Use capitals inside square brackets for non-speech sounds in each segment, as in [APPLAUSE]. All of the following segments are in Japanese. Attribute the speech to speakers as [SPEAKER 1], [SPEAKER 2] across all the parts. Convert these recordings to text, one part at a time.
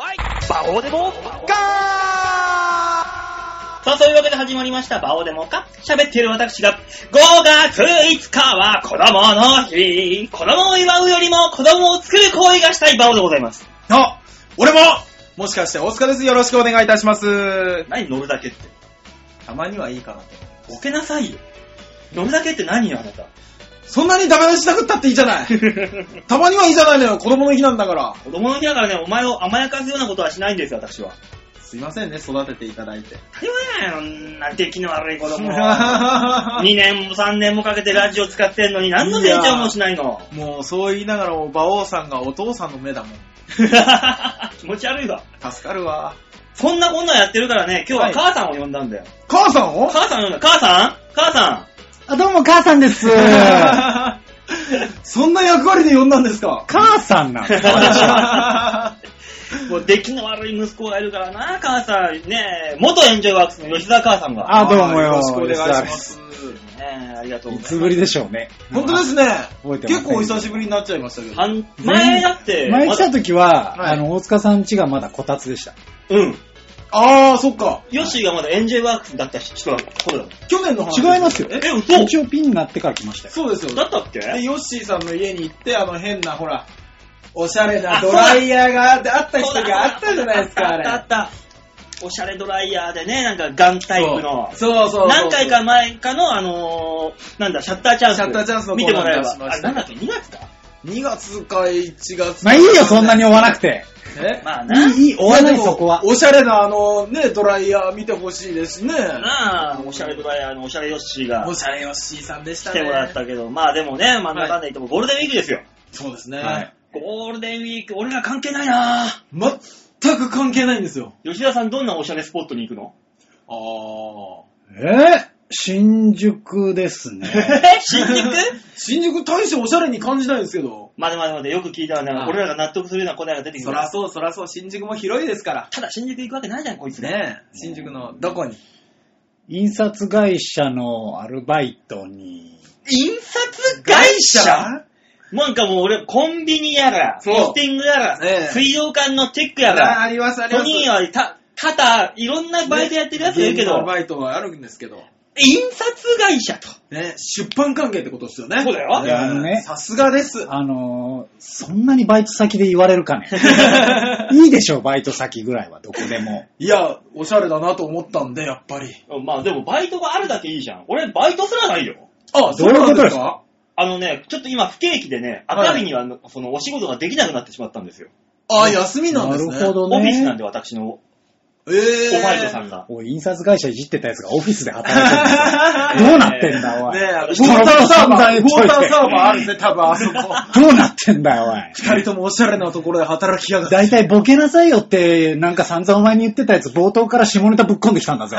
[SPEAKER 1] バオデモカさあ、そういうわけで始まりました、バオデモカ。喋っている私が、5月5日は子供の日。子供を祝うよりも子供を作る行為がしたいバオでございます。
[SPEAKER 2] あ俺ももしかして、大塚です。よろしくお願いいたします。
[SPEAKER 1] 何乗るだけって。
[SPEAKER 2] たまにはいいかなって。
[SPEAKER 1] ボケなさいよ。乗るだけって何よ、あな [LAUGHS] た。
[SPEAKER 2] そんなにダメ出しなくったっていいじゃない。
[SPEAKER 1] 子
[SPEAKER 2] たまにはいいじゃないのよ。子供の日なんだから。
[SPEAKER 1] 供の日だからね、お前を甘やかすようなことはしないんですよ、私は。
[SPEAKER 2] すいませんね、育てていただいて。
[SPEAKER 1] 当たり前やん、そんな出来の悪い子 [LAUGHS] 供。[LAUGHS]
[SPEAKER 2] も [LAUGHS]
[SPEAKER 1] 2年も3年もかけてラジオ使ってんのに何の成長もしないの。
[SPEAKER 2] う、そう言いながらも、馬王さんがお父さんの目だもん。
[SPEAKER 1] [LAUGHS] 気持ち悪いわ。
[SPEAKER 2] 助かるわ。
[SPEAKER 1] そんなこんなんやってるからね、今日は母さんを呼んだんだよ。
[SPEAKER 2] 母さんを
[SPEAKER 1] 母さんを呼んだ。母さん母さ
[SPEAKER 3] あ、どうも、母さん [LAUGHS] です。
[SPEAKER 2] そんな役割で呼んだんです [LAUGHS] か
[SPEAKER 3] 母さんなん
[SPEAKER 1] [LAUGHS] んもう出来の悪い息子がいるからな、母さん。ねえ元エンジョイワークスの吉沢母さんが。
[SPEAKER 3] あどうもよ
[SPEAKER 2] ろしくお願いします。
[SPEAKER 1] ねえありがとうございま
[SPEAKER 3] い
[SPEAKER 1] す。
[SPEAKER 3] つぶりでしょうね。
[SPEAKER 2] 本当ですね。
[SPEAKER 3] 覚えてません
[SPEAKER 2] 結構お久しぶりになっちゃいましたけど。
[SPEAKER 1] 半前だって、
[SPEAKER 3] 前来た時は、
[SPEAKER 2] はい
[SPEAKER 3] あの、大塚さん家がまだこたつでした。
[SPEAKER 1] うん。
[SPEAKER 2] あー、そっか。
[SPEAKER 1] ヨッシーがまだエンジョイワークスだった人だ頃だもん。
[SPEAKER 2] 去年の話。
[SPEAKER 3] 違いますよ。
[SPEAKER 1] え、嘘
[SPEAKER 3] 一応ピンになってから来ましたよ。
[SPEAKER 2] そうですよ。
[SPEAKER 1] だったっけ
[SPEAKER 2] で、ヨッシーさんの家に行って、あの変な、ほら、おしゃれなドライヤーがあってあった人があったじゃないですか、あ
[SPEAKER 1] あっ
[SPEAKER 2] れ。
[SPEAKER 1] たあったあった。おしゃれドライヤーでね、なんかガンタイプの。
[SPEAKER 2] そうそうそうそう。
[SPEAKER 1] 何回か前かの、あのー、なんだ、シャッターチャンス。
[SPEAKER 2] シャッターチャンスのコ
[SPEAKER 1] 見
[SPEAKER 2] ー
[SPEAKER 1] て
[SPEAKER 2] ナ
[SPEAKER 1] もらえ
[SPEAKER 2] ー出
[SPEAKER 1] ば
[SPEAKER 2] し。ま
[SPEAKER 1] あれ、
[SPEAKER 2] した
[SPEAKER 1] なんだっけ、2月か
[SPEAKER 2] 2月か1月
[SPEAKER 3] まあいいよ、そんなに追わなくて。
[SPEAKER 2] え
[SPEAKER 1] まあな。
[SPEAKER 3] いい、いい、追わない、そこは。
[SPEAKER 2] おしゃれな、あの、ね、ドライヤー見てほしいですしね。
[SPEAKER 1] なあ、おしゃれドライヤーのおしゃれヨッシーが
[SPEAKER 2] おしゃれヨッシーさんでし
[SPEAKER 1] 来
[SPEAKER 2] た
[SPEAKER 1] て
[SPEAKER 2] ね。
[SPEAKER 1] もらったけど、まあでもね、まあなんだかんだ言ってもゴールデンウィークですよ。
[SPEAKER 2] そうです
[SPEAKER 3] は
[SPEAKER 2] ね
[SPEAKER 3] い。
[SPEAKER 1] ゴールデンウィーク、俺ら関係ないなぁ
[SPEAKER 2] 全く関係ないんですよ。
[SPEAKER 1] 吉田さんどんなおしゃれスポットに行くの
[SPEAKER 2] あー。
[SPEAKER 3] えー新宿ですね。
[SPEAKER 1] え新
[SPEAKER 2] [LAUGHS]
[SPEAKER 1] 宿 [LAUGHS]
[SPEAKER 2] 新宿大しておしゃれに感じないんですけど。
[SPEAKER 1] まだまだまだよく聞いたらね、
[SPEAKER 2] はい
[SPEAKER 1] 俺らが納得するような答えが出てきて
[SPEAKER 2] そう、そらそう、新宿も広いですから。
[SPEAKER 1] ただ新宿行くわけないじゃん、こいつ。
[SPEAKER 2] ねえ、新宿のどこに
[SPEAKER 3] 印刷会社のアルバイトに、
[SPEAKER 1] 印刷会社なんかもう俺、コンビニやら、
[SPEAKER 2] そう
[SPEAKER 1] ポスティングやら、
[SPEAKER 2] ええ
[SPEAKER 1] 水道管のチェックや
[SPEAKER 2] ああ
[SPEAKER 1] ら、
[SPEAKER 2] ります、あります。
[SPEAKER 1] 時にはた、ただ、いろんなバイトやってるやつがいるけ
[SPEAKER 2] 現
[SPEAKER 1] ど、
[SPEAKER 2] 場バイトはあるんですけど。
[SPEAKER 1] 印刷会社と。
[SPEAKER 2] ね、出版関係ってことですよね。
[SPEAKER 1] そうだよ
[SPEAKER 2] ね
[SPEAKER 3] いやあのね
[SPEAKER 2] さすがです。
[SPEAKER 3] あのーそんなにバイト先で言われるか
[SPEAKER 2] [LAUGHS]
[SPEAKER 3] ね。いいでしょ、バイト先ぐらいは、どこでも。
[SPEAKER 2] いや、おしゃれだなと思ったんで、やっぱり。
[SPEAKER 1] まあでもバイトがあるだけいいじゃん。俺、バイトすらないよ。
[SPEAKER 2] あ
[SPEAKER 3] どういうことですか
[SPEAKER 1] あのね、ちょっと今不景気でね、
[SPEAKER 2] はい
[SPEAKER 1] 赤日には、そのお仕事ができなくなってしまったんですよ。
[SPEAKER 2] あ、休みなんですね。
[SPEAKER 3] なるほどね。
[SPEAKER 1] オフィスなんで私の
[SPEAKER 2] えー。
[SPEAKER 1] おバイトさんが。
[SPEAKER 3] おい、印刷会社いじってたやつがオフィスで働いてるんですよ。どうなってんだ、お
[SPEAKER 2] [LAUGHS]
[SPEAKER 3] い。
[SPEAKER 2] ねえ、あのウォ
[SPEAKER 3] 人の
[SPEAKER 2] ーターサー
[SPEAKER 3] 散
[SPEAKER 2] バ
[SPEAKER 3] 々
[SPEAKER 2] ー、
[SPEAKER 3] 言
[SPEAKER 2] ウ
[SPEAKER 3] っ
[SPEAKER 2] ォ
[SPEAKER 3] と
[SPEAKER 2] ー
[SPEAKER 3] い
[SPEAKER 2] ター
[SPEAKER 3] て
[SPEAKER 2] サーバーあるんですね、多分あそこ。
[SPEAKER 3] どうなってんだよ、おい。
[SPEAKER 2] 二人ともおしゃれなところで働きやがって。
[SPEAKER 3] だいたいボケなさいよって、なんか散々お前に言ってたやつ、冒頭から下ネタぶっ込んできたんだぞ。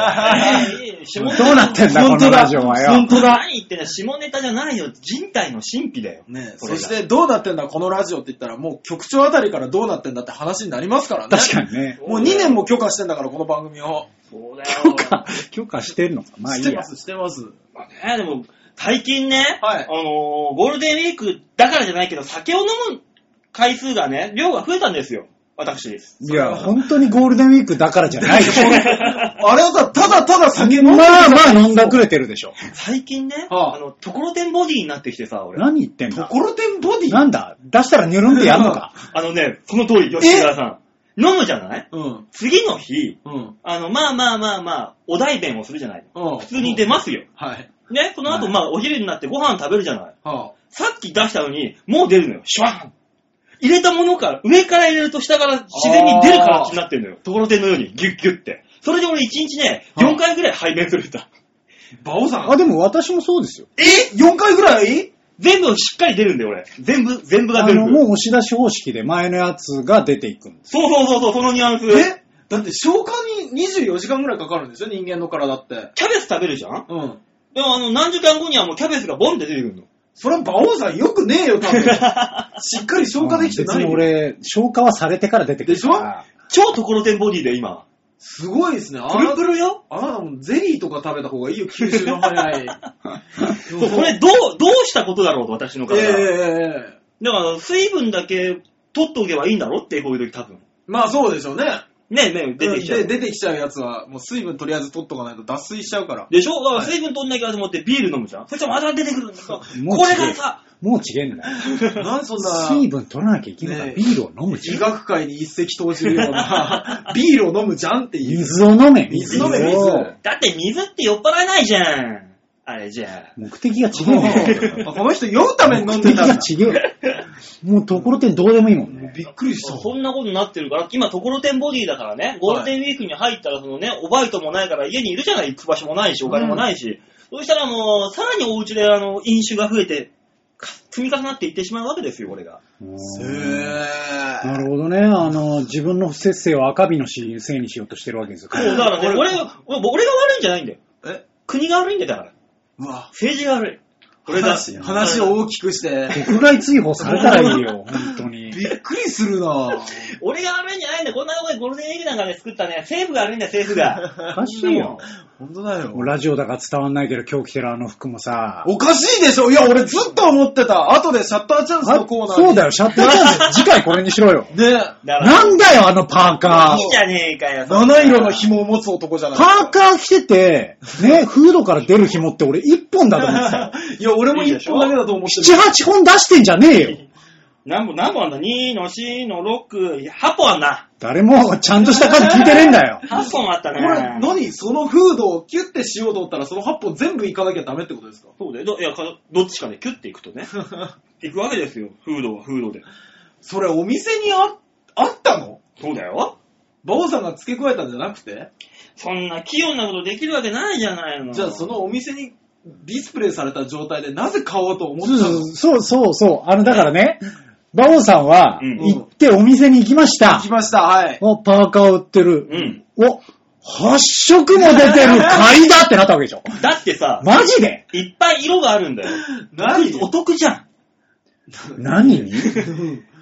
[SPEAKER 1] ど
[SPEAKER 3] どうなってんだ、こ
[SPEAKER 2] 本
[SPEAKER 3] の
[SPEAKER 2] 当だ
[SPEAKER 3] ラジオはよ。
[SPEAKER 1] 当だ。何言ってんだ、下ネタじゃないよ。人体の神秘だよ。
[SPEAKER 2] ねえ
[SPEAKER 1] こ
[SPEAKER 2] そ
[SPEAKER 1] れが
[SPEAKER 2] してどうなってんだこのラジオって言ったらもう局長あたりからどうなってんだって話になりますからね。
[SPEAKER 3] 確かにね。
[SPEAKER 2] もう2年も許可してんだからこの番組を。
[SPEAKER 1] そうだ
[SPEAKER 3] 許
[SPEAKER 1] よ。
[SPEAKER 3] 可、許可してんのか。まあいい
[SPEAKER 2] して
[SPEAKER 3] や
[SPEAKER 2] ま。す、してます。
[SPEAKER 1] まあね、でも、最近ね、
[SPEAKER 2] はい
[SPEAKER 1] あのーゴールデンウィークだからじゃないけど、酒を飲む回数がね、量が増えたんですよ。私です。
[SPEAKER 3] いや、本当にゴールデンウィークだからじゃないよ。
[SPEAKER 2] あれはただただ酒飲ん
[SPEAKER 3] ま
[SPEAKER 2] でる
[SPEAKER 3] あまあ飲んだくれてるでしょ。
[SPEAKER 1] 最近ね、
[SPEAKER 2] はあ
[SPEAKER 1] あの、ところてんボディになってきてさ、俺。
[SPEAKER 3] 何言ってん
[SPEAKER 2] と
[SPEAKER 3] だ
[SPEAKER 2] ころてんボディ
[SPEAKER 3] なんだ出したらニュルンってやんのか。
[SPEAKER 1] あのね、その通り、吉村さん。飲むじゃない
[SPEAKER 2] うん。
[SPEAKER 1] 次の日、
[SPEAKER 2] うん。
[SPEAKER 1] あの、まあまあまあまあ、お代弁をするじゃない
[SPEAKER 2] うん。
[SPEAKER 1] 普通に出ますよ。
[SPEAKER 2] はい。
[SPEAKER 1] ね、その後、
[SPEAKER 3] はい
[SPEAKER 1] まあ、お昼になってご飯食べるじゃない
[SPEAKER 2] は
[SPEAKER 1] さっき出したのに、もう出るのよ。シュワーン入れたものから、上から入れると下から自然に出る形になってんのよ。ところてんのように、ギュッギュッって。それで俺1日ね、
[SPEAKER 2] あ
[SPEAKER 1] 4回ぐらい排便するんだ。
[SPEAKER 2] あ。バオさ
[SPEAKER 3] あ、
[SPEAKER 2] ん。
[SPEAKER 3] でも私もそうですよ。
[SPEAKER 2] え ?4 回ぐらい
[SPEAKER 1] 全部しっかり出るんだよ、俺。全部、全部が
[SPEAKER 3] あ
[SPEAKER 1] 出る
[SPEAKER 3] の、。もう押し出し方式で前のやつが出ていくんです。
[SPEAKER 1] そうそうそうそう、そのニュアンス。
[SPEAKER 2] えだって消化に24時間ぐらいかかるんでしょ人間の体って。
[SPEAKER 1] キャベツ食べるじゃん
[SPEAKER 2] うん。
[SPEAKER 1] でもあの、何時間後にはもうキャベツがボンって出て [LAUGHS] くるの。
[SPEAKER 2] それはバオさんよくねえよ、
[SPEAKER 1] [LAUGHS]
[SPEAKER 2] 多分。しっかり消化できてない
[SPEAKER 3] 別
[SPEAKER 2] よ。
[SPEAKER 3] に俺、消化はされてから出てくるから。
[SPEAKER 1] 超ところてんボディで今。
[SPEAKER 2] すごいですね。あ
[SPEAKER 1] プルプルよ。
[SPEAKER 2] あなたもゼリーとか食べた方がいいよ、 [LAUGHS] 吸収の早い。
[SPEAKER 1] そうこれどう、どうしたことだろうと、私の
[SPEAKER 2] え
[SPEAKER 1] 体。
[SPEAKER 2] えええええ
[SPEAKER 1] だから、水分だけ取っておけばいいんだろって、こういう時多分。
[SPEAKER 2] まあそうでしょうね。
[SPEAKER 1] ね、ね、出てきちゃう。
[SPEAKER 2] で出てきちゃうやつは、もう水分とりあえず取っとかないと脱水しちゃうから。
[SPEAKER 1] でしょだから水分取んなきゃと思ってビール飲むじゃん。そしたらまた出てくるんですよ。こ
[SPEAKER 3] もう
[SPEAKER 1] れ
[SPEAKER 3] 違
[SPEAKER 1] が
[SPEAKER 3] う
[SPEAKER 1] さ、
[SPEAKER 3] もう違えんだ
[SPEAKER 2] [LAUGHS]
[SPEAKER 3] よ。
[SPEAKER 2] なんでそんな、
[SPEAKER 3] 水分取らなきゃいけないから、
[SPEAKER 2] ね
[SPEAKER 3] ビールを飲むじゃ
[SPEAKER 2] 医
[SPEAKER 3] ん。
[SPEAKER 2] 学界に一石投じるよう [LAUGHS] な、ビールを飲むじゃんっていう。
[SPEAKER 3] 水を飲め。
[SPEAKER 2] 水飲め、水。
[SPEAKER 3] を
[SPEAKER 1] だって水って酔っ払えないじゃん。あれじゃ
[SPEAKER 3] 目的が違
[SPEAKER 2] も [LAUGHS]
[SPEAKER 3] うんだよ。
[SPEAKER 2] うこの人酔うために飲んでたんだ
[SPEAKER 3] 目。的が違う。もうところてんどうでもいいもんね。
[SPEAKER 2] びっくりした。
[SPEAKER 1] そんなことになってるから、今、ところてんボディだからね、ゴールデンウィークに入ったら、そのね、おバイトもないから、家にいるじゃない、行く場所もないし、お金もないし、そうしたらもう、さらにお家で、あの、飲酒が増えて、か積み重なっていってしまうわけですよ、俺が。
[SPEAKER 3] うん
[SPEAKER 2] へ
[SPEAKER 3] なるほどね。あの、自分の不節制を赤火のせいにしようとしてるわけですよ。
[SPEAKER 1] そう、だからね、俺、俺俺が悪いんじゃないんだよ。
[SPEAKER 2] ーえ
[SPEAKER 1] 国が悪いんだよ、だから。
[SPEAKER 2] うわ。
[SPEAKER 1] 政治が悪い。俺だ
[SPEAKER 2] 話話を大きくして。
[SPEAKER 3] 国外追放されたらいいよ、本当に。
[SPEAKER 2] [LAUGHS] びっくりするなぁ。
[SPEAKER 1] 俺が悪いんじゃないんだよ。こんなとこでゴールデンウィークなんかね、作ったね、政府が悪いんだよ、政府が。
[SPEAKER 2] [LAUGHS]
[SPEAKER 3] おかしいよ。
[SPEAKER 2] [LAUGHS] 本当だよ
[SPEAKER 3] もう。ラジオだから伝わんないけど、今日着てるあの服もさ。
[SPEAKER 2] おかしいでしょいや、俺ずっと思ってた。後でシャッターチャンスのコーナーに
[SPEAKER 3] そうだよ、。シャッターチャンス。次回これにしろよ。
[SPEAKER 2] ね
[SPEAKER 1] だから、
[SPEAKER 3] なんだよ、あのパーカ
[SPEAKER 1] いい
[SPEAKER 3] ー。
[SPEAKER 1] じゃねえかよ。
[SPEAKER 2] 七色の紐を持つ男じゃない。
[SPEAKER 3] パーカー着てて、
[SPEAKER 2] [LAUGHS]
[SPEAKER 3] ね、フードから出る紐って俺1本だと思ってたよ。
[SPEAKER 2] いや、俺も一本だけだと思って
[SPEAKER 3] 7、
[SPEAKER 2] る。
[SPEAKER 3] 8本出してんじゃねえよ。
[SPEAKER 1] 何本、何本あんだ ?2 の4の6、8本あんな。
[SPEAKER 3] 誰もちゃんとした数聞いてねえ
[SPEAKER 2] [LAUGHS]
[SPEAKER 3] んだよ。
[SPEAKER 1] 8本あったね。
[SPEAKER 2] これ、何そのフードをキュッてしようと思ったら、その8本全部いかなきゃダメってことですか
[SPEAKER 1] そうだよ。どいやかどっちかでキュッていく
[SPEAKER 2] [LAUGHS]
[SPEAKER 1] とね。いくわけですよ。フードはフードで。
[SPEAKER 2] それ、お店にあ、あったの
[SPEAKER 1] そうだよ。
[SPEAKER 2] 馬王さんが付け加えたんじゃなくて
[SPEAKER 1] そんな器用なことできるわけないじゃないの。
[SPEAKER 2] じゃあ、そのお店にディスプレイされた状態で、なぜ買おうと思っ
[SPEAKER 3] そ
[SPEAKER 2] たの
[SPEAKER 3] うそうそうそう。あの、だからね、馬王さんは、
[SPEAKER 1] うん
[SPEAKER 3] 行ってお店に行きました
[SPEAKER 2] 行き。ました、はい。
[SPEAKER 3] お、パーカー売ってる。
[SPEAKER 1] うん。
[SPEAKER 3] お、8色も出て
[SPEAKER 2] [LAUGHS]
[SPEAKER 3] る。買いだってなったわけでしょ。
[SPEAKER 1] だってさ、
[SPEAKER 3] マジで
[SPEAKER 1] いっぱい色があるんだよ。
[SPEAKER 2] 何
[SPEAKER 1] お得じゃん。
[SPEAKER 2] [LAUGHS]
[SPEAKER 3] 何に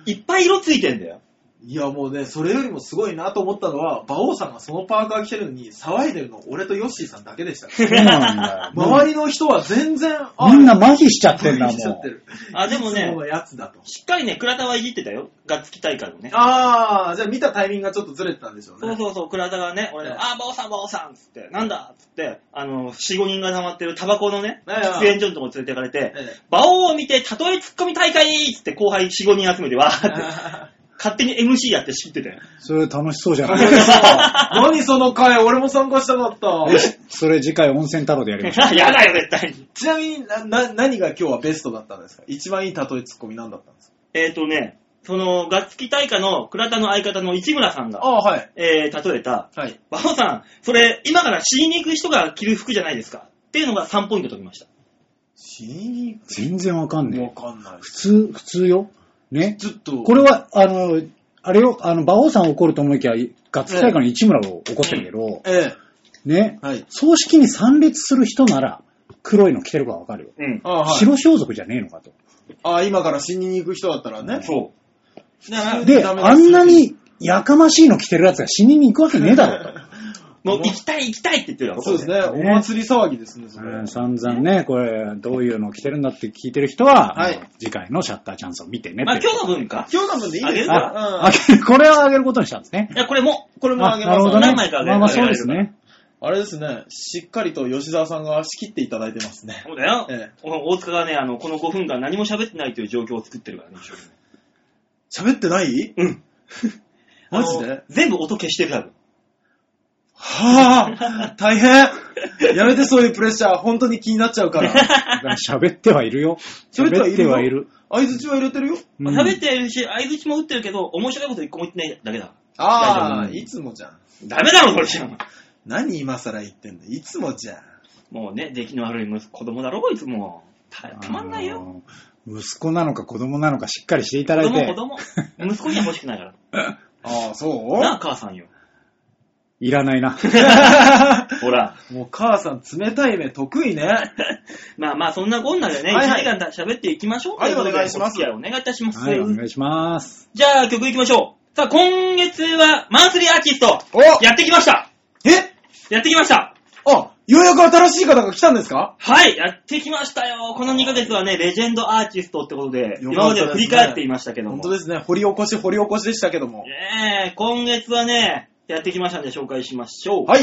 [SPEAKER 1] いっぱい色ついてんだよ。
[SPEAKER 2] いやもうね、それよりもすごいなと思ったのは、馬王さんがそのパーカー着てるのに騒いでるの俺とヨッシーさんだけでした。
[SPEAKER 3] そうなんだよ。
[SPEAKER 2] 周りの人は全然、
[SPEAKER 3] みんな麻痺しちゃってんだ
[SPEAKER 2] び
[SPEAKER 3] も
[SPEAKER 2] しちゃっ
[SPEAKER 3] ん
[SPEAKER 2] て。る。
[SPEAKER 1] あ、でも
[SPEAKER 2] いつ
[SPEAKER 1] ね
[SPEAKER 2] も、のやつだと。
[SPEAKER 1] しっかりね、倉田はいじってたよ。がっつき大会をね。
[SPEAKER 2] あー、じゃあ見たタイミングがちょっとずれてたんでしょう
[SPEAKER 1] そう
[SPEAKER 2] ね。
[SPEAKER 1] そうそう、倉田がね、俺
[SPEAKER 2] ええ
[SPEAKER 1] が、あー、バオさん、バオさんっつって、なんだっつって、あの、4、5人が溜まってるタバコのね、
[SPEAKER 2] ええ
[SPEAKER 1] 喫煙所のとこ連れてかれて、
[SPEAKER 2] え [LAUGHS]
[SPEAKER 1] バオを見て、たとえツッコミ大会っつって後輩4、5人集めて、わー
[SPEAKER 2] え
[SPEAKER 1] って、
[SPEAKER 2] あー
[SPEAKER 1] 勝手に MC やって仕切ってたよ。
[SPEAKER 3] それ楽しそうじゃ
[SPEAKER 2] そう
[SPEAKER 3] ない
[SPEAKER 2] 何その回、俺も参加したかった。
[SPEAKER 3] それ次回温泉太郎でやりましょ
[SPEAKER 1] [LAUGHS] やだよ、絶対に。
[SPEAKER 2] ちなみにな、な、何が今日はベストだったんですか一番いい例えツッコミ何だったんですか
[SPEAKER 1] えっ、とね、その、ガッツキ大会の倉田の相方の市村さんが、
[SPEAKER 2] あー、はい。
[SPEAKER 1] えー、例えた、
[SPEAKER 2] はい。
[SPEAKER 1] バオさん、それ、今から死にに行く人が着る服じゃないですか。っていうのが3ポイント取りました。
[SPEAKER 2] 死に
[SPEAKER 3] う。全然わかん
[SPEAKER 2] 行く
[SPEAKER 3] ね
[SPEAKER 2] わかんない
[SPEAKER 3] え。普通、普通よ。ね。
[SPEAKER 2] ちょっと。
[SPEAKER 3] これは、あの、あれよ、あの、馬王さん怒ると思いきや、ガッツ大会の市村を怒ってるけど、
[SPEAKER 2] え
[SPEAKER 3] ね。
[SPEAKER 2] え。はい。
[SPEAKER 3] 葬式に参列する人なら、黒いの着てるからわかるよ。
[SPEAKER 1] うん。
[SPEAKER 2] あー、はい。
[SPEAKER 3] 白装束じゃねえのかと。
[SPEAKER 2] あ、今から死にに行く人だったらね。
[SPEAKER 1] そう。
[SPEAKER 3] で、あんな。にやかましいの着てるやつが死にに行くわけねえだろと。
[SPEAKER 1] もう行きたい行きたいって言ってるわ
[SPEAKER 2] そうですね。お祭り騒ぎですね、それ。
[SPEAKER 3] うん散々ね、これ、どういうの着てるんだって聞いてる人は、
[SPEAKER 2] はい
[SPEAKER 3] あの次回のシャッターチャンスを見てね
[SPEAKER 1] まあ
[SPEAKER 3] っ
[SPEAKER 1] 今
[SPEAKER 3] て。
[SPEAKER 1] 日の分か。
[SPEAKER 2] 今日の分でいいです
[SPEAKER 1] あ
[SPEAKER 2] か
[SPEAKER 3] あ [LAUGHS] げるこれをあげることにしたんですね。
[SPEAKER 1] いや、これも、
[SPEAKER 2] うん。これもあげます。
[SPEAKER 3] なるほどね。
[SPEAKER 1] 何枚かあげる
[SPEAKER 3] まあまあそうで
[SPEAKER 2] [LAUGHS]
[SPEAKER 3] すね。
[SPEAKER 2] あれですね。しっかりと吉沢さんが仕切っていただいてますね。
[SPEAKER 1] そうだよ。
[SPEAKER 2] え
[SPEAKER 1] お大塚がね、あの、この5分間何も喋ってないという状況を作ってるからね、一生懸
[SPEAKER 2] 喋ってない
[SPEAKER 1] 命うん。
[SPEAKER 2] [LAUGHS] マジ
[SPEAKER 1] あの
[SPEAKER 2] で
[SPEAKER 1] 全部音消してる多分。
[SPEAKER 2] は [LAUGHS] ぁ、大変。やめてそういうプレッシャー、本当に気になっちゃう [LAUGHS] から。
[SPEAKER 3] だから喋ってはいるよ。
[SPEAKER 2] 喋ってはいるよ
[SPEAKER 3] 喋ってはいる。
[SPEAKER 2] 相槌は入れてるよ。
[SPEAKER 3] うん
[SPEAKER 1] 喋ってるし、相槌も打ってるけど、面白いこと一個も言ってないだけだ。
[SPEAKER 2] あ
[SPEAKER 3] 大
[SPEAKER 2] あ、
[SPEAKER 3] 丈夫
[SPEAKER 2] いつもじゃん。
[SPEAKER 1] ダメだろ、それじゃん。
[SPEAKER 2] 何今更言ってんだいつもじゃん。
[SPEAKER 1] もうね、出来の悪い息子子供だろ、こいつもう。たたまんないよ。
[SPEAKER 3] あのー。息子なのか子供なのかしっかりしていただ
[SPEAKER 1] 子
[SPEAKER 3] い
[SPEAKER 1] 供、
[SPEAKER 3] て
[SPEAKER 1] 子、供。息子には欲しくない
[SPEAKER 3] [LAUGHS]
[SPEAKER 1] から。
[SPEAKER 2] ああ、そ
[SPEAKER 1] な
[SPEAKER 2] う
[SPEAKER 1] あ、母さんよ。
[SPEAKER 3] いらないな。
[SPEAKER 1] ほら。
[SPEAKER 2] [LAUGHS]
[SPEAKER 1] [LAUGHS]
[SPEAKER 2] もう母さん冷たい目得意ね。
[SPEAKER 1] まあまあ、そんなこんなでね、1
[SPEAKER 2] はいはい
[SPEAKER 1] 時間た喋っていきましょう。
[SPEAKER 2] はい
[SPEAKER 1] とうことで
[SPEAKER 2] お願いしま
[SPEAKER 1] お
[SPEAKER 2] す
[SPEAKER 1] 付き合いお願いいたします。
[SPEAKER 3] はい、お願いします。
[SPEAKER 1] じゃあ、曲いきましょう。さあ、今月は、マンスリーアーティスト、
[SPEAKER 2] お
[SPEAKER 1] やってきました
[SPEAKER 2] え
[SPEAKER 1] やってきました
[SPEAKER 2] あ、ようやく新しい方が来たんですか
[SPEAKER 1] はい、やってきましたよ。この2ヶ月はね、レジェンドアーティストってことで、
[SPEAKER 2] よ
[SPEAKER 1] 今
[SPEAKER 2] か
[SPEAKER 1] ま
[SPEAKER 2] ったで
[SPEAKER 1] では
[SPEAKER 2] すね
[SPEAKER 1] 振り返っていましたけども。
[SPEAKER 2] 本当ですね。掘り起こし掘り起こしでしたけども。
[SPEAKER 1] ねえ今月はね、やってきましたんで紹介しましょう。
[SPEAKER 2] はい。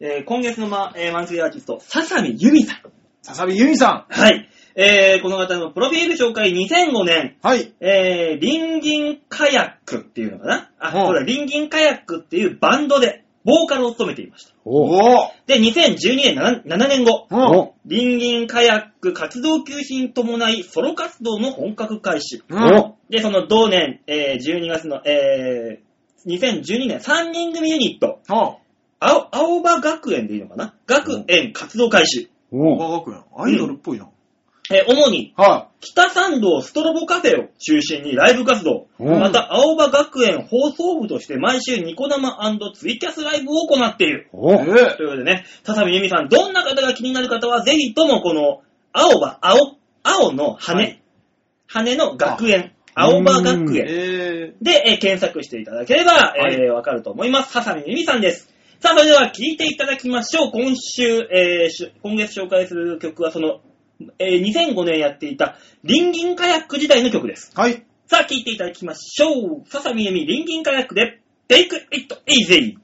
[SPEAKER 1] えー今月のマ,、えーマンスリーアーティスト、ささみゆみさん。
[SPEAKER 2] 笹部由美さ
[SPEAKER 1] はい。えーこの方のプロフィール紹介2005年、
[SPEAKER 2] ん。はい。
[SPEAKER 1] えー、隣人カヤックっていうのかなあ、
[SPEAKER 2] うん
[SPEAKER 1] そうだ、隣人カヤックっていうバンドで、ボーカルを務めていました。
[SPEAKER 3] おう
[SPEAKER 2] お
[SPEAKER 1] で、2012年 7, 7年後、
[SPEAKER 2] うん
[SPEAKER 3] お
[SPEAKER 1] 隣人カヤック活動休止に伴いソロ活動の本格開始。
[SPEAKER 2] う
[SPEAKER 3] お
[SPEAKER 1] で、その同年、えー12月の、えー2012年3人組ユニット、
[SPEAKER 2] お
[SPEAKER 1] 青青葉学園でいいのかな学園活動開始。
[SPEAKER 3] お
[SPEAKER 2] お学園。アイドルっぽいな。
[SPEAKER 1] えー主に
[SPEAKER 2] は
[SPEAKER 1] 北参道ストロボカフェを中心にライブ活動。
[SPEAKER 3] うん
[SPEAKER 1] また、青葉学園放送部として毎週ニコ生ツイキャスライブを行っている。
[SPEAKER 2] い。
[SPEAKER 3] お
[SPEAKER 2] え
[SPEAKER 1] [LAUGHS] ということでね、笹見由美さん、どんな方が気になる方は、ぜひともこの、青葉、青、青の羽、
[SPEAKER 2] はい
[SPEAKER 1] 羽の学園、青葉学
[SPEAKER 2] え
[SPEAKER 1] 園
[SPEAKER 2] え
[SPEAKER 1] で、えー検索していただければ、
[SPEAKER 2] い
[SPEAKER 1] えーわかると思います。笹見由美さんです。さあ、それでは聴いていただきましょう。今週、えーし今月紹介する曲は、その、えー2005年やっていた、隣銀カヤック時代の曲です。
[SPEAKER 2] ー。はい。
[SPEAKER 1] さあ、聞いていただきましょう。笹見由美、隣銀カヤックで、Take It Easy。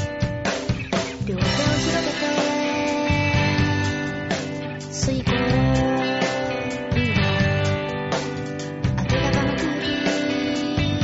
[SPEAKER 4] 両手を広げて吸い込んだ明け方の空気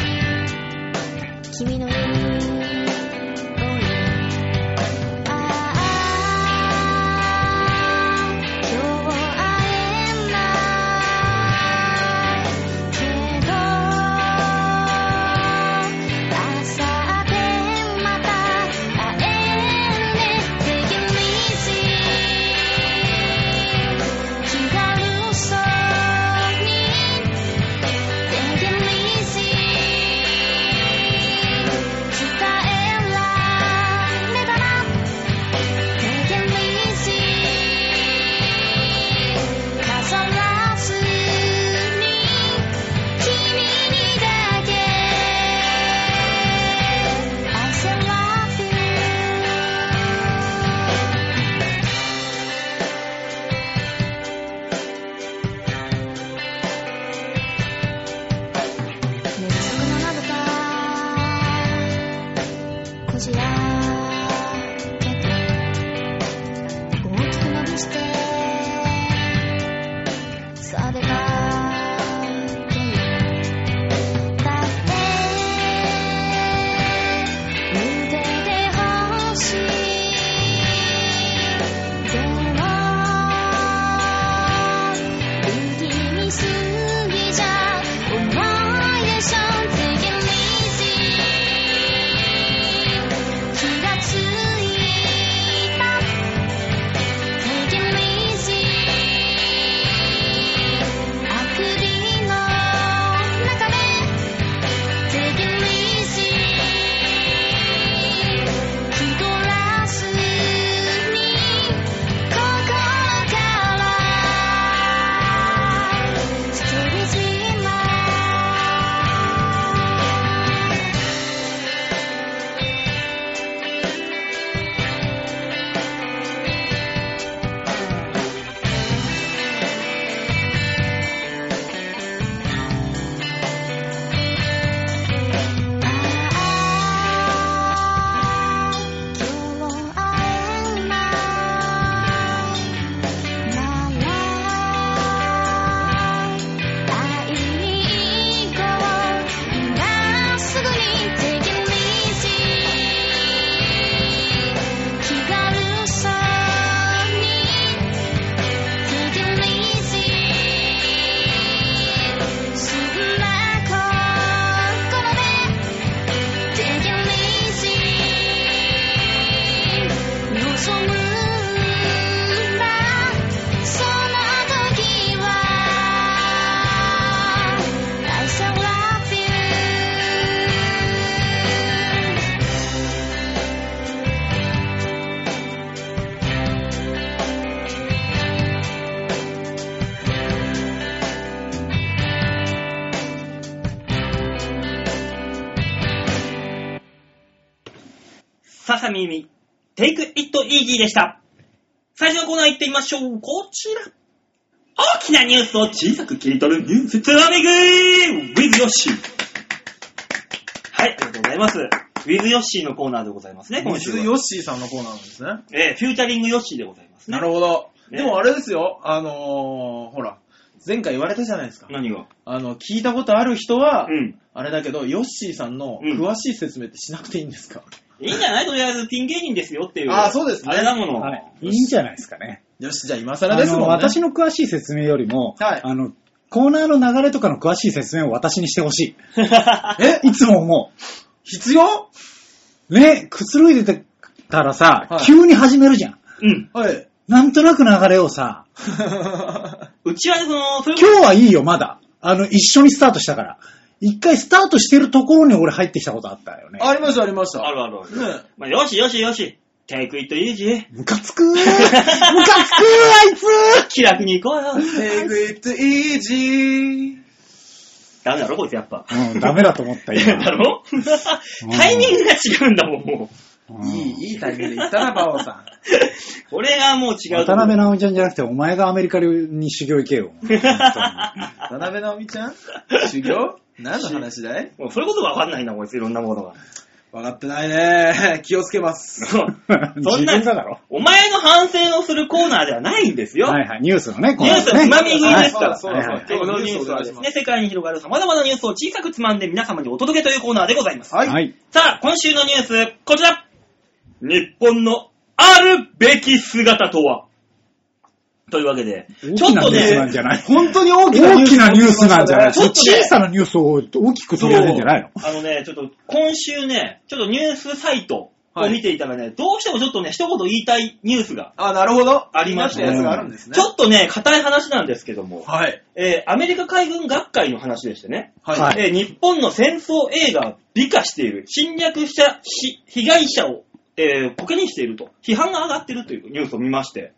[SPEAKER 1] さみゆみ、テイクイットイージーでした。最初のコーナー行ってみましょう。こちら。大きなニュースを小さく切り取るニュースつまみ食い !with ヨッシー。はい、ありがとうございます。with ヨッシーのコーナーでございますね、今週
[SPEAKER 2] 水
[SPEAKER 1] は。
[SPEAKER 2] ヨッシーさんのコーナーなんですね。
[SPEAKER 1] えーフューチャリングヨッシーでございますね。
[SPEAKER 2] なるほど。
[SPEAKER 1] ね
[SPEAKER 2] でもあれですよ、あのー、ほら、前回言われたじゃないですか。
[SPEAKER 1] 何が
[SPEAKER 2] あの、聞いたことある人は、
[SPEAKER 1] うん。
[SPEAKER 2] あれだけど、ヨッシーさんの
[SPEAKER 1] うん
[SPEAKER 2] 詳しい説明ってしなくていいんですか、
[SPEAKER 1] いいんじゃないとりあえずピン芸人ですよっていう。
[SPEAKER 2] あーそうですね
[SPEAKER 1] あれだもの。
[SPEAKER 3] はい。いいんじゃないですかね。
[SPEAKER 2] よし、じゃあ今更ですもんね。
[SPEAKER 3] あの私の詳しい説明よりも、
[SPEAKER 2] はい
[SPEAKER 3] あの、コーナーの流れとかの詳しい説明を私にしてほし
[SPEAKER 2] え
[SPEAKER 3] い。いつも思
[SPEAKER 2] 必要
[SPEAKER 3] う。ね、くつろいでてたらさ、
[SPEAKER 2] はい
[SPEAKER 3] 急に始めるじゃん。
[SPEAKER 1] [LAUGHS]
[SPEAKER 2] [LAUGHS]
[SPEAKER 1] うん。
[SPEAKER 2] はい。
[SPEAKER 3] なんとなく流れをさ、
[SPEAKER 1] うちはその、そういう
[SPEAKER 3] 今日はいいよ、まだ。あの、一緒にスタートしたから。一回スタートしてるところに俺入ってきたことあったよね。
[SPEAKER 2] ありました、ありました。
[SPEAKER 1] あるあるある。
[SPEAKER 2] ねえ
[SPEAKER 1] まあ、よしよしよし。テイクイットイージー。
[SPEAKER 3] ムカつくー [LAUGHS] ムカつくーあいつー
[SPEAKER 1] 気楽に行こうよ。
[SPEAKER 2] Take it easy.
[SPEAKER 1] [LAUGHS] ダメだろ、こいつやっぱ。
[SPEAKER 3] うん、ダメだと
[SPEAKER 1] [LAUGHS]
[SPEAKER 3] 思った、今。
[SPEAKER 1] だろタイミングが違うんだもん、もう。
[SPEAKER 3] うん
[SPEAKER 2] いい、いいタイミングで言ったな、バオ [LAUGHS] さ
[SPEAKER 1] 俺がもう違う。
[SPEAKER 3] 渡辺直美ちゃんじゃなくて、お前がアメリカに修行行けよ。
[SPEAKER 2] ん。渡辺直美ちゃん修行何の話だい
[SPEAKER 1] もうそれこそわかんないんだ、こいついろんなものが。
[SPEAKER 2] 分かってないね。気をつけます。
[SPEAKER 1] そうそん
[SPEAKER 3] 自
[SPEAKER 1] な
[SPEAKER 3] 分がだろ、
[SPEAKER 1] お前の反省をするコーナーではないんですよ。
[SPEAKER 3] はいはい、ニュースのね、
[SPEAKER 1] ニュースのつまみ食いですから。
[SPEAKER 2] そう
[SPEAKER 3] だそうだ
[SPEAKER 1] このニュースはですね、世界に広がる様々なニュースを小さくつまんで皆様にお届けというコーナーでございます。
[SPEAKER 3] は。
[SPEAKER 2] はいい。
[SPEAKER 3] はい。
[SPEAKER 1] さあ、今週のニュース、こちら日本のあるべき姿とはというわけで、ち
[SPEAKER 3] 大
[SPEAKER 1] ょ
[SPEAKER 3] き
[SPEAKER 1] っ
[SPEAKER 3] な
[SPEAKER 1] と
[SPEAKER 3] ニュースなん
[SPEAKER 1] ね、
[SPEAKER 3] じゃない
[SPEAKER 2] 本当に大きな
[SPEAKER 3] 大きなニュースなんじゃない
[SPEAKER 1] ちょっとね
[SPEAKER 3] 小さなニュースを大
[SPEAKER 2] [LAUGHS]
[SPEAKER 3] きく取り上げるんじゃないの
[SPEAKER 1] あのね、ちょっと今週ね、ちょっとニュースサイトを見ていたらね、どうしてもちょっとね、一言言いたいニュースが
[SPEAKER 2] あ、なるほど。
[SPEAKER 1] ありました
[SPEAKER 2] 気に
[SPEAKER 1] よ
[SPEAKER 2] なったやつがあるんですね。
[SPEAKER 1] ちょっとね、硬い話なんですけども、
[SPEAKER 2] はい。
[SPEAKER 1] えーアメリカ海軍学会の話でしてね、
[SPEAKER 3] は
[SPEAKER 2] はいい。
[SPEAKER 1] えー日本の戦争映画は美化している、侵略者、ひ被害者を、えー、コケにしていると、批判が上がっているというニュースを見まして、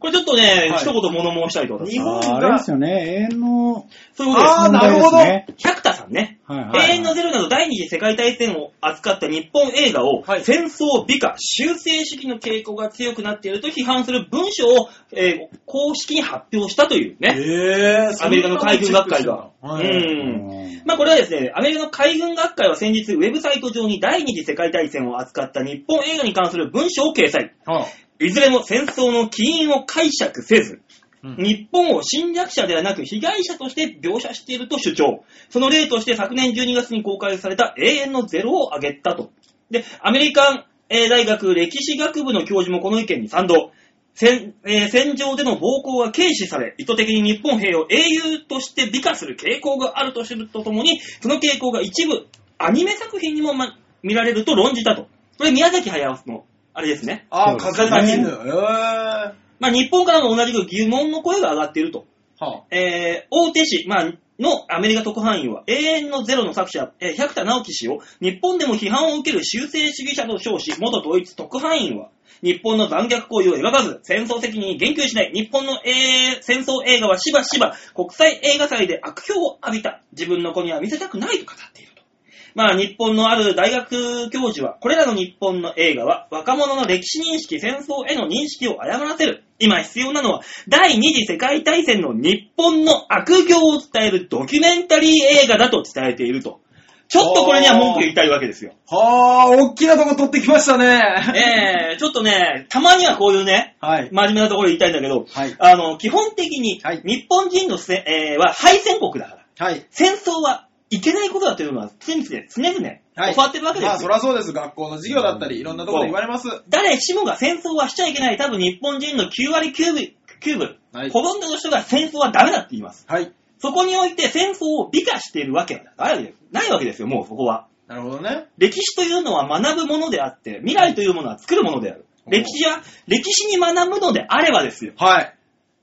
[SPEAKER 1] これちょっとね、
[SPEAKER 2] はい
[SPEAKER 1] 一言物申したいと思い
[SPEAKER 2] 日
[SPEAKER 1] ます。
[SPEAKER 2] 本が
[SPEAKER 3] ああれですよね、永遠の
[SPEAKER 1] そういうことです
[SPEAKER 2] あ。ーなるほど
[SPEAKER 3] 問題ですね
[SPEAKER 1] 百田さんね、
[SPEAKER 3] はいはい
[SPEAKER 1] 永遠のゼロなど第二次世界大戦を扱った日本映画を、
[SPEAKER 2] はい
[SPEAKER 1] 戦争美化、修正主義の傾向が強くなっていると批判する文書を、えー公式に発表したというね。
[SPEAKER 2] えー、
[SPEAKER 1] アメリカの海軍学会が。
[SPEAKER 2] そんな
[SPEAKER 1] う
[SPEAKER 2] のチェックしてんだはい
[SPEAKER 1] ん。まあこれはですね、アメリカの海軍学会は先日、ウェブサイト上に第二次世界大戦を扱った日本映画に関する文章を掲載。
[SPEAKER 2] はい
[SPEAKER 1] ずれも戦争の起因を解釈せず、
[SPEAKER 2] うん
[SPEAKER 1] 日本を侵略者ではなく被害者として描写していると主張。その例として昨年12月に公開された永遠のゼロを挙げたと。で、アメリカンえー大学歴史学部の教授もこの意見に賛同。戦えー戦場での暴行は軽視され、意図的に日本兵を英雄として美化する傾向があるとするとともに、その傾向が一部アニメ作品にも、ま、見られると論じたと。これ宮崎駿の、あれですね。
[SPEAKER 2] あー、
[SPEAKER 3] そう
[SPEAKER 2] か
[SPEAKER 1] ですね
[SPEAKER 2] かり犬。えー。は
[SPEAKER 1] まあ、日本からも同じく疑問の声が上がっていると。
[SPEAKER 2] あ。
[SPEAKER 1] えー大手市、まあ、のアメリカ特派員は、永遠のゼロの作者、えー百田直樹氏を、日本でも批判を受ける修正主義者と称し、元ドイツ特派員は、日本の残虐行為を描かず、戦争責任に言及しない、日本の、えー戦争映画はしばしば国際映画祭で悪評を浴びた、自分の子には見せたくないと語っていると。まあ、日本のある大学教授は、これらの日本の映画は、若者の歴史認識、戦争への認識を誤らせる。今必要なのは、第二次世界大戦の日本の悪行を伝えるドキュメンタリー映画だと伝えていると。ちょっとこれには文句言いたいわけですよ。
[SPEAKER 2] はあ、大きなとこ取ってきましたね。
[SPEAKER 1] ええちょっとね、たまにはこういうね、
[SPEAKER 2] はい。
[SPEAKER 1] 真面目なところ言いたいんだけど、
[SPEAKER 2] はい。
[SPEAKER 1] あの、基本的に
[SPEAKER 2] はい、
[SPEAKER 1] 日本人のせ、えーは敗戦国だから、
[SPEAKER 2] はい。
[SPEAKER 1] 戦争はいけないことだというのは常々、常々、
[SPEAKER 2] はい。
[SPEAKER 1] 教わってるわけですよ。
[SPEAKER 2] まあ、そりゃそうです。学校の授業だったり、いろんなところで言われます。
[SPEAKER 1] 誰しもが戦争はしちゃいけない、多分日本人の9割9分、9分、
[SPEAKER 2] はい
[SPEAKER 1] ほとんどの人が戦争はダメだって言います。
[SPEAKER 2] はい。
[SPEAKER 1] そこにおいて戦争を美化しているわけがないないわけですよ、もうそこは。
[SPEAKER 2] なるほどね。
[SPEAKER 1] 歴史というのは学ぶものであって、未来というものは作るものである。
[SPEAKER 2] お
[SPEAKER 1] 歴史は、歴史に学ぶのであればですよ。
[SPEAKER 2] はい。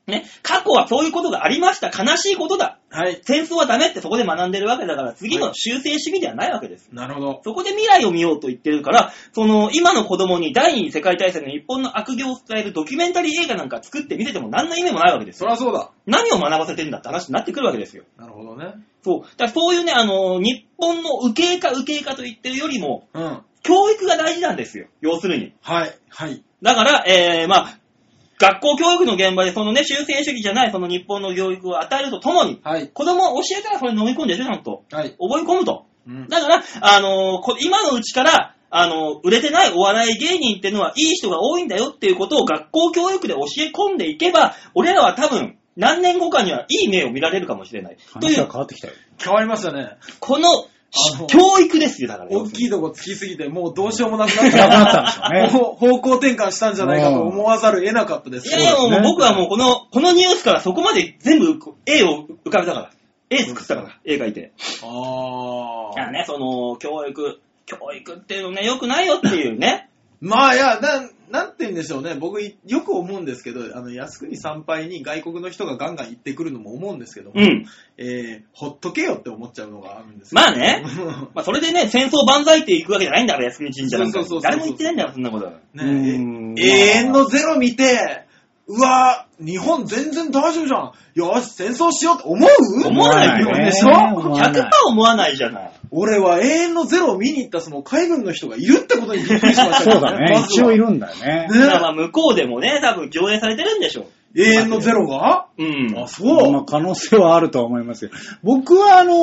[SPEAKER 1] ね、過去はそういうことがありました。悲しいことだ。
[SPEAKER 2] はい。
[SPEAKER 1] 戦争はダメってそこで学んでるわけだから、次の修正主義ではないわけです。
[SPEAKER 2] なるほど。
[SPEAKER 1] そこで未来を見ようと言ってるから、その、今の子供に第二次世界大戦の日本の悪行を伝えるドキュメンタリー映画なんか作って見せても何の意味もないわけです
[SPEAKER 2] そ
[SPEAKER 1] よ。
[SPEAKER 2] りゃそうだ。
[SPEAKER 1] 何を学ばせてんだって話になってくるわけですよ。
[SPEAKER 2] なるほどね。
[SPEAKER 1] そう。だからそういうね、あの、日本の右傾か右傾かと言ってるよりも、
[SPEAKER 2] うん。
[SPEAKER 1] 教育が大事なんですよ。要するに。
[SPEAKER 2] はい、はい。
[SPEAKER 1] だから、えー、まあ、学校教育の現場で、そのね、終戦主義じゃない、その日本の教育を与えるとともに、
[SPEAKER 2] はい。
[SPEAKER 1] 子供を教えたらそれ飲み込んでしょ、ちゃんと。
[SPEAKER 2] はい。
[SPEAKER 1] 覚え込むと。
[SPEAKER 2] うん。
[SPEAKER 1] だから、あのーこ今のうちから、あのー売れてないお笑い芸人ってのはいい人が多いんだよっていうことを学校教育で教え込んでいけば、俺らは多分、何年後かにはいい目を見られるかもしれない。とい
[SPEAKER 3] 話が
[SPEAKER 1] う、
[SPEAKER 3] 変わってきたよ。
[SPEAKER 2] 変わりましたね。
[SPEAKER 1] この
[SPEAKER 2] あの、
[SPEAKER 1] 教育ですよ、だから。
[SPEAKER 2] 大きいとこつきすぎて、もうどうしようもなくな
[SPEAKER 3] な
[SPEAKER 2] っ。
[SPEAKER 3] くなったたんでしょうね。
[SPEAKER 2] [LAUGHS] もう方向転換したんじゃないかと思わざるを得なかったです。
[SPEAKER 1] いやいや、
[SPEAKER 3] そう
[SPEAKER 1] も
[SPEAKER 3] です
[SPEAKER 1] う
[SPEAKER 3] ね
[SPEAKER 1] 僕はもうこの、このニュースからそこまで全部 A を浮かべたから。A 作ったから、絵描いて。
[SPEAKER 2] あ
[SPEAKER 1] いや
[SPEAKER 2] あ。
[SPEAKER 1] ね、その、教育、教育っていうのね、良くないよっていうね。
[SPEAKER 2] まあ、いや、なん、なんて言うんでしょうね。僕、いよく思うんですけど、あの、靖国参拝に外国の人がガンガン行ってくるのも思うんですけども、
[SPEAKER 1] うん。
[SPEAKER 2] えー、ほっとけよって思っちゃうのがあるんですよ
[SPEAKER 1] まあね、まあそれでね、戦争万歳って行くわけじゃないんだから、靖国神社なんか
[SPEAKER 2] そうそうそうそう。
[SPEAKER 1] 誰も言ってないんだから、そんなこと。うん
[SPEAKER 2] [LAUGHS] ねえ、永遠のゼロ見て、うわー日本全然大丈夫じゃん。よーし、戦争しようって思う
[SPEAKER 1] 思わないよ
[SPEAKER 3] 思わ
[SPEAKER 2] でしょ
[SPEAKER 3] 思わな
[SPEAKER 1] 100%
[SPEAKER 3] い
[SPEAKER 1] 思わないじゃない。
[SPEAKER 2] 俺は永遠のゼロを見に行ったその海軍の人がいるってことにびっくりしましたけ
[SPEAKER 3] そう
[SPEAKER 2] ど
[SPEAKER 3] だね。一応い。
[SPEAKER 2] ま
[SPEAKER 3] るんだよ
[SPEAKER 1] だ
[SPEAKER 3] ね。
[SPEAKER 1] からま
[SPEAKER 2] ずは
[SPEAKER 1] あ向こうでもね、多分上映されてるんでしょ
[SPEAKER 2] ね永遠のゼロが
[SPEAKER 1] う。うん。
[SPEAKER 2] あ、
[SPEAKER 3] ま
[SPEAKER 2] そ
[SPEAKER 3] あ
[SPEAKER 2] う。
[SPEAKER 3] 可能性はあるとは思いますよ。僕は、あの、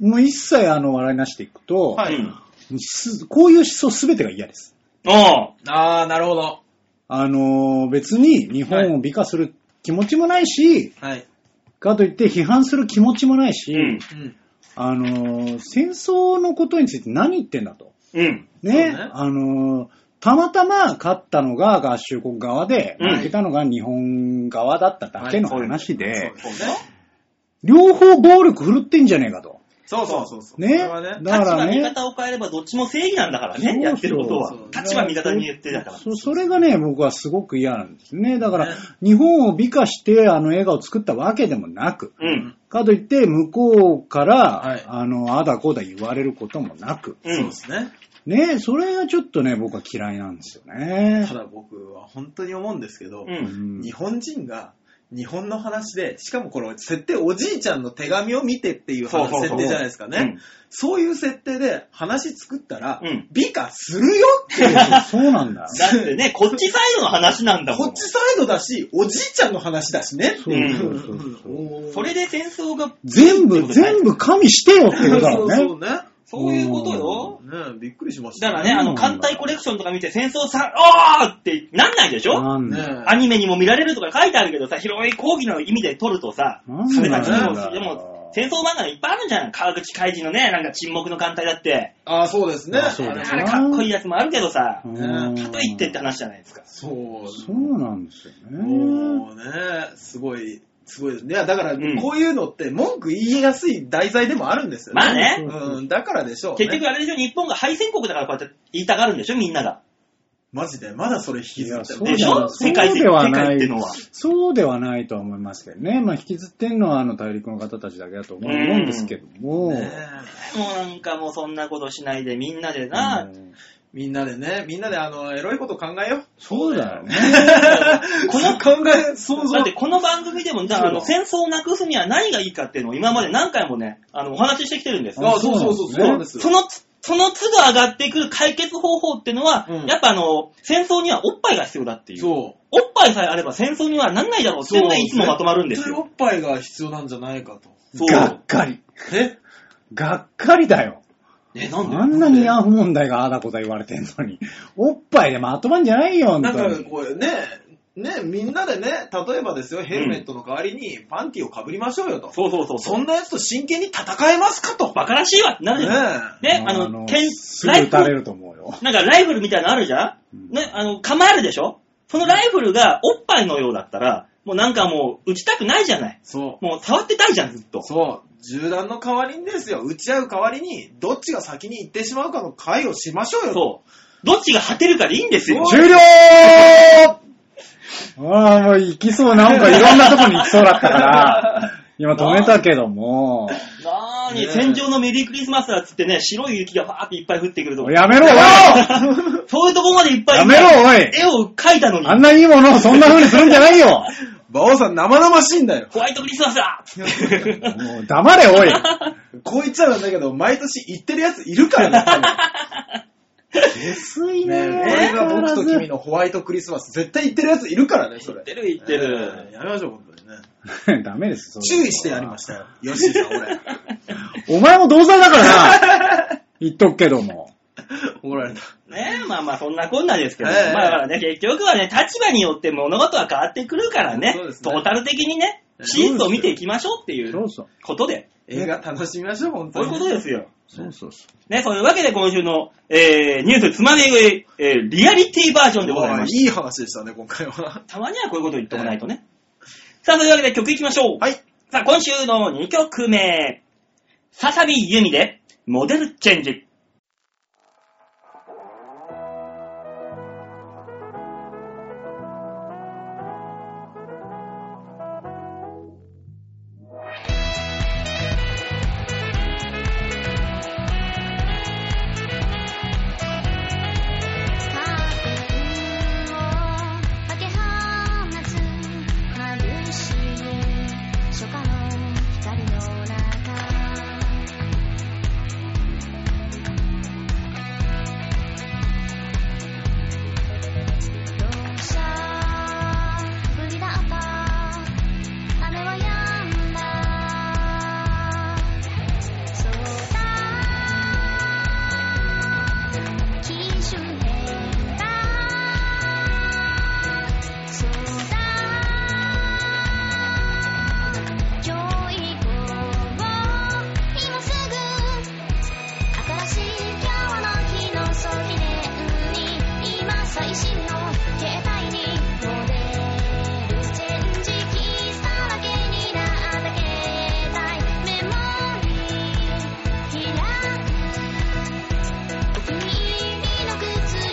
[SPEAKER 3] もう一切、あの、笑いなしていくと、
[SPEAKER 2] は
[SPEAKER 1] うん。
[SPEAKER 3] すこういう思想すべてが嫌です。
[SPEAKER 1] あ
[SPEAKER 2] あー、なるほど。
[SPEAKER 3] あの、別に日本を美化する気持ちもないし、
[SPEAKER 2] はい。
[SPEAKER 3] かといって批判する気持ちもないし、
[SPEAKER 1] うん。
[SPEAKER 2] うん。
[SPEAKER 3] あの、戦争のことについて何言ってんだと。
[SPEAKER 1] うん。
[SPEAKER 2] そう
[SPEAKER 3] ね、
[SPEAKER 2] ね
[SPEAKER 3] あの、たまたま勝ったのが合衆国側で、
[SPEAKER 1] うん
[SPEAKER 3] 負けたのが日本側だっただけの話で、
[SPEAKER 2] そうね。
[SPEAKER 3] 両方暴力振るってんじゃねえかと。
[SPEAKER 2] そうそうそうそう。
[SPEAKER 3] ね
[SPEAKER 2] これはね。
[SPEAKER 3] だか
[SPEAKER 1] 立場、
[SPEAKER 3] らね
[SPEAKER 1] 味。方を変えればどっちも正義なんだから
[SPEAKER 3] そう
[SPEAKER 1] ね
[SPEAKER 3] そ、う
[SPEAKER 1] やってることは
[SPEAKER 2] そう。
[SPEAKER 1] 立場味方に言ってだから。
[SPEAKER 3] そそれがね、僕はすごく嫌なんですね。だから
[SPEAKER 2] ね、
[SPEAKER 3] 日本を美化して、あの映画を作ったわけでもなく、
[SPEAKER 1] うん。
[SPEAKER 3] かといって、向こうから、
[SPEAKER 2] はい
[SPEAKER 3] あの、あだこうだ言われることもなく、
[SPEAKER 1] う
[SPEAKER 2] そうで
[SPEAKER 1] ん。
[SPEAKER 2] すね。
[SPEAKER 3] ね、それがちょっとね、僕は嫌いなんですよね
[SPEAKER 2] た。だ僕は本当に思うんですけど、
[SPEAKER 1] う。
[SPEAKER 3] うんん
[SPEAKER 2] 日本人が日本の話で、しかもこれ設定おじいちゃんの手紙を見てっていう
[SPEAKER 1] そうそ
[SPEAKER 2] 話
[SPEAKER 1] うそう
[SPEAKER 2] 設定じゃないですかね。そういう設定で話作ったら
[SPEAKER 1] うん、
[SPEAKER 2] 美化するよっていう。
[SPEAKER 3] そうなんだ。
[SPEAKER 1] だってね、こっちサイドの話なんだも
[SPEAKER 2] こ
[SPEAKER 1] ん
[SPEAKER 2] っ。ちサイドだし、おじいちゃんの話だしね。
[SPEAKER 3] そうそうそうそう。
[SPEAKER 2] うん
[SPEAKER 1] それで戦争が、
[SPEAKER 3] 全部、全部加味してよっていうことだ
[SPEAKER 2] そ
[SPEAKER 3] ろ
[SPEAKER 2] う
[SPEAKER 3] うね
[SPEAKER 2] そ。
[SPEAKER 1] そ
[SPEAKER 2] うね。
[SPEAKER 1] ういうことよ。
[SPEAKER 2] ねびっくりしました。
[SPEAKER 1] だからね、あの、
[SPEAKER 3] うん
[SPEAKER 1] 艦隊コレクションとか見て戦争さ、あーってなんないでしょ
[SPEAKER 3] なん
[SPEAKER 2] ね
[SPEAKER 3] だ。
[SPEAKER 1] アニメにも見られるとか書いてあるけどさ、広い講義の意味で撮るとさ、
[SPEAKER 3] なん
[SPEAKER 1] それ
[SPEAKER 3] な
[SPEAKER 1] だけ
[SPEAKER 3] ん
[SPEAKER 1] で
[SPEAKER 3] だ
[SPEAKER 1] も、でも、戦争漫画がいっぱいあるじゃん。川口海人のね、なんか沈黙の艦隊だって、
[SPEAKER 2] ああ、そうですね。
[SPEAKER 3] あそうです
[SPEAKER 1] あ
[SPEAKER 3] ね
[SPEAKER 1] れかっこいいやつもあるけどさ、
[SPEAKER 3] うん
[SPEAKER 1] かといってって話じゃないですか。
[SPEAKER 2] そう。
[SPEAKER 3] そうなんですよね。
[SPEAKER 2] もうね、すごい、すごいですね。いやだから、
[SPEAKER 1] ん
[SPEAKER 2] こういうのって文句言いやすい題材でもあるんですよね。
[SPEAKER 1] まあね
[SPEAKER 2] うん、だからでしょう、ね。
[SPEAKER 1] 結局あれでしょ、日本が敗戦国だからこうやって言いたがるんでしょ、みんなが。
[SPEAKER 2] マジで、まだそれ引きずってる
[SPEAKER 3] い
[SPEAKER 1] で
[SPEAKER 3] や
[SPEAKER 1] し
[SPEAKER 3] そうだ
[SPEAKER 1] ょ
[SPEAKER 3] よ
[SPEAKER 1] 世界
[SPEAKER 3] そう
[SPEAKER 1] 世
[SPEAKER 3] では
[SPEAKER 1] 界
[SPEAKER 3] ない
[SPEAKER 1] ってのは。
[SPEAKER 3] そうではないとは思いますけどね。まあ、引きずってんのは、あの、大陸の方たちだけだと思うんですけども。
[SPEAKER 2] ね
[SPEAKER 1] もうなんかもうそんなことしないでみんなでな、
[SPEAKER 3] うん
[SPEAKER 2] みんなでね、みんなであの、エロいこと考えよう。
[SPEAKER 3] そうだよね。
[SPEAKER 1] この
[SPEAKER 2] 考え、想像
[SPEAKER 1] だってこの番組でも、だからあの戦争をなくすには何がいいかっていうのを今まで何回もね、あのお話ししてきてるんです
[SPEAKER 2] あ、そうそうそう、そうなんですよ
[SPEAKER 1] そ。のつ、その都度上がってくる解決方法っていうのは、
[SPEAKER 2] うん
[SPEAKER 1] やっぱあの、戦争にはおっぱいが必要だっていう。
[SPEAKER 2] そ
[SPEAKER 1] おっぱいさえあれば戦争にはなんないだろう
[SPEAKER 2] う。
[SPEAKER 1] っていうのがいつもまとまるんです
[SPEAKER 2] 絶対お
[SPEAKER 1] よ。
[SPEAKER 2] っぱいが必要なんじゃないかと。
[SPEAKER 1] そう。
[SPEAKER 3] がっかり。
[SPEAKER 2] え
[SPEAKER 3] がっかりだよ。
[SPEAKER 1] え、なんで
[SPEAKER 3] あんなにヤフ問題があだこだ言われてんのに、おっぱいでまとまんじゃないよ、本
[SPEAKER 2] なん
[SPEAKER 3] 当
[SPEAKER 2] か
[SPEAKER 3] に。
[SPEAKER 2] これね、ね、みんなでね、例えばですよ、ヘルメットの代わりにパンティをかぶりましょうよと。
[SPEAKER 1] そうそうそうそう。
[SPEAKER 2] そんなやつと真剣に戦えますかと。
[SPEAKER 1] バカらしいわなるじゃん。ね、
[SPEAKER 2] ね
[SPEAKER 1] あの、剣
[SPEAKER 3] すぐ
[SPEAKER 1] ライ
[SPEAKER 3] 撃た
[SPEAKER 1] フ
[SPEAKER 3] れ
[SPEAKER 1] ル、
[SPEAKER 3] ると思うよ。
[SPEAKER 1] なんかライフルみたいなのあるじゃ
[SPEAKER 3] うん
[SPEAKER 1] んね、あの、構えるでしょそのライフルがおっぱいのようだったら、もうなんかもう撃ちたくないじゃない。
[SPEAKER 2] そ
[SPEAKER 1] もう触ってたいじゃん、ずっと
[SPEAKER 2] う。。そう。銃弾の代わりにですよ。撃ち合う代わりに、どっちが先に行ってしまうかの会をしましょうよ。
[SPEAKER 1] そう。どっちが果てるかでいいんですよ。
[SPEAKER 3] 終了ああ、もう行きそう、なんかいろんなとこに行きそうだった [LAUGHS] から、今止めたけども、
[SPEAKER 1] なーに、
[SPEAKER 2] ねえ
[SPEAKER 1] 戦場のメリークリスマスだっつってね、白い雪がファーっていっぱい降ってくるとこ。
[SPEAKER 3] やめろ、おい
[SPEAKER 1] [LAUGHS] そういうとこまでいっぱい。
[SPEAKER 3] やめろ、おい
[SPEAKER 1] 絵を描いたの
[SPEAKER 3] あん
[SPEAKER 1] に、
[SPEAKER 3] ないいものをそんな風にするんじゃないよ
[SPEAKER 2] 馬王さん生々しいんだよ。 [LAUGHS]
[SPEAKER 1] ホワイトクリスマスだ
[SPEAKER 3] もう黙れ、おい
[SPEAKER 2] こう言っちゃうんだけど、毎年行ってるやついるからね。
[SPEAKER 3] 下水
[SPEAKER 2] ね
[SPEAKER 3] ね。
[SPEAKER 2] え、これが僕と君のホワイトクリスマス、絶対言ってるやついるからね、そ
[SPEAKER 1] 言
[SPEAKER 2] れ。
[SPEAKER 1] ってる言って
[SPEAKER 2] えー
[SPEAKER 1] る。
[SPEAKER 2] やめましょう、本当にね。
[SPEAKER 3] [LAUGHS] ダメです。それ
[SPEAKER 2] 注意してやりましたよ。ヨッシーさん、俺。
[SPEAKER 3] お前も同罪だから [LAUGHS] な。言っとくけども。
[SPEAKER 2] [LAUGHS] 怒られた。
[SPEAKER 1] ねまあまあそんなこんなですけど、
[SPEAKER 2] ええ
[SPEAKER 1] まあだからね、結局はね、立場によって物事は変わってくるからね、
[SPEAKER 2] そうです
[SPEAKER 1] ト
[SPEAKER 2] ね
[SPEAKER 1] ータル的にね、シーンと見ていきましょうってい
[SPEAKER 3] そううそう。
[SPEAKER 1] ことで、
[SPEAKER 2] 映画楽しみましょう、本
[SPEAKER 1] そうい
[SPEAKER 2] 当
[SPEAKER 1] う
[SPEAKER 2] に。
[SPEAKER 1] ことですよ。
[SPEAKER 3] そうそうそ
[SPEAKER 1] ね、そういうわけで今週の、えー、ニュースつまみ食い、えー、リアリティバージョンでござい
[SPEAKER 2] お
[SPEAKER 1] ま
[SPEAKER 2] い
[SPEAKER 1] した。
[SPEAKER 2] いい話でしたね、今回は。
[SPEAKER 1] たまにはこういうこと言っておかないとね。さあ、というわけで曲いきましょう。
[SPEAKER 2] はい。
[SPEAKER 1] さあ、今週の2曲目。ささびゆみで、モデルチェンジ。
[SPEAKER 4] 花粉をかけ放つ眩しい初夏の光の中どうした降りだった雨は止んだそうだ「きしゅんへだ」「そうだ」「今日以降を今すぐ」「新しい今日の日の総記念に今最新の携帯にモデルチェンジ」「キスだらけになった携帯メモリー開く」お気に入りの靴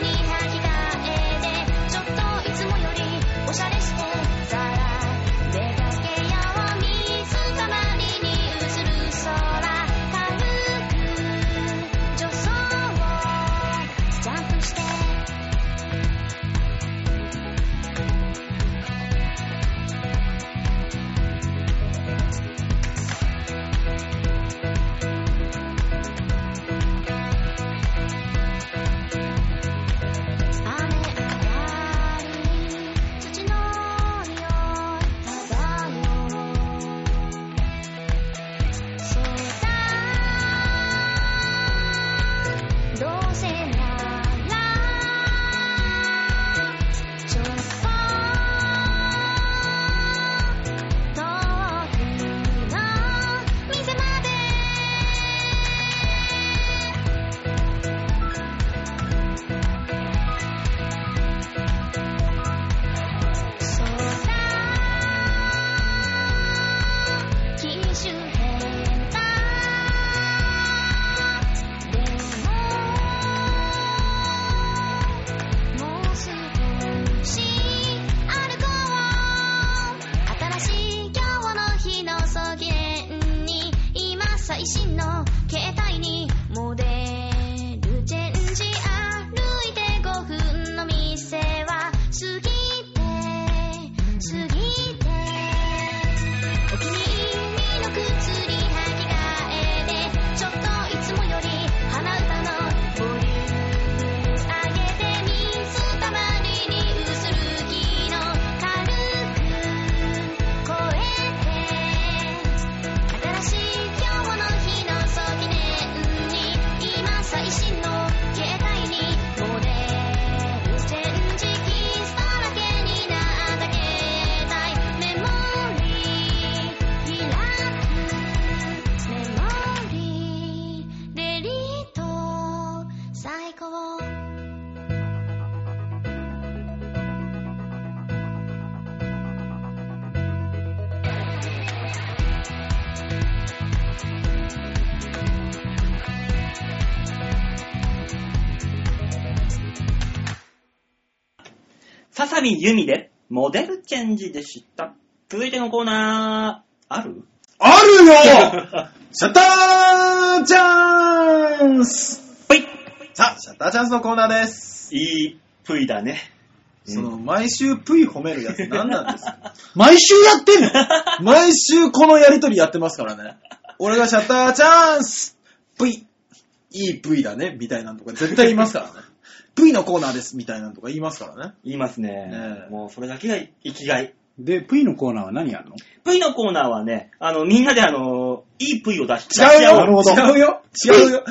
[SPEAKER 4] に履き替えてちょっといつもよりおしゃれしてさあ出かけよう水たまりに映る空軽く助走をジャンプして雨上がり土の匂い漂うそうだどうせならちょっと遠くの店までそうだ機種変だでももう少し歩こう新しい今日の日の草原に今最新の携帯にモデルチェンジ歩いて5分の店は過ぎて過ぎてお気に入りの靴に履き替えてちょっといつもより鼻歌のボリューム上げて水たまりに映る昨日軽く超えて新しい今日の日の素記念に今最新の携帯にモデルチェンジキスだらけになった携帯メモリー開くメモリーレリート最高
[SPEAKER 1] ささびゆみで、モデルチェンジでした。続いてのコーナー、ある
[SPEAKER 2] あ
[SPEAKER 1] [LAUGHS]
[SPEAKER 2] るよシャッターチャンス
[SPEAKER 1] ぷい
[SPEAKER 2] さあ、シャッターチャンスのコーナーです。
[SPEAKER 1] いいぷいだね。
[SPEAKER 2] [LAUGHS] その、毎週プイ褒めるやつ何なんですか
[SPEAKER 3] う。毎週やってんの
[SPEAKER 2] 毎週このやりとりやってますからね。俺がシャッターチャンス !V! いい V だねみたいなのとか絶対言いますからね。 V のコーナーですみたいなのとか言いますからね。
[SPEAKER 1] 言いますね
[SPEAKER 2] ね。え
[SPEAKER 1] もうそれだけが生きがい。
[SPEAKER 3] で、プイのコーナーは何やるの
[SPEAKER 1] V のコーナーはね、あの、みんなであの、いい V を出し
[SPEAKER 2] 違
[SPEAKER 1] 出
[SPEAKER 2] う
[SPEAKER 1] し合お
[SPEAKER 3] なるほど
[SPEAKER 2] よ違うよ違うよ違う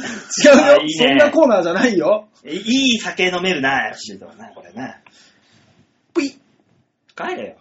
[SPEAKER 1] あ
[SPEAKER 2] よ
[SPEAKER 1] いいね
[SPEAKER 2] そんなコーナーじゃないよ
[SPEAKER 1] いい酒飲めるな、よし、とかな、これな。
[SPEAKER 2] ぷい違い
[SPEAKER 1] 帰れよ。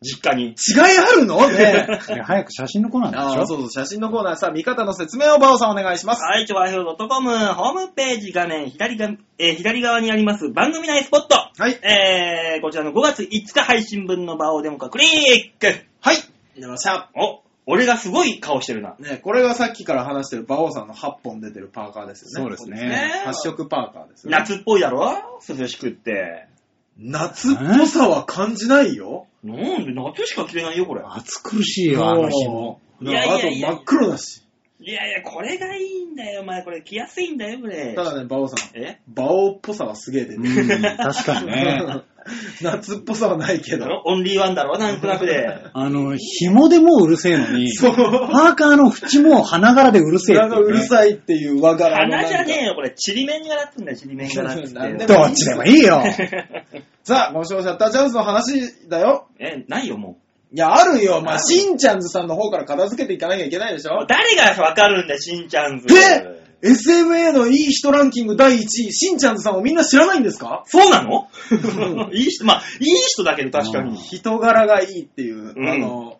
[SPEAKER 1] 実家に。
[SPEAKER 2] あるのねえ
[SPEAKER 3] いや早く写真のコーナーな
[SPEAKER 2] あ
[SPEAKER 3] んで
[SPEAKER 2] あ、
[SPEAKER 3] し
[SPEAKER 2] そ
[SPEAKER 3] ょ
[SPEAKER 2] うそう、写真のコーナーさ、見方の説明をバオさんお願いします。
[SPEAKER 1] はい、ちょわひょう .com ホームページ画面左が、えー左側にあります番組内スポット。
[SPEAKER 2] はい。
[SPEAKER 1] えー、こちらの5月5日配信分の場をデモかクリック
[SPEAKER 2] はい。出ました。
[SPEAKER 1] お、俺がすごい顔してるな。
[SPEAKER 2] ね、これがさっきから話してる馬王さんの8本出てるパーカーですよね。
[SPEAKER 3] そうですね
[SPEAKER 2] 8色パーカーですよね。
[SPEAKER 1] 夏っぽいだろ涼しくって。
[SPEAKER 2] 夏っぽさは感じないよ。
[SPEAKER 1] なんで夏しか着れないよ、これ。
[SPEAKER 3] 暑苦しいよ、あの日も。
[SPEAKER 1] い
[SPEAKER 2] な
[SPEAKER 1] やい
[SPEAKER 2] んかあ
[SPEAKER 1] や
[SPEAKER 2] と
[SPEAKER 1] いや
[SPEAKER 2] 真っ黒だし。
[SPEAKER 1] いやいや、これがいいんだよ、お前。これ着やすいんだよ、これ。
[SPEAKER 2] ただね、馬王さん、
[SPEAKER 1] え
[SPEAKER 2] 馬王っぽさはすげえ出
[SPEAKER 3] う
[SPEAKER 2] てる。
[SPEAKER 3] ん、確かに [LAUGHS] ね。
[SPEAKER 2] [LAUGHS] 夏っぽさはないけ
[SPEAKER 1] だ
[SPEAKER 2] ど。
[SPEAKER 1] ろオンリーワンだろなんとなく [LAUGHS] で。
[SPEAKER 3] あの、紐でもううるせえのに、
[SPEAKER 2] そう。
[SPEAKER 3] パーカーの縁も花柄でうるせえってい
[SPEAKER 2] なん
[SPEAKER 3] うね、
[SPEAKER 2] かうるさいっていう和柄のなん
[SPEAKER 1] 花
[SPEAKER 2] か
[SPEAKER 1] じゃねえよ、これ。ちりめん柄っつうんだよ、ちりめん柄っつっ
[SPEAKER 2] なん
[SPEAKER 1] て
[SPEAKER 2] で。
[SPEAKER 3] どっちでもい
[SPEAKER 2] [LAUGHS]
[SPEAKER 3] いよ。
[SPEAKER 2] さあ、今週のシャッターチャンスの話だよ。
[SPEAKER 1] [LAUGHS] え、ないよ、も
[SPEAKER 2] いや、あるよ。まあ、しんちゃんずさんの方から片付けていかなきゃいけないでし
[SPEAKER 1] う
[SPEAKER 2] ょ。。
[SPEAKER 1] 誰がわかるんだよ、しんちゃんズ。
[SPEAKER 2] え SMA のいい人ランキング第1位、しんちゃんずさんをみんな知らないんですか
[SPEAKER 1] そうな
[SPEAKER 2] [LAUGHS]
[SPEAKER 1] のいい人、まあ、いい人だけど確かに。
[SPEAKER 2] 人柄がいいっていう、
[SPEAKER 1] うん
[SPEAKER 2] あの、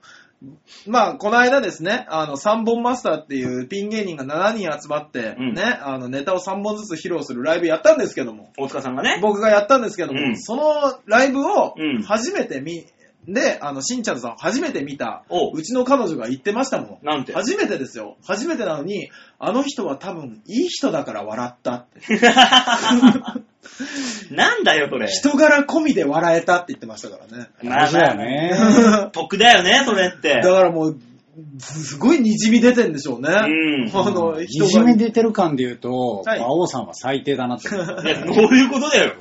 [SPEAKER 2] まあ、この間ですね、あの、3本マスターっていうピン芸人が7人集まって、
[SPEAKER 1] うん
[SPEAKER 2] ね、あの、ネタを3本ずつ披露するライブやったんですけども、
[SPEAKER 1] 大塚さんが
[SPEAKER 2] [LAUGHS]
[SPEAKER 1] ね。
[SPEAKER 2] 僕がやったんですけども、
[SPEAKER 1] うん
[SPEAKER 2] そのライブを
[SPEAKER 1] うん
[SPEAKER 2] 初めて見、で、あの、しんちゃんさんを初めて見た、
[SPEAKER 1] おう
[SPEAKER 2] うちの彼女が言ってましたもん。
[SPEAKER 1] なんて。
[SPEAKER 2] 初めてですよ。初めてなのに、あの人は多分いい人だから笑ったって。
[SPEAKER 1] なんだよ、それ。
[SPEAKER 2] 人柄込みで笑えたって言ってましたか
[SPEAKER 1] [LAUGHS]
[SPEAKER 2] らね。
[SPEAKER 1] まあ
[SPEAKER 3] 大事だよね。
[SPEAKER 1] 得だよね、それって
[SPEAKER 2] だ。からもう、すごいにじみ出てんでしょうね。
[SPEAKER 1] うん
[SPEAKER 2] あの、人
[SPEAKER 3] いじめ
[SPEAKER 2] が。
[SPEAKER 3] 出てる感で言うと、
[SPEAKER 2] はい
[SPEAKER 3] 馬王さんは最低だなって。
[SPEAKER 1] いやどういうことだよ。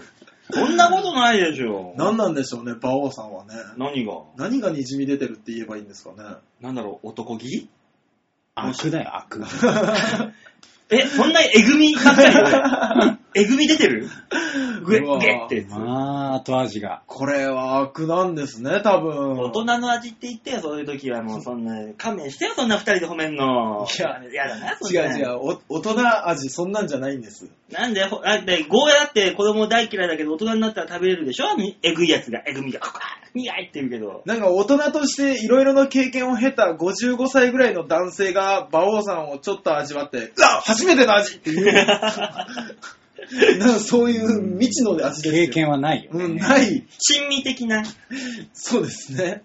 [SPEAKER 1] そんなことないでしょ。
[SPEAKER 2] 何なんでしょうね、馬王さんはね。
[SPEAKER 1] 何が
[SPEAKER 2] 何がにじみ出てるって言えばいいんですか
[SPEAKER 1] [LAUGHS]
[SPEAKER 2] ね。
[SPEAKER 1] なんだろう、男気
[SPEAKER 3] 悪だよ、悪。
[SPEAKER 1] え、そんなえぐみばっかり俺え
[SPEAKER 2] [LAUGHS]
[SPEAKER 1] ぐみ出てるぐえ、
[SPEAKER 2] うわ
[SPEAKER 1] ぐえってやつ。
[SPEAKER 3] まあ、後味が。
[SPEAKER 2] これは悪なんですね、多分。
[SPEAKER 1] 大人の味って言ってよ、そういう時はもう、そんな、勘弁してよ、そんな二人で褒めんの。
[SPEAKER 2] いや
[SPEAKER 1] やだな、そん
[SPEAKER 2] 違う
[SPEAKER 1] な
[SPEAKER 2] 違う、お大人味、そんなんじゃないんです。
[SPEAKER 1] なんで、ほだって、ゴーヤだって子供大嫌いだけど、大人になったら食べれるでしょみえぐいやつが、えぐみが、ここ苦いって言うけ [LAUGHS] ど。
[SPEAKER 2] なんか大人としていろいろな経験を経た55歳ぐらいの男性が馬王さんをちょっと味わって、うわ初めての味って
[SPEAKER 1] [LAUGHS]
[SPEAKER 2] いう。なんかそういう未知の味ですよ。
[SPEAKER 3] 経験はないよ、ね。
[SPEAKER 2] うん、ない。
[SPEAKER 1] 親身的な。
[SPEAKER 2] そうですね。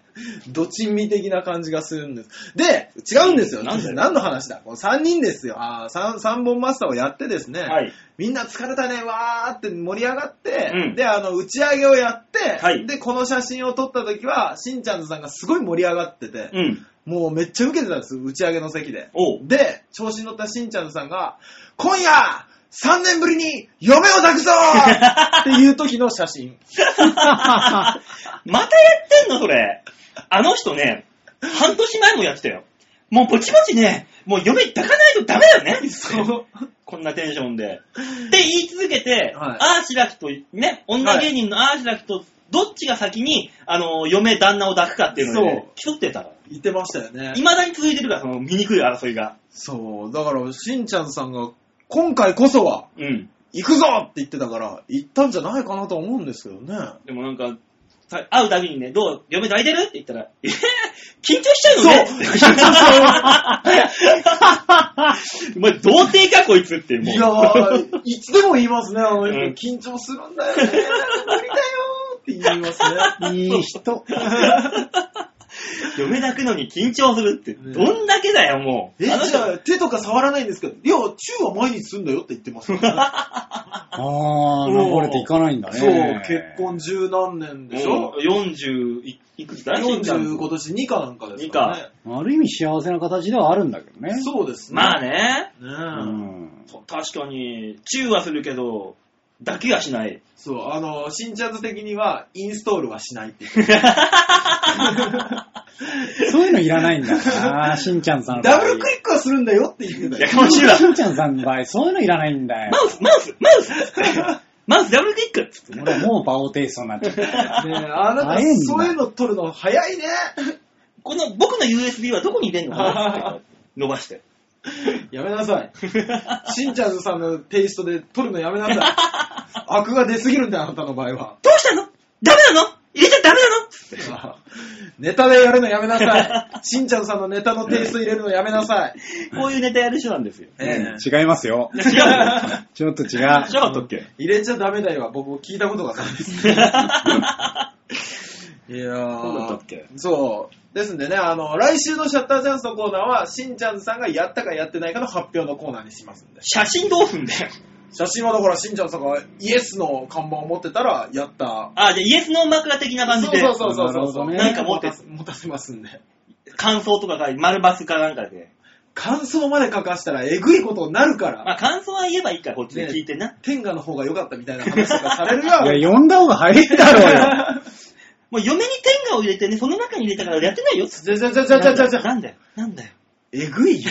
[SPEAKER 2] どちんみ的な感じがするんです。で、違うんですよ。
[SPEAKER 1] なんだよ
[SPEAKER 2] 何の話だこの ?3 人ですよ。あ 3, 三本マスターをやってですね、
[SPEAKER 1] はい。
[SPEAKER 2] みんな疲れたね、わーって盛り上がって、
[SPEAKER 1] うん
[SPEAKER 2] で、あの、打ち上げをやって、
[SPEAKER 1] はい
[SPEAKER 2] で、この写真を撮った時は、しんちゃんさんがすごい盛り上がってて、
[SPEAKER 1] うん。
[SPEAKER 2] もうめっちゃ受けてたんです、打ち上げの席で。
[SPEAKER 1] おう。
[SPEAKER 2] で、調子に乗ったしんちゃんさんが、今夜 !3 年ぶりに嫁を抱く
[SPEAKER 1] [LAUGHS]
[SPEAKER 2] ぞーっていう時の写真。
[SPEAKER 1] またやってんのそれ。あの人ね、半年前もやってたよ。もうぼちぼちね、もう嫁抱かないとダメだよね。
[SPEAKER 2] そう。
[SPEAKER 1] こんなテンションで。って言い続けて、
[SPEAKER 2] はい
[SPEAKER 1] ああしらきと、ね、女芸人のああしらきと、どっちが先に、あの、嫁、旦那を抱くかっていうのを、ね、競ってたから。
[SPEAKER 2] 言ってましたよね。
[SPEAKER 1] 未だに続いてるから、その醜い争いが。
[SPEAKER 2] そう、だから、しんちゃんさんが、今回こそは、
[SPEAKER 1] うん。
[SPEAKER 2] 行くぞって言ってたから、行ったんじゃないかなとは思うんですけどね。
[SPEAKER 1] でもなんか、さ会うたびにね、どう嫁抱いてるって言ったら、えへへ緊張しちゃうのねってお前、童貞か、こいつって、
[SPEAKER 2] い
[SPEAKER 1] もう。
[SPEAKER 2] やー、いつでも言いますね、あの人、
[SPEAKER 1] うん
[SPEAKER 2] 緊張するんだよね、無理だよー
[SPEAKER 1] [LAUGHS]
[SPEAKER 2] って
[SPEAKER 3] いい人。
[SPEAKER 1] 嫁抱くのに緊張するって、
[SPEAKER 2] ね
[SPEAKER 1] どんだけだよ、もう。
[SPEAKER 2] 言い
[SPEAKER 1] あ
[SPEAKER 2] ますね。
[SPEAKER 1] の
[SPEAKER 2] え、じゃあ、手とか触らないんですけど、いや、チューは毎日するんだよって言ってますよね。
[SPEAKER 3] ああ、流れていかないんだね。
[SPEAKER 2] そう、結婚十何年でしょ
[SPEAKER 1] もう40いいくつだいしんちゃん
[SPEAKER 2] ?40 今年2かなんかですからね。
[SPEAKER 3] ある意味幸せな形ではあるんだけどね。
[SPEAKER 2] そうですね。
[SPEAKER 1] まあね、
[SPEAKER 2] ねえ
[SPEAKER 3] うん。
[SPEAKER 1] そう確かに、チューはするけど、抱きはしない。
[SPEAKER 2] そう、あの、新チャンズ的には、インストールはしないって言って
[SPEAKER 3] そういうのいらないんだな。しんちゃんさんの場合
[SPEAKER 2] ダブルクリックはするんだよって言ってた
[SPEAKER 1] [LAUGHS] や
[SPEAKER 2] よ。
[SPEAKER 1] かましいわ。
[SPEAKER 3] しんちゃんさんの場合、そういうのいらないんだよ
[SPEAKER 1] マ。ウス、マウス、マウスまずダブルクリックっつってね。
[SPEAKER 3] 俺もうバオテイストになっちゃった。
[SPEAKER 2] ねえ、あなた
[SPEAKER 3] 早いんだ
[SPEAKER 2] そういうの撮るの
[SPEAKER 1] [LAUGHS]
[SPEAKER 2] 早いね。
[SPEAKER 1] この僕の USB はどこに入れんのか
[SPEAKER 2] [LAUGHS]
[SPEAKER 1] なっつって伸ばして。
[SPEAKER 2] やめなさい。
[SPEAKER 1] [LAUGHS]
[SPEAKER 2] しんちゃんさんのテイストで撮るのやめなさい。悪が出すぎるんだよ、あなたの場合は。
[SPEAKER 1] どうしたのダメなの入れちゃダメなのつって
[SPEAKER 2] [LAUGHS] ネタでやるのやめなさい。しんちゃんさんのネタのテイスト入れるのやめなさい。
[SPEAKER 1] こういうネタやる人なんですよ。
[SPEAKER 2] ええ
[SPEAKER 3] 違いますよ。
[SPEAKER 1] 違う。な
[SPEAKER 3] ちょっと違う。
[SPEAKER 1] かったっけ
[SPEAKER 2] 入れちゃダメだよは僕も聞いたことがない
[SPEAKER 1] [LAUGHS]
[SPEAKER 2] です。いやー
[SPEAKER 1] そうだったっけ
[SPEAKER 2] そう。ですんでね、あの、来週のシャッターチャンスのコーナーは、しんちゃんさんがやったかやってないかの発表のコーナーにしますんで。
[SPEAKER 1] 写真どうすんだよ。
[SPEAKER 2] 写真はだから、しんちゃんさんがイエスの看板を持ってたら、やった。
[SPEAKER 1] あ、じゃあイエスノー枕的な感じ
[SPEAKER 2] そう
[SPEAKER 1] で、
[SPEAKER 2] そうそうそう
[SPEAKER 3] なる
[SPEAKER 2] そう
[SPEAKER 3] ほどね
[SPEAKER 1] なんか持って
[SPEAKER 2] 持たせ持たせますんで。
[SPEAKER 1] 感想とかが丸バスかなんかで。
[SPEAKER 2] 感想まで書かしたら、えぐいことになるから。
[SPEAKER 1] まあ感想は言えばいいから、こっちで聞いてな。
[SPEAKER 2] 天下の方が良かったみたいな話とかされるよ。
[SPEAKER 3] いや、呼んだ方が早い
[SPEAKER 2] [LAUGHS]
[SPEAKER 3] だろうよ。
[SPEAKER 1] もう嫁に天下を入れてね、その中に入れたからやってないよ。
[SPEAKER 2] じゃじゃじゃじゃじゃじゃじゃ。
[SPEAKER 1] なんだよ。なんだよ。
[SPEAKER 2] えぐいよ。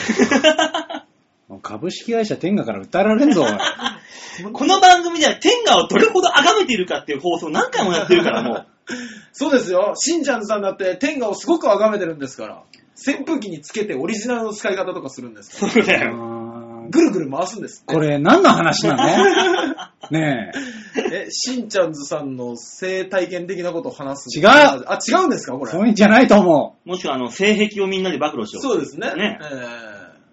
[SPEAKER 3] もう株式会社天下から訴えら
[SPEAKER 2] [LAUGHS]
[SPEAKER 3] れんぞ、おい
[SPEAKER 1] この番組では天下をどれほど崇めているかっていう放送何回もやってるから、もう。
[SPEAKER 2] [LAUGHS] そうですよ。しんちゃんさんだって天下をすごく崇めてるんですから。扇風機につけてオリジナルの使い方とかするんですか
[SPEAKER 1] そうだよ。
[SPEAKER 3] うー
[SPEAKER 2] ら。
[SPEAKER 3] ん
[SPEAKER 2] ぐるぐる回すんですって。
[SPEAKER 3] これ何の話な
[SPEAKER 2] [LAUGHS]
[SPEAKER 3] のね
[SPEAKER 2] え、しんちゃんずさんの性体験的なことを話す。
[SPEAKER 3] 違う
[SPEAKER 2] あ、違うんですかこ
[SPEAKER 3] え、
[SPEAKER 2] れ。
[SPEAKER 3] そういうんじゃないと思
[SPEAKER 1] もしくは、あの、性癖をみんなで暴露しよう。
[SPEAKER 2] そうですね。
[SPEAKER 1] ね
[SPEAKER 2] えー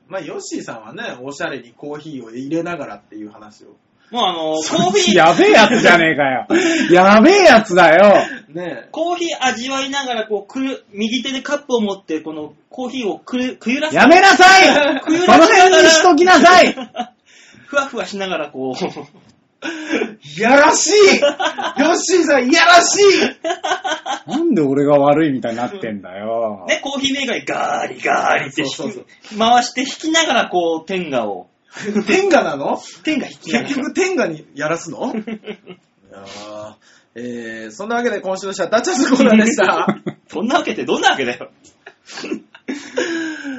[SPEAKER 2] まあ、ヨッシーさんはね、おしゃれにコーヒーを入れながらっていう話を。
[SPEAKER 1] もうあの、コー
[SPEAKER 3] う。
[SPEAKER 1] ヒー、
[SPEAKER 3] やべえやつじゃねえかよ。やべえやつだよ。
[SPEAKER 2] ね
[SPEAKER 1] コーヒー味わいながら、こう、くる、右手でカップを持って、この、コーヒーをくる、くゆらす。
[SPEAKER 3] やめなさいそ
[SPEAKER 1] 冬らし
[SPEAKER 3] の
[SPEAKER 1] さが
[SPEAKER 3] 辺にしときなさい
[SPEAKER 1] [LAUGHS] ふわふわしながら、こう、
[SPEAKER 2] いやらしい [LAUGHS] ヨッシーさん、いやらしい
[SPEAKER 3] なんで俺が悪いみたいになってんだ
[SPEAKER 2] [LAUGHS]
[SPEAKER 3] よ。
[SPEAKER 1] ね、コーヒーメーカーにガーリガーリって引き
[SPEAKER 2] そうそう
[SPEAKER 1] 回して引きながら、こう、天下を。
[SPEAKER 2] 天下なの
[SPEAKER 1] 天下引きなが
[SPEAKER 2] 結
[SPEAKER 1] ら。
[SPEAKER 2] 局天下にやらす [LAUGHS] のいやーえー、そんなわけで今週のシャッターチャンスコーナーでした。
[SPEAKER 1] [LAUGHS] そんなわけってどんなわけだ
[SPEAKER 3] [LAUGHS]
[SPEAKER 1] よ。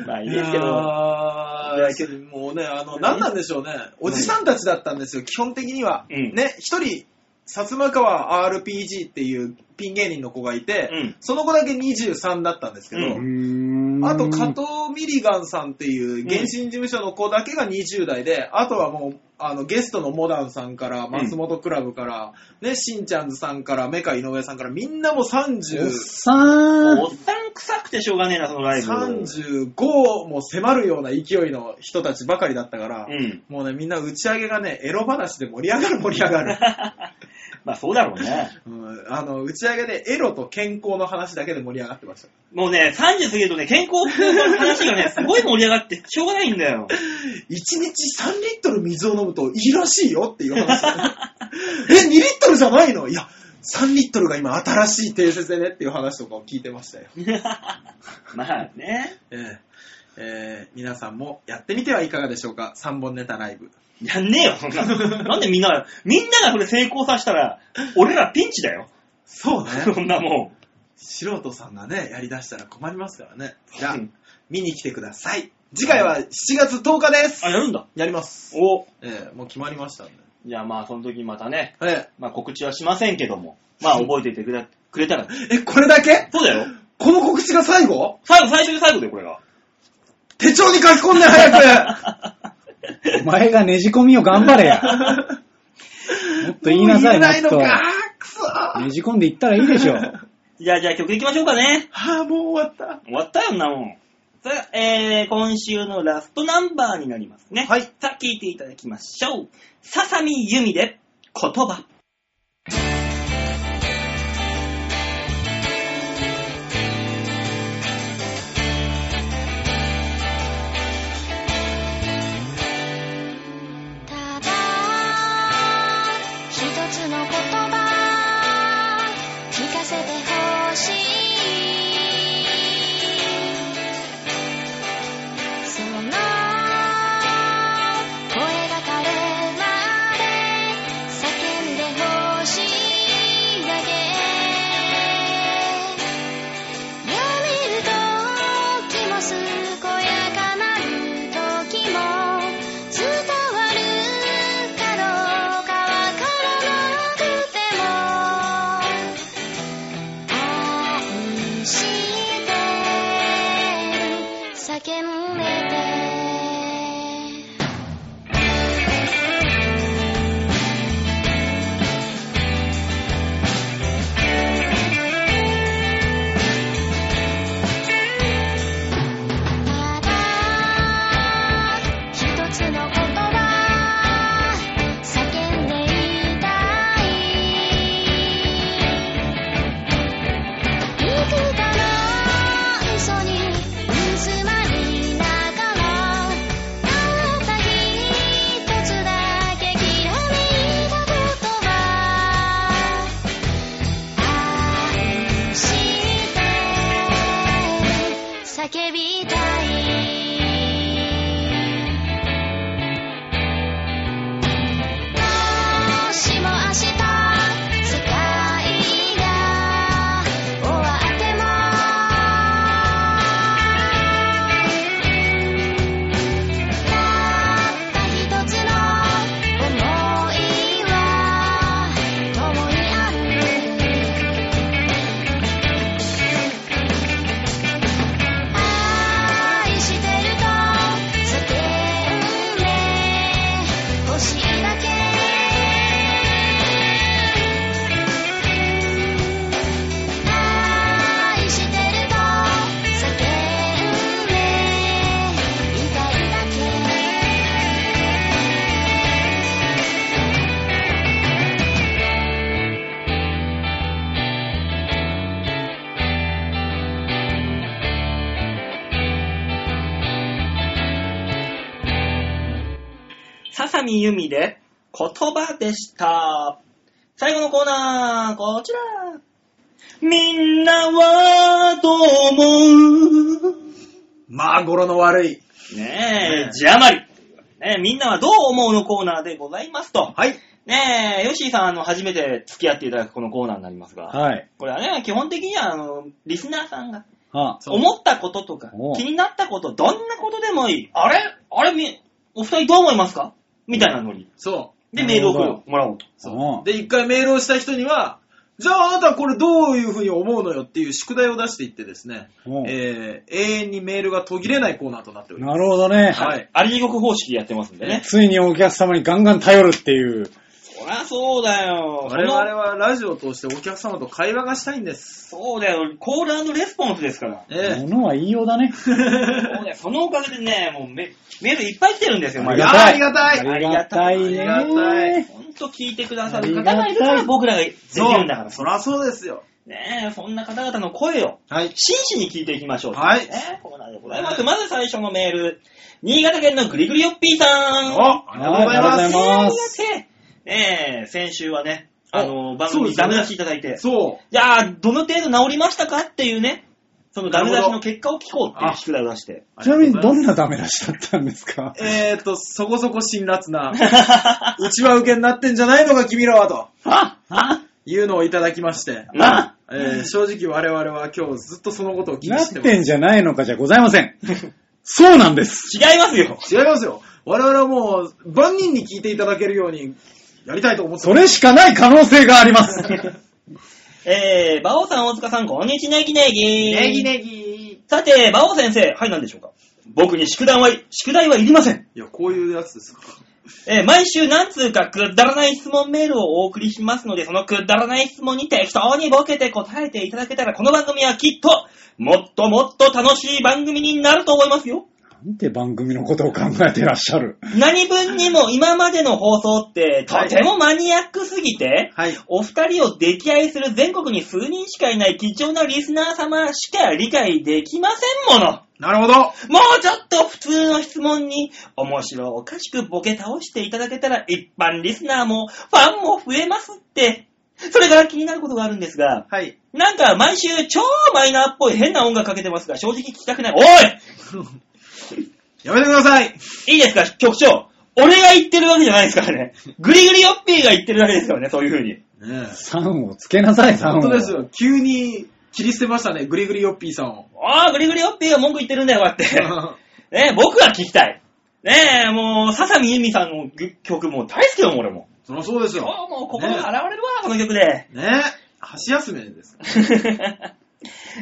[SPEAKER 1] まあいいですけど。
[SPEAKER 2] やーいやけどもうね、あの、何なんでしょうね。おじさんたちだったんですよ、基本的には。
[SPEAKER 1] うん
[SPEAKER 2] ね、一人、薩摩川 RPG っていうピン芸人の子がいて、
[SPEAKER 1] うん
[SPEAKER 2] その子だけ23だったんですけど、
[SPEAKER 1] う
[SPEAKER 3] うーん
[SPEAKER 2] あと、加藤ミリガンさんっていう原神事務所の子だけが20代で、あとはもう、あの、ゲストのモダンさんから、松本クラブから、ね、しんちゃんずさんから、メカ井上さんから、みんなもう
[SPEAKER 3] おっ
[SPEAKER 2] 30、
[SPEAKER 3] さー
[SPEAKER 1] お
[SPEAKER 3] ん。
[SPEAKER 1] っさん臭くてしょうがねえな、そのライブ。
[SPEAKER 2] 35も迫るような勢いの人たちばかりだったから、
[SPEAKER 1] うん。 [LAUGHS]
[SPEAKER 2] もうね、みんな打ち上げがね、エロ話で盛り上がる盛り上
[SPEAKER 1] [LAUGHS]
[SPEAKER 2] がる。
[SPEAKER 1] まあそうだろうね。
[SPEAKER 2] うん、あの、打ち上げでエロと健康の話だけで盛り上がってました。
[SPEAKER 1] もうね、30過ぎるとね、健康の話が [LAUGHS] ね、すごい盛り上がって、しょうがないんだよ。
[SPEAKER 2] 1日3リットル水を飲むといいらしいよってい
[SPEAKER 1] [LAUGHS]
[SPEAKER 2] う話。え、2リットルじゃないのいや、3リットルが今新しい定説でねっていう話とかを聞いてましたよ。
[SPEAKER 1] [LAUGHS] まあね。
[SPEAKER 2] ええええ皆さんもやってみてはいかがでしょうか ?3 本ネタライブ。
[SPEAKER 1] やんねえよ、そんなの。なんでみんな、みんながそれ成功させたら、俺らピンチだよ。
[SPEAKER 2] そう
[SPEAKER 1] そんなもん。
[SPEAKER 2] 素人さんがね、やりだしたら困りますからね。じゃあ
[SPEAKER 1] うん、
[SPEAKER 2] 見に来てください。次回は7月10日です
[SPEAKER 1] あ、。やるんだ。
[SPEAKER 2] やります。
[SPEAKER 1] お。
[SPEAKER 2] ええもう決まりましたんで。
[SPEAKER 1] じゃあまあ、その時またね、
[SPEAKER 2] え
[SPEAKER 1] まあ告知はしませんけども、 [LAUGHS] まあ覚えていてくれくれたら。
[SPEAKER 2] ええ、これだけ
[SPEAKER 1] そうだよ。
[SPEAKER 2] この告知が最後
[SPEAKER 1] 最後、最初で最後だよ、これが。
[SPEAKER 2] 手帳に書き込んで早く
[SPEAKER 3] お前がねじ込みを頑張れ
[SPEAKER 2] [LAUGHS]
[SPEAKER 3] や。もっ [LAUGHS] と言いなさい、
[SPEAKER 2] も
[SPEAKER 3] も
[SPEAKER 2] う言
[SPEAKER 3] っ
[SPEAKER 2] えないのか
[SPEAKER 3] と。
[SPEAKER 2] くそー
[SPEAKER 3] ねじ込んでいったらいいでしょ。
[SPEAKER 1] じゃあ、じゃあ曲いきましょうかね。
[SPEAKER 2] あー、もう終わった。
[SPEAKER 1] 終わったよ、んなもん。さあ、えー、今週のラストナンバーになりますね。
[SPEAKER 2] はい
[SPEAKER 1] さあ、聴いていただきましょう。ささみゆみで、言葉。
[SPEAKER 4] ただ一つの言葉聞かせてほしいその声が枯れまで叫んでほしい
[SPEAKER 1] 浅見由美で言葉でした。最後のコーナー、こちら。みんなはどう思う
[SPEAKER 2] まあ、語呂の悪い。
[SPEAKER 1] ね
[SPEAKER 2] ね
[SPEAKER 1] え、字余り。ねえ、みんなはどう思うのコーナーでございますと。
[SPEAKER 2] はい。
[SPEAKER 1] ねえ、ヨッシーさん、あの、初めて付き合っていただくこのコーナーになりますが、
[SPEAKER 3] はい。
[SPEAKER 1] これはね、基本的には、あの、リスナーさんが、
[SPEAKER 3] あ
[SPEAKER 2] そう
[SPEAKER 1] 思ったこととか
[SPEAKER 3] お、う
[SPEAKER 1] 気になったこと、どんなことでもいい。あれあれみ、お二人どう思いますかみたいなノリ。
[SPEAKER 2] そ
[SPEAKER 1] で、
[SPEAKER 3] な
[SPEAKER 1] メー
[SPEAKER 3] る
[SPEAKER 1] ル
[SPEAKER 3] ほ
[SPEAKER 1] を
[SPEAKER 3] ど
[SPEAKER 1] 送るもらおうと。
[SPEAKER 2] う。
[SPEAKER 3] う
[SPEAKER 2] そ
[SPEAKER 3] ん
[SPEAKER 2] う。で、一回メールをした人には、じゃああなたこれどういうふうに思うのよっていう宿題を出していってですね、
[SPEAKER 3] うん
[SPEAKER 2] えー、永遠にメールが途切れないコーナーとなっておりま
[SPEAKER 3] なるほどね。
[SPEAKER 2] はい
[SPEAKER 1] あり地獄方式でやってますんでね。
[SPEAKER 3] ついにお客様にガンガン頼るっていう。
[SPEAKER 1] そりゃそうだよ。
[SPEAKER 2] す。我々はラジオを通してお客様と会話がしたいんです。
[SPEAKER 1] そのそうだよ。コールレスポンスですから。
[SPEAKER 2] え
[SPEAKER 3] ものは言いようだね。
[SPEAKER 1] そう
[SPEAKER 2] [LAUGHS]
[SPEAKER 1] だよ。そのおかげでね、もうメメールいっぱい来てるんですよ、
[SPEAKER 2] え
[SPEAKER 3] あ
[SPEAKER 1] 毎
[SPEAKER 3] り
[SPEAKER 1] 日
[SPEAKER 3] が
[SPEAKER 2] あ
[SPEAKER 3] たい
[SPEAKER 2] ありがたい
[SPEAKER 1] あ
[SPEAKER 3] あ
[SPEAKER 1] り
[SPEAKER 3] り
[SPEAKER 1] が
[SPEAKER 3] が
[SPEAKER 1] た
[SPEAKER 3] た
[SPEAKER 1] い
[SPEAKER 2] ね
[SPEAKER 3] いね。
[SPEAKER 1] ほんと聞いてくださる方がいるから僕らができるんだから。
[SPEAKER 2] そらそうですよ。
[SPEAKER 1] ねえ、そんな方々の声を
[SPEAKER 2] はい。
[SPEAKER 1] 真摯に聞いていきましょう。
[SPEAKER 2] はい
[SPEAKER 1] ね、コーナーでございます。まず最初のメール。新潟県のぐりぐりよっぴーさん。。
[SPEAKER 2] お、ありがとうござい
[SPEAKER 3] あ
[SPEAKER 2] ま
[SPEAKER 3] り
[SPEAKER 2] す。
[SPEAKER 3] がとうございます
[SPEAKER 1] ねえ、先週はね、あの、
[SPEAKER 2] お
[SPEAKER 1] 番
[SPEAKER 2] そう
[SPEAKER 1] 組に
[SPEAKER 2] です
[SPEAKER 1] ダ
[SPEAKER 2] ね
[SPEAKER 1] メ出しいただいて、
[SPEAKER 2] そう。
[SPEAKER 1] いやー、どの程度治りましたかっていうね、そのダメ出しの結果を聞こうっていう宿題を出して。
[SPEAKER 3] ちなみにどんなダメ出しだったんですか
[SPEAKER 2] えーと、そこそこ辛辣な、 [LAUGHS] うちは受けになってんじゃないのか君らはと
[SPEAKER 1] あ [LAUGHS] あ
[SPEAKER 2] いうのをいただきまして、
[SPEAKER 1] あ
[SPEAKER 2] えー正直我々は今日ずっとそのことを気に
[SPEAKER 3] なっ
[SPEAKER 2] してます。
[SPEAKER 3] てんじゃないのかじゃございませ
[SPEAKER 2] [LAUGHS]
[SPEAKER 3] ん。そうなんです。
[SPEAKER 1] 違いますよ。
[SPEAKER 2] 違いますよ。我々はもう、万人に聞いていただけるように、やりたいと思って
[SPEAKER 3] それしかない可能性があり
[SPEAKER 2] [LAUGHS]
[SPEAKER 3] ます。
[SPEAKER 1] えー、馬王さん、大塚さん、こんにちは、ネギネギ。
[SPEAKER 2] ネギネギい
[SPEAKER 1] さて、馬王先生、はい、何でしょうか僕に宿題は、宿題はいりません。
[SPEAKER 2] や、こういうやつですか。
[SPEAKER 1] えー毎週何通かくだらない質問メールをお送りしますので、そのくだらない質問に適当にボケて答えていただけたら、この番組はきっと、もっともっと楽しい番組になると思いますよ。
[SPEAKER 3] なんて番組のことを考えてらっしゃる。
[SPEAKER 1] 何分にも今までの放送って、とてもマニアックすぎて、
[SPEAKER 2] はい。
[SPEAKER 1] お二人を溺愛する全国に数人しかいない貴重なリスナー様しか理解できませんもの。
[SPEAKER 2] なるほど。
[SPEAKER 1] もうちょっと普通の質問に面白おかしくボケ倒していただけたら一般リスナーもファンも増えますって。それから気になることがあるんですが、
[SPEAKER 2] はい。
[SPEAKER 1] なんか毎週超マイナーっぽい変な音楽かけてますが正直聞きたくない。お
[SPEAKER 2] やめてください。
[SPEAKER 1] いいいですか局長俺が言ってるわけじゃないですからね。グリグリヨッピーが言ってるわけですよね、そういう風に。
[SPEAKER 2] ね
[SPEAKER 3] 3をつけなさい、
[SPEAKER 2] え。
[SPEAKER 3] 3を。
[SPEAKER 2] 本当ですよ。急に切り捨てましたね、グリグリヨッピーさんを。
[SPEAKER 1] ああ、グリグリヨッピーが文句言ってるんだよ、こうやって。
[SPEAKER 2] は
[SPEAKER 1] ねえ、僕は聞きたい。ねえ、もう、笹見由美さんの曲も大好きよ、俺も。
[SPEAKER 2] [LAUGHS] そりゃそうです
[SPEAKER 1] 今
[SPEAKER 2] よ。
[SPEAKER 1] 日もう心が洗われるわ、この曲で。
[SPEAKER 2] ねえ。箸休めですか
[SPEAKER 1] [LAUGHS]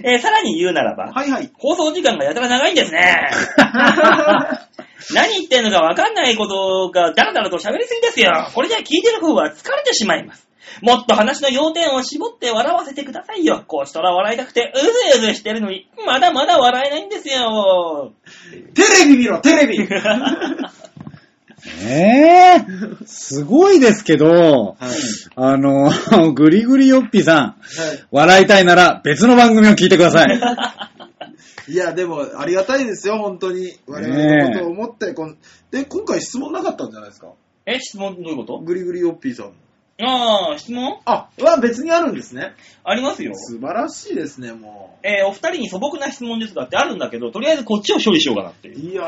[SPEAKER 1] えーさらに言うならば、
[SPEAKER 2] はいはい。
[SPEAKER 1] 放送時間がやたら長いんです [LAUGHS] ね。何言ってんのかわかんないことがダラダラと喋りすぎですよ。これじゃ聞いてる方は疲れてしまいます。もっと話の要点を絞って笑わせてくださいよ。こうしたら笑いたくてうずうずしてるのに、まだまだ笑えないんですよ。
[SPEAKER 2] テレビ見ろ、テレ [LAUGHS] ビ
[SPEAKER 3] ええすごいですけど、
[SPEAKER 2] はい。
[SPEAKER 3] あの、 [LAUGHS] グリグリヨッピーさん、
[SPEAKER 2] は
[SPEAKER 3] 笑いたいなら別の番組を聞いてくださ
[SPEAKER 2] [LAUGHS]
[SPEAKER 3] い。
[SPEAKER 2] い。いや、でも、ありがたいですよ、本当に。我々のことを思って、こんで、今回質問なかったんじゃないですか
[SPEAKER 1] [LAUGHS] え、質問どういうこと
[SPEAKER 2] グリグリヨッピーさん。
[SPEAKER 1] ああ、質問
[SPEAKER 2] あ、は別にあるんですね。
[SPEAKER 1] ありますよ。
[SPEAKER 2] 素晴らしいですね、も
[SPEAKER 1] えーお二人に素朴な質問ですがってあるんだけど、とりあえずこっちを処理しようかなって
[SPEAKER 2] う。
[SPEAKER 1] いう。
[SPEAKER 2] いやー、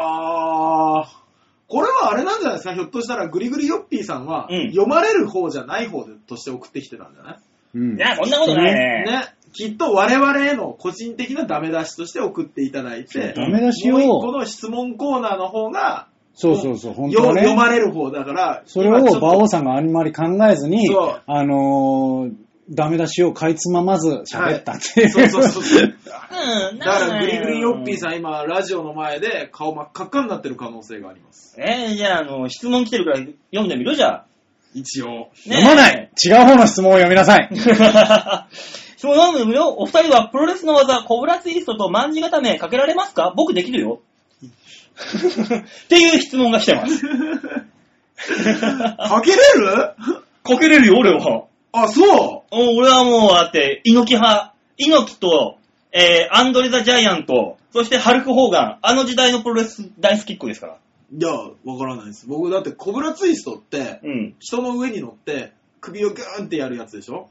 [SPEAKER 2] これはあれなんじゃないですかひょっとしたらグリグリヨッピーさんは、
[SPEAKER 1] うん
[SPEAKER 2] 読まれる方じゃない方でとして送ってきてたんじゃない
[SPEAKER 3] うん
[SPEAKER 1] いや、そんなことないね。
[SPEAKER 2] ね。きっと我々への個人的なダメ出しとして送っていただいて、
[SPEAKER 3] ダメ出し
[SPEAKER 2] もう一個
[SPEAKER 3] を、
[SPEAKER 2] の質問コーナーの方が、
[SPEAKER 3] そうそうそう、本当
[SPEAKER 2] よ
[SPEAKER 3] はね
[SPEAKER 2] 読。まれる方だから、
[SPEAKER 3] それを
[SPEAKER 2] 今ちょっと
[SPEAKER 3] 馬王さんがあんまり考えずに
[SPEAKER 2] そう、
[SPEAKER 3] あのー、ダメ出しをかいつままず喋ったっていう。
[SPEAKER 2] そうそうそうそう。
[SPEAKER 1] うん、
[SPEAKER 2] だから、グリグリヨッピー
[SPEAKER 1] ん。
[SPEAKER 2] さん、今、ラジオの前で顔真っ赤っかになってる可能性があります。
[SPEAKER 1] えーじゃあ、あの、質問来てるから読んでみるじゃあ。
[SPEAKER 2] 一
[SPEAKER 3] [LAUGHS]
[SPEAKER 2] 応。
[SPEAKER 1] ね
[SPEAKER 3] [LAUGHS] 読まない違う方の質問を読みなさい
[SPEAKER 1] [LAUGHS] 質問読んでみるよ。お二人はプロレスの技、コブラツイストと万字固めかけられますか僕できるよ。っていう質問が来てます。
[SPEAKER 2] [LAUGHS] かけれる
[SPEAKER 1] かけれるよ、俺は。
[SPEAKER 2] あ、そ
[SPEAKER 1] お俺はもう、だって、猪木派、猪木と、えー、アンドレ・ザ・ジャイアント、そしてハルク・ホーガン、あの時代のプロレス大好きっ子ですから。
[SPEAKER 2] いや、わからないです。僕、だって、コブラツイストって、
[SPEAKER 1] うん。
[SPEAKER 2] 人の上に乗って、首をグーンってやるやつでしょ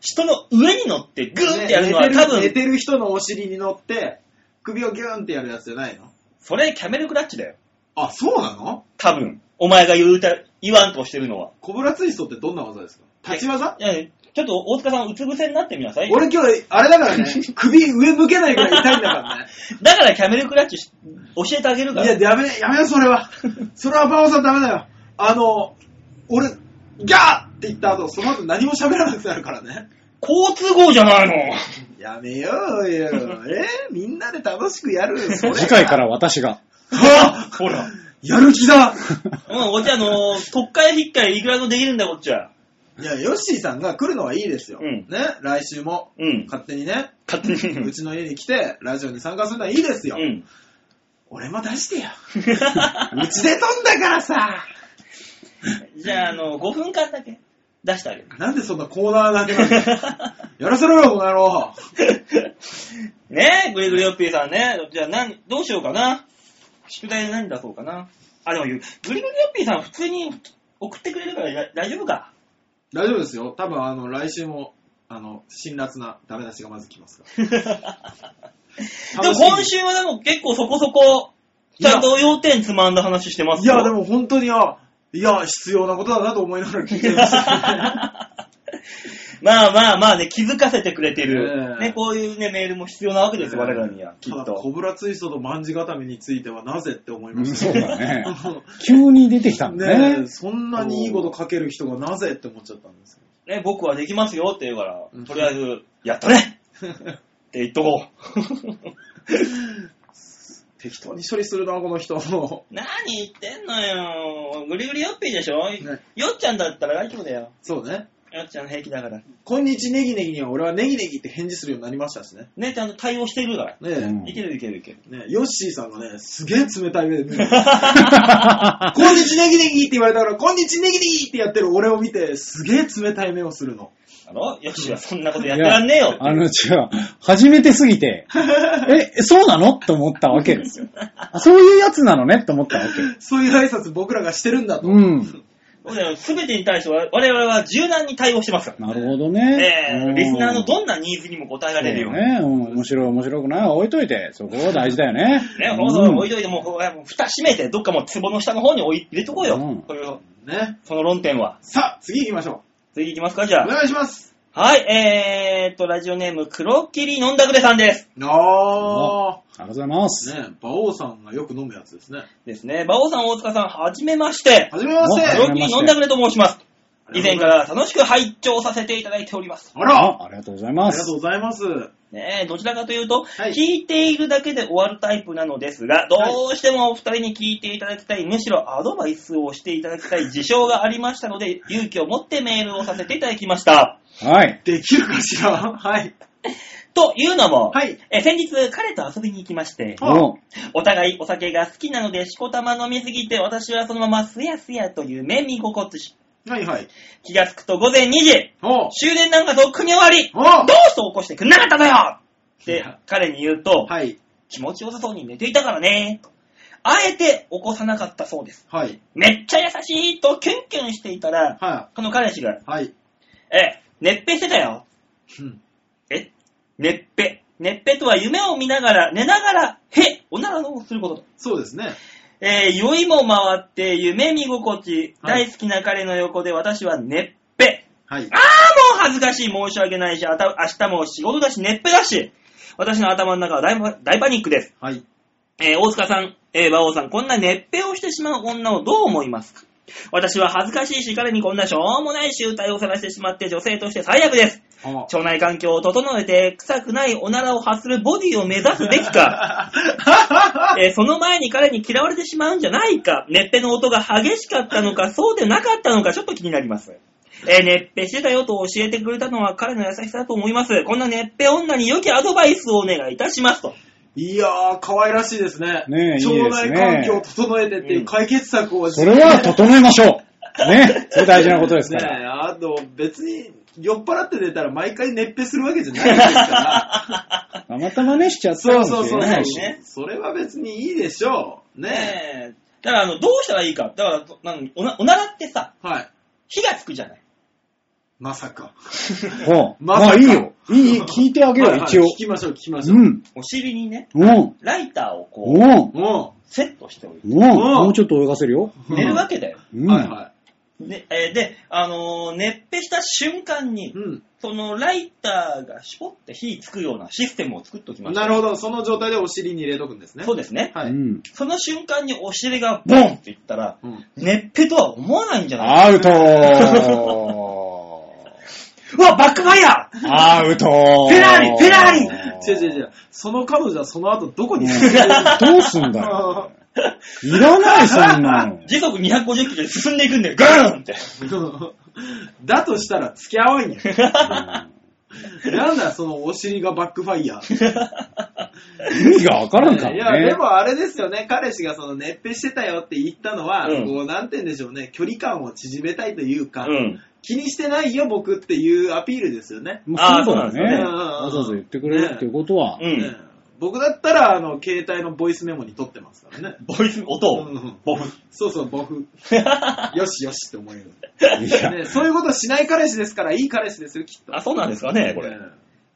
[SPEAKER 1] 人の上に乗ってグーンってやるのは
[SPEAKER 2] ね
[SPEAKER 1] 多
[SPEAKER 2] 寝てる寝
[SPEAKER 1] 分、
[SPEAKER 2] てる人のお尻に乗って、首をギューンってやるやつじゃないの
[SPEAKER 1] それキャメルクラッチだよ。
[SPEAKER 2] あ、そうなの
[SPEAKER 1] 多分。お前が言うた、言わんとしてるのは。
[SPEAKER 2] コブラツイストってどんな技ですか立ち技
[SPEAKER 1] いやちょっと大塚さんうつ伏せになってみなさい。
[SPEAKER 2] 俺今日、あれだ
[SPEAKER 1] [LAUGHS]
[SPEAKER 2] からね、首上向けないぐらい痛いんだからね。
[SPEAKER 1] だからキャメルクラッチし教えてあげるか
[SPEAKER 2] い
[SPEAKER 1] ら。
[SPEAKER 2] や、やめ、やめよ、それは。それはバオさんダメだよ。あの、俺、ギャーって言った後、その後何も喋らなくなるからね。
[SPEAKER 1] 交通号じゃない [LAUGHS] の。
[SPEAKER 2] やめようよ。えみんなで楽しくやる。 [LAUGHS] それ
[SPEAKER 3] 次回から私が。
[SPEAKER 2] は
[SPEAKER 1] ほら。
[SPEAKER 2] ぁやる
[SPEAKER 1] [LAUGHS]
[SPEAKER 2] 気だ
[SPEAKER 1] うん、こっちあのー、特会引っかいいくらでもできるんだ、こっちは。
[SPEAKER 2] いや、ヨッシーさんが来るのはいいですよ。
[SPEAKER 1] うん
[SPEAKER 2] ね、来週も。
[SPEAKER 1] うん。
[SPEAKER 2] 勝手にね、
[SPEAKER 1] 勝手に。
[SPEAKER 2] うちの家に来て、ラジオに参加するのはいいですよ。
[SPEAKER 1] うん。
[SPEAKER 2] 俺も出してよ。うちで飛んだからさ。
[SPEAKER 1] [LAUGHS] じゃあ、あの、5分間だけ出してあげ [LAUGHS] る。
[SPEAKER 2] なんでそんなコーナーだけな
[SPEAKER 1] [LAUGHS]
[SPEAKER 2] んだよ。やらせろよ、この野郎。
[SPEAKER 1] ねえ、グレグレヨッピーさんね。じゃあ、なん、どうしようかな。宿題何出そうかな。あ、でも、グレグレヨッピーさん普通に送ってくれるからだ大丈夫か。
[SPEAKER 2] 大丈夫ですよ。多分、あの、来週も、あの、辛辣なダメ出しがまず来ますから。
[SPEAKER 1] でも今週はでも結構そこそこ、ちゃんと要点つまんだ話してます
[SPEAKER 2] いや、で。も本当に、あ、いや、必要なことだなと思いながら聞い
[SPEAKER 1] [LAUGHS]
[SPEAKER 2] てました。
[SPEAKER 1] まあまあまあね、気づかせてくれてる。
[SPEAKER 2] ええ
[SPEAKER 1] ね、こういうね、メールも必要なわけですよ、我らには。きった
[SPEAKER 2] だ、
[SPEAKER 1] と。
[SPEAKER 2] コブラツイストと万字固めについてはなぜって思いうま
[SPEAKER 3] ん、
[SPEAKER 2] した
[SPEAKER 3] そう
[SPEAKER 2] [LAUGHS]
[SPEAKER 3] だ
[SPEAKER 2] ね。
[SPEAKER 3] ね。急に出てきたんだ
[SPEAKER 2] ね
[SPEAKER 3] ね
[SPEAKER 2] え、。そんなにいいこと書ける人がなぜって思っちゃったんです
[SPEAKER 1] ね、僕はできますよって言うから
[SPEAKER 2] うん、
[SPEAKER 1] とりあえず、やったね
[SPEAKER 2] け
[SPEAKER 3] [LAUGHS]
[SPEAKER 2] ど
[SPEAKER 1] って言っとこ
[SPEAKER 2] 適当に処理するな、この
[SPEAKER 3] [LAUGHS]
[SPEAKER 2] 人。
[SPEAKER 1] う。何言ってんのよ。グリグリヨッピーでしょ、
[SPEAKER 2] ね
[SPEAKER 1] よっちゃんだったら大丈夫だよ。
[SPEAKER 2] そうね。
[SPEAKER 1] よっちゃん平気だから。
[SPEAKER 2] 今日ネギネギには俺はネギネギって返事するようになりましたしね。
[SPEAKER 1] ね、ちゃんと対応してるから。
[SPEAKER 2] ねえ、
[SPEAKER 3] うん
[SPEAKER 1] いけるいけるいける。
[SPEAKER 2] ね、ヨッシーさんがね、すげえ冷たい目で見
[SPEAKER 3] [LAUGHS]
[SPEAKER 2] る。 [LAUGHS] こんにちネギネギって言われたから、こんにちネギネギってやってる俺を見て、すげえ冷たい目をするの。
[SPEAKER 1] あの、よしはそんなことやってらんねえよ。
[SPEAKER 3] あの、違う。初めてすぎて、え、そうなのって思ったわけですよ。あそういうやつなのねって思ったわけ。
[SPEAKER 2] そういう挨拶僕らがしてるんだと。
[SPEAKER 3] うん。
[SPEAKER 1] そうだよ全てに対して我々は柔軟に対応してますから。
[SPEAKER 3] なるほどね。
[SPEAKER 1] え
[SPEAKER 3] う
[SPEAKER 1] え
[SPEAKER 3] ん
[SPEAKER 1] リスナーのどんなニーズにも応えられるように。ね
[SPEAKER 3] ね、うん、面白い面白くないは置いといて、そこは大事だよね。
[SPEAKER 1] 放送置い
[SPEAKER 3] い
[SPEAKER 1] といて、もう、これはもう蓋閉めて、どっかもう壺の下の方に置い入れとこうよ。
[SPEAKER 3] うん
[SPEAKER 1] これを
[SPEAKER 2] ね。
[SPEAKER 1] その論点は。
[SPEAKER 2] さあ、次行きましょ
[SPEAKER 1] 次行きますか、じゃ
[SPEAKER 2] う。お
[SPEAKER 1] あ。
[SPEAKER 2] 願いします。
[SPEAKER 1] はい、えーっと、ラジオネーム、黒霧飲んだくれさんです。
[SPEAKER 2] あ
[SPEAKER 3] ありがとうございます。
[SPEAKER 2] ー。ね、馬王さんがよく飲むやつですね。
[SPEAKER 1] ですね。馬王さん、大塚さん、はじめまして。
[SPEAKER 2] はじめまし
[SPEAKER 3] おは
[SPEAKER 2] て。
[SPEAKER 3] じ
[SPEAKER 1] 黒
[SPEAKER 3] めま
[SPEAKER 1] 霧
[SPEAKER 3] して
[SPEAKER 1] 飲んだくれと申します。以前か
[SPEAKER 2] あ
[SPEAKER 1] ら楽しく拝聴させていただいております。
[SPEAKER 2] りがとうございます。あら
[SPEAKER 3] あありがとうござい
[SPEAKER 2] あ
[SPEAKER 3] ま
[SPEAKER 2] りがとう
[SPEAKER 3] す。
[SPEAKER 2] ございます。
[SPEAKER 1] ねえ、どちらかというと、
[SPEAKER 2] はい
[SPEAKER 1] 聞いているだけで終わるタイプなのですが、どうしてもお二人に聞いていただきたい、むしろアドバイスをしていただきたい事象がありましたので、勇気を持ってメールをさせていただきました。
[SPEAKER 3] はい。
[SPEAKER 2] できるかしら [LAUGHS] はい。
[SPEAKER 1] というのも、
[SPEAKER 2] はい。
[SPEAKER 1] え先日、彼と遊びに行きまして、
[SPEAKER 2] あ
[SPEAKER 3] お
[SPEAKER 1] お互いお酒が好きなので、しこたま飲みすぎて、私はそのまますやすやという目見心地。
[SPEAKER 2] はいはい。
[SPEAKER 1] 気がつくと午前2時、
[SPEAKER 2] おう
[SPEAKER 1] 終電なんかとっくに終わり、
[SPEAKER 2] おう
[SPEAKER 1] どうして起こしてくんなかったのよって彼に言うと、
[SPEAKER 2] はい。
[SPEAKER 1] 気持ちよさそうに寝ていたからね、と。あえて起こさなかったそうです。
[SPEAKER 2] はい。
[SPEAKER 1] めっちゃ優しいとキュンキュンしていたら、
[SPEAKER 2] は
[SPEAKER 1] この彼氏が、
[SPEAKER 2] い。はい。
[SPEAKER 1] え、熱ぺしてたよ。
[SPEAKER 2] うん
[SPEAKER 1] え、熱ぺ。熱ぺとは夢を見ながら、寝ながら、へ、おならをすること。
[SPEAKER 2] そうですね。
[SPEAKER 1] えー酔いも回って、夢見心地、
[SPEAKER 2] はい
[SPEAKER 1] 大好きな彼の横で私は熱ぺ。
[SPEAKER 2] は
[SPEAKER 1] あ。あ、
[SPEAKER 2] い
[SPEAKER 1] もう恥ずかしい、申し訳ないし、あた明日も仕事だし、熱ぺだし、私の頭の中は大パ大パニックです。
[SPEAKER 2] はい。
[SPEAKER 1] えー大塚さん、えー、馬王さん、こんな熱ぺをしてしまう女をどう思いますか私は恥ずかしいし、彼にこんなしょうもない集体をさらしてしまって女性として最悪です。
[SPEAKER 2] おう
[SPEAKER 1] 腸内環境を整えて、臭くないおならを発するボディを目指すべきか、えーその前に彼に嫌われてしまうんじゃないか、熱ぺの音が激しかったの [LAUGHS] か、そうでなかったのか、ちょっと気になります。えー、熱ぺしてたよと教えてくれたのは彼の優しさだと思います。こんな熱ぺ女に良きアドバイスをお願いいたしますと。
[SPEAKER 2] [LAUGHS] いやー、可愛らしいですね。
[SPEAKER 3] ねえいいですね
[SPEAKER 2] 腸内環境を整えてっていう解決策を、
[SPEAKER 3] それは整えましょう。ね。それ大事なことですか
[SPEAKER 2] ね
[SPEAKER 3] ら。
[SPEAKER 2] え、あと別に酔っ払って出たら毎回熱ぺするわけじゃないですから。
[SPEAKER 3] [LAUGHS] たまたまね、しちゃった
[SPEAKER 2] そ
[SPEAKER 3] か
[SPEAKER 2] う
[SPEAKER 3] も
[SPEAKER 2] そう
[SPEAKER 3] しれ
[SPEAKER 2] そう
[SPEAKER 3] ない
[SPEAKER 2] そ
[SPEAKER 3] し。
[SPEAKER 2] う。それは別にいいでしょう。ね
[SPEAKER 1] ねえ。だから、あの、どうしたらいいか。だから、なんおなおならってさ、
[SPEAKER 2] え。はい。
[SPEAKER 1] 火がつくじゃない。
[SPEAKER 2] まさか。
[SPEAKER 3] おう
[SPEAKER 2] ま
[SPEAKER 3] ま
[SPEAKER 2] さか
[SPEAKER 3] あいいよ。いいいい、聞いてあげよ
[SPEAKER 2] は
[SPEAKER 3] う、
[SPEAKER 2] いはい
[SPEAKER 3] 一応。
[SPEAKER 2] 聞きましょう、聞きまし
[SPEAKER 3] う
[SPEAKER 2] ょう。
[SPEAKER 3] ん。
[SPEAKER 1] お尻にね、
[SPEAKER 3] うん。
[SPEAKER 1] ライターをこう、
[SPEAKER 3] うん。
[SPEAKER 2] お
[SPEAKER 1] セットしておいて、
[SPEAKER 3] うん。もうちょっと泳がせるよ。
[SPEAKER 2] うん
[SPEAKER 1] 寝るわけだよ。
[SPEAKER 3] う。
[SPEAKER 2] うんはいは
[SPEAKER 1] で、えーであのー熱ぺした瞬間に
[SPEAKER 2] い。、う
[SPEAKER 1] そのライターがしぼって火つくようなシステムを作っておきま
[SPEAKER 2] ん。
[SPEAKER 1] した。
[SPEAKER 2] なるほど。その状態でお尻に入れとくんですね。
[SPEAKER 1] そうですね。
[SPEAKER 2] は
[SPEAKER 3] う
[SPEAKER 2] い。
[SPEAKER 3] ん。
[SPEAKER 1] その瞬間にお尻がボンっていったら、
[SPEAKER 2] うん
[SPEAKER 1] 熱ぺとは思わないんじゃない
[SPEAKER 3] アウトー
[SPEAKER 1] うわ、バックファイヤー
[SPEAKER 3] アウトー
[SPEAKER 1] フェラーリフェラーリ
[SPEAKER 2] 違う違う違う。その彼女はその後どこに
[SPEAKER 3] ねどうすんだよ。いらない、そん
[SPEAKER 1] [LAUGHS]
[SPEAKER 3] なの。
[SPEAKER 1] 時速250キロで進んでいくんだよ。ガーンって。
[SPEAKER 2] [LAUGHS] だとしたら付き合わんや。なんだそのお尻がバックファイヤー。
[SPEAKER 3] 意味がわからんからね。
[SPEAKER 2] いや、でもあれですよね、彼氏がその熱ぺしてたよって言ったのは、
[SPEAKER 1] うん
[SPEAKER 2] こう、なんて言うんでしょうね、距離感を縮めたいというか、
[SPEAKER 1] うん。
[SPEAKER 2] 気にしてないよ、僕っていうアピールですよね。
[SPEAKER 3] もう
[SPEAKER 1] あー
[SPEAKER 3] そ
[SPEAKER 1] そ
[SPEAKER 3] うだ
[SPEAKER 1] うなんです
[SPEAKER 3] ね。
[SPEAKER 1] よね
[SPEAKER 3] わざわざ言ってくれるっていうことは、
[SPEAKER 1] う
[SPEAKER 2] ね
[SPEAKER 1] ん。
[SPEAKER 2] 僕だったら、あの、携帯のボイスメモに撮ってますからね。
[SPEAKER 1] ボイス、音を
[SPEAKER 2] うん
[SPEAKER 1] ボフ。
[SPEAKER 2] そうそう、
[SPEAKER 1] [LAUGHS]
[SPEAKER 2] 僕。よしよしって思い
[SPEAKER 3] い
[SPEAKER 2] なが
[SPEAKER 3] や
[SPEAKER 2] ら、ね。そういうことしない彼氏ですから、いい彼氏ですよ、きっと。
[SPEAKER 1] あ、そうなんですかね、こ
[SPEAKER 2] う
[SPEAKER 1] れ。
[SPEAKER 2] ん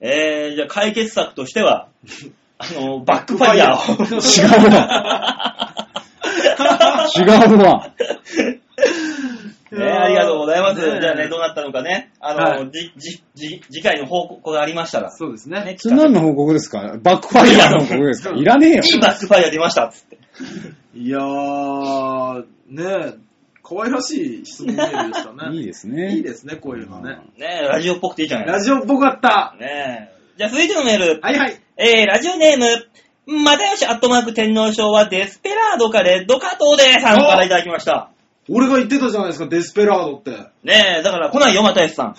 [SPEAKER 1] えー、じゃあ解決策としては、 [LAUGHS] あの、バックファイヤーを。
[SPEAKER 3] 違うわ。違うわ。
[SPEAKER 1] [LAUGHS] [LAUGHS] ね、ありがとうございます。
[SPEAKER 2] ね
[SPEAKER 1] じゃあね、どうなったのかね、あの、
[SPEAKER 2] はい
[SPEAKER 1] じ、じ、じ、次回の報告がありましたら、
[SPEAKER 2] そうです
[SPEAKER 1] ね
[SPEAKER 2] ね。
[SPEAKER 3] それ何の報告ですかバックファイヤーの報告ですかいらねえよ。
[SPEAKER 1] いいバックファイヤー出ましたっつって。
[SPEAKER 2] いやー、ねえ、可愛らしい質問メールでした
[SPEAKER 1] [LAUGHS]
[SPEAKER 2] ね。
[SPEAKER 3] いいですね。
[SPEAKER 2] いいですね、こういうのね。
[SPEAKER 1] ねラジオっぽくていいじゃないで
[SPEAKER 2] ラ
[SPEAKER 1] す
[SPEAKER 2] ジオっぽかった
[SPEAKER 1] か。。ねじゃあ続いてのメール。
[SPEAKER 2] はいはい。
[SPEAKER 1] えー、ラジオネーム、またよしアットマーク天皇賞はデスペラードかレッド加藤でさんからいただきました。
[SPEAKER 2] 俺が言ってたじゃないですか、デスペラードって。
[SPEAKER 1] [LAUGHS] ねえ、だから来ないよ、またよしさん。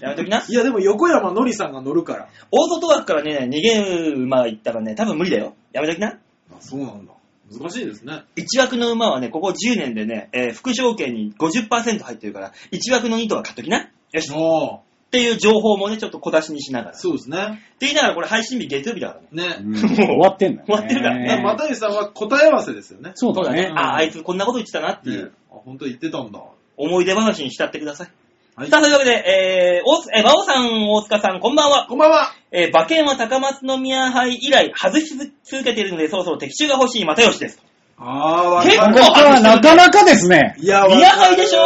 [SPEAKER 1] やめときな。
[SPEAKER 2] いや、でも横山のりさんが乗るから。
[SPEAKER 1] 大外枠からね、逃げる馬行ったらね、多分無理だよ。やめときな。
[SPEAKER 2] あ、そうなんだ。難しいですね。
[SPEAKER 1] 1枠の馬はね、ここ10年でね、えー副賞券に50%入ってるから、1枠の2とは買っときな。よし。っ
[SPEAKER 2] ああ、
[SPEAKER 1] ていう情報もね、ちょっと小出しにしながら。って
[SPEAKER 2] そうですね。
[SPEAKER 1] 言いながら、これ配信日月曜日だからね。
[SPEAKER 2] ね。
[SPEAKER 3] うん終わってんだよ
[SPEAKER 1] 終
[SPEAKER 3] ね。
[SPEAKER 1] わってるからね
[SPEAKER 2] ね又吉さんは答え合わせですよね。
[SPEAKER 3] そうだね。
[SPEAKER 1] あ、あいつこんなこと言ってたなってい
[SPEAKER 2] ね
[SPEAKER 1] う、
[SPEAKER 2] あ、本当言ってたんだ。
[SPEAKER 1] 思い出話に浸ってください。
[SPEAKER 2] はい
[SPEAKER 1] さ。あ、というわけで、えー、大津えー馬王さん、大塚さん、こんばんは。
[SPEAKER 2] こんばんは。
[SPEAKER 1] えー、馬券は高松宮杯以来外し続けているので、そろそろ的中が欲しい又吉です。
[SPEAKER 2] ああ、わ
[SPEAKER 1] 結構
[SPEAKER 3] なかなかなかなかですね。
[SPEAKER 2] いや、わかる
[SPEAKER 1] 宮杯でしょ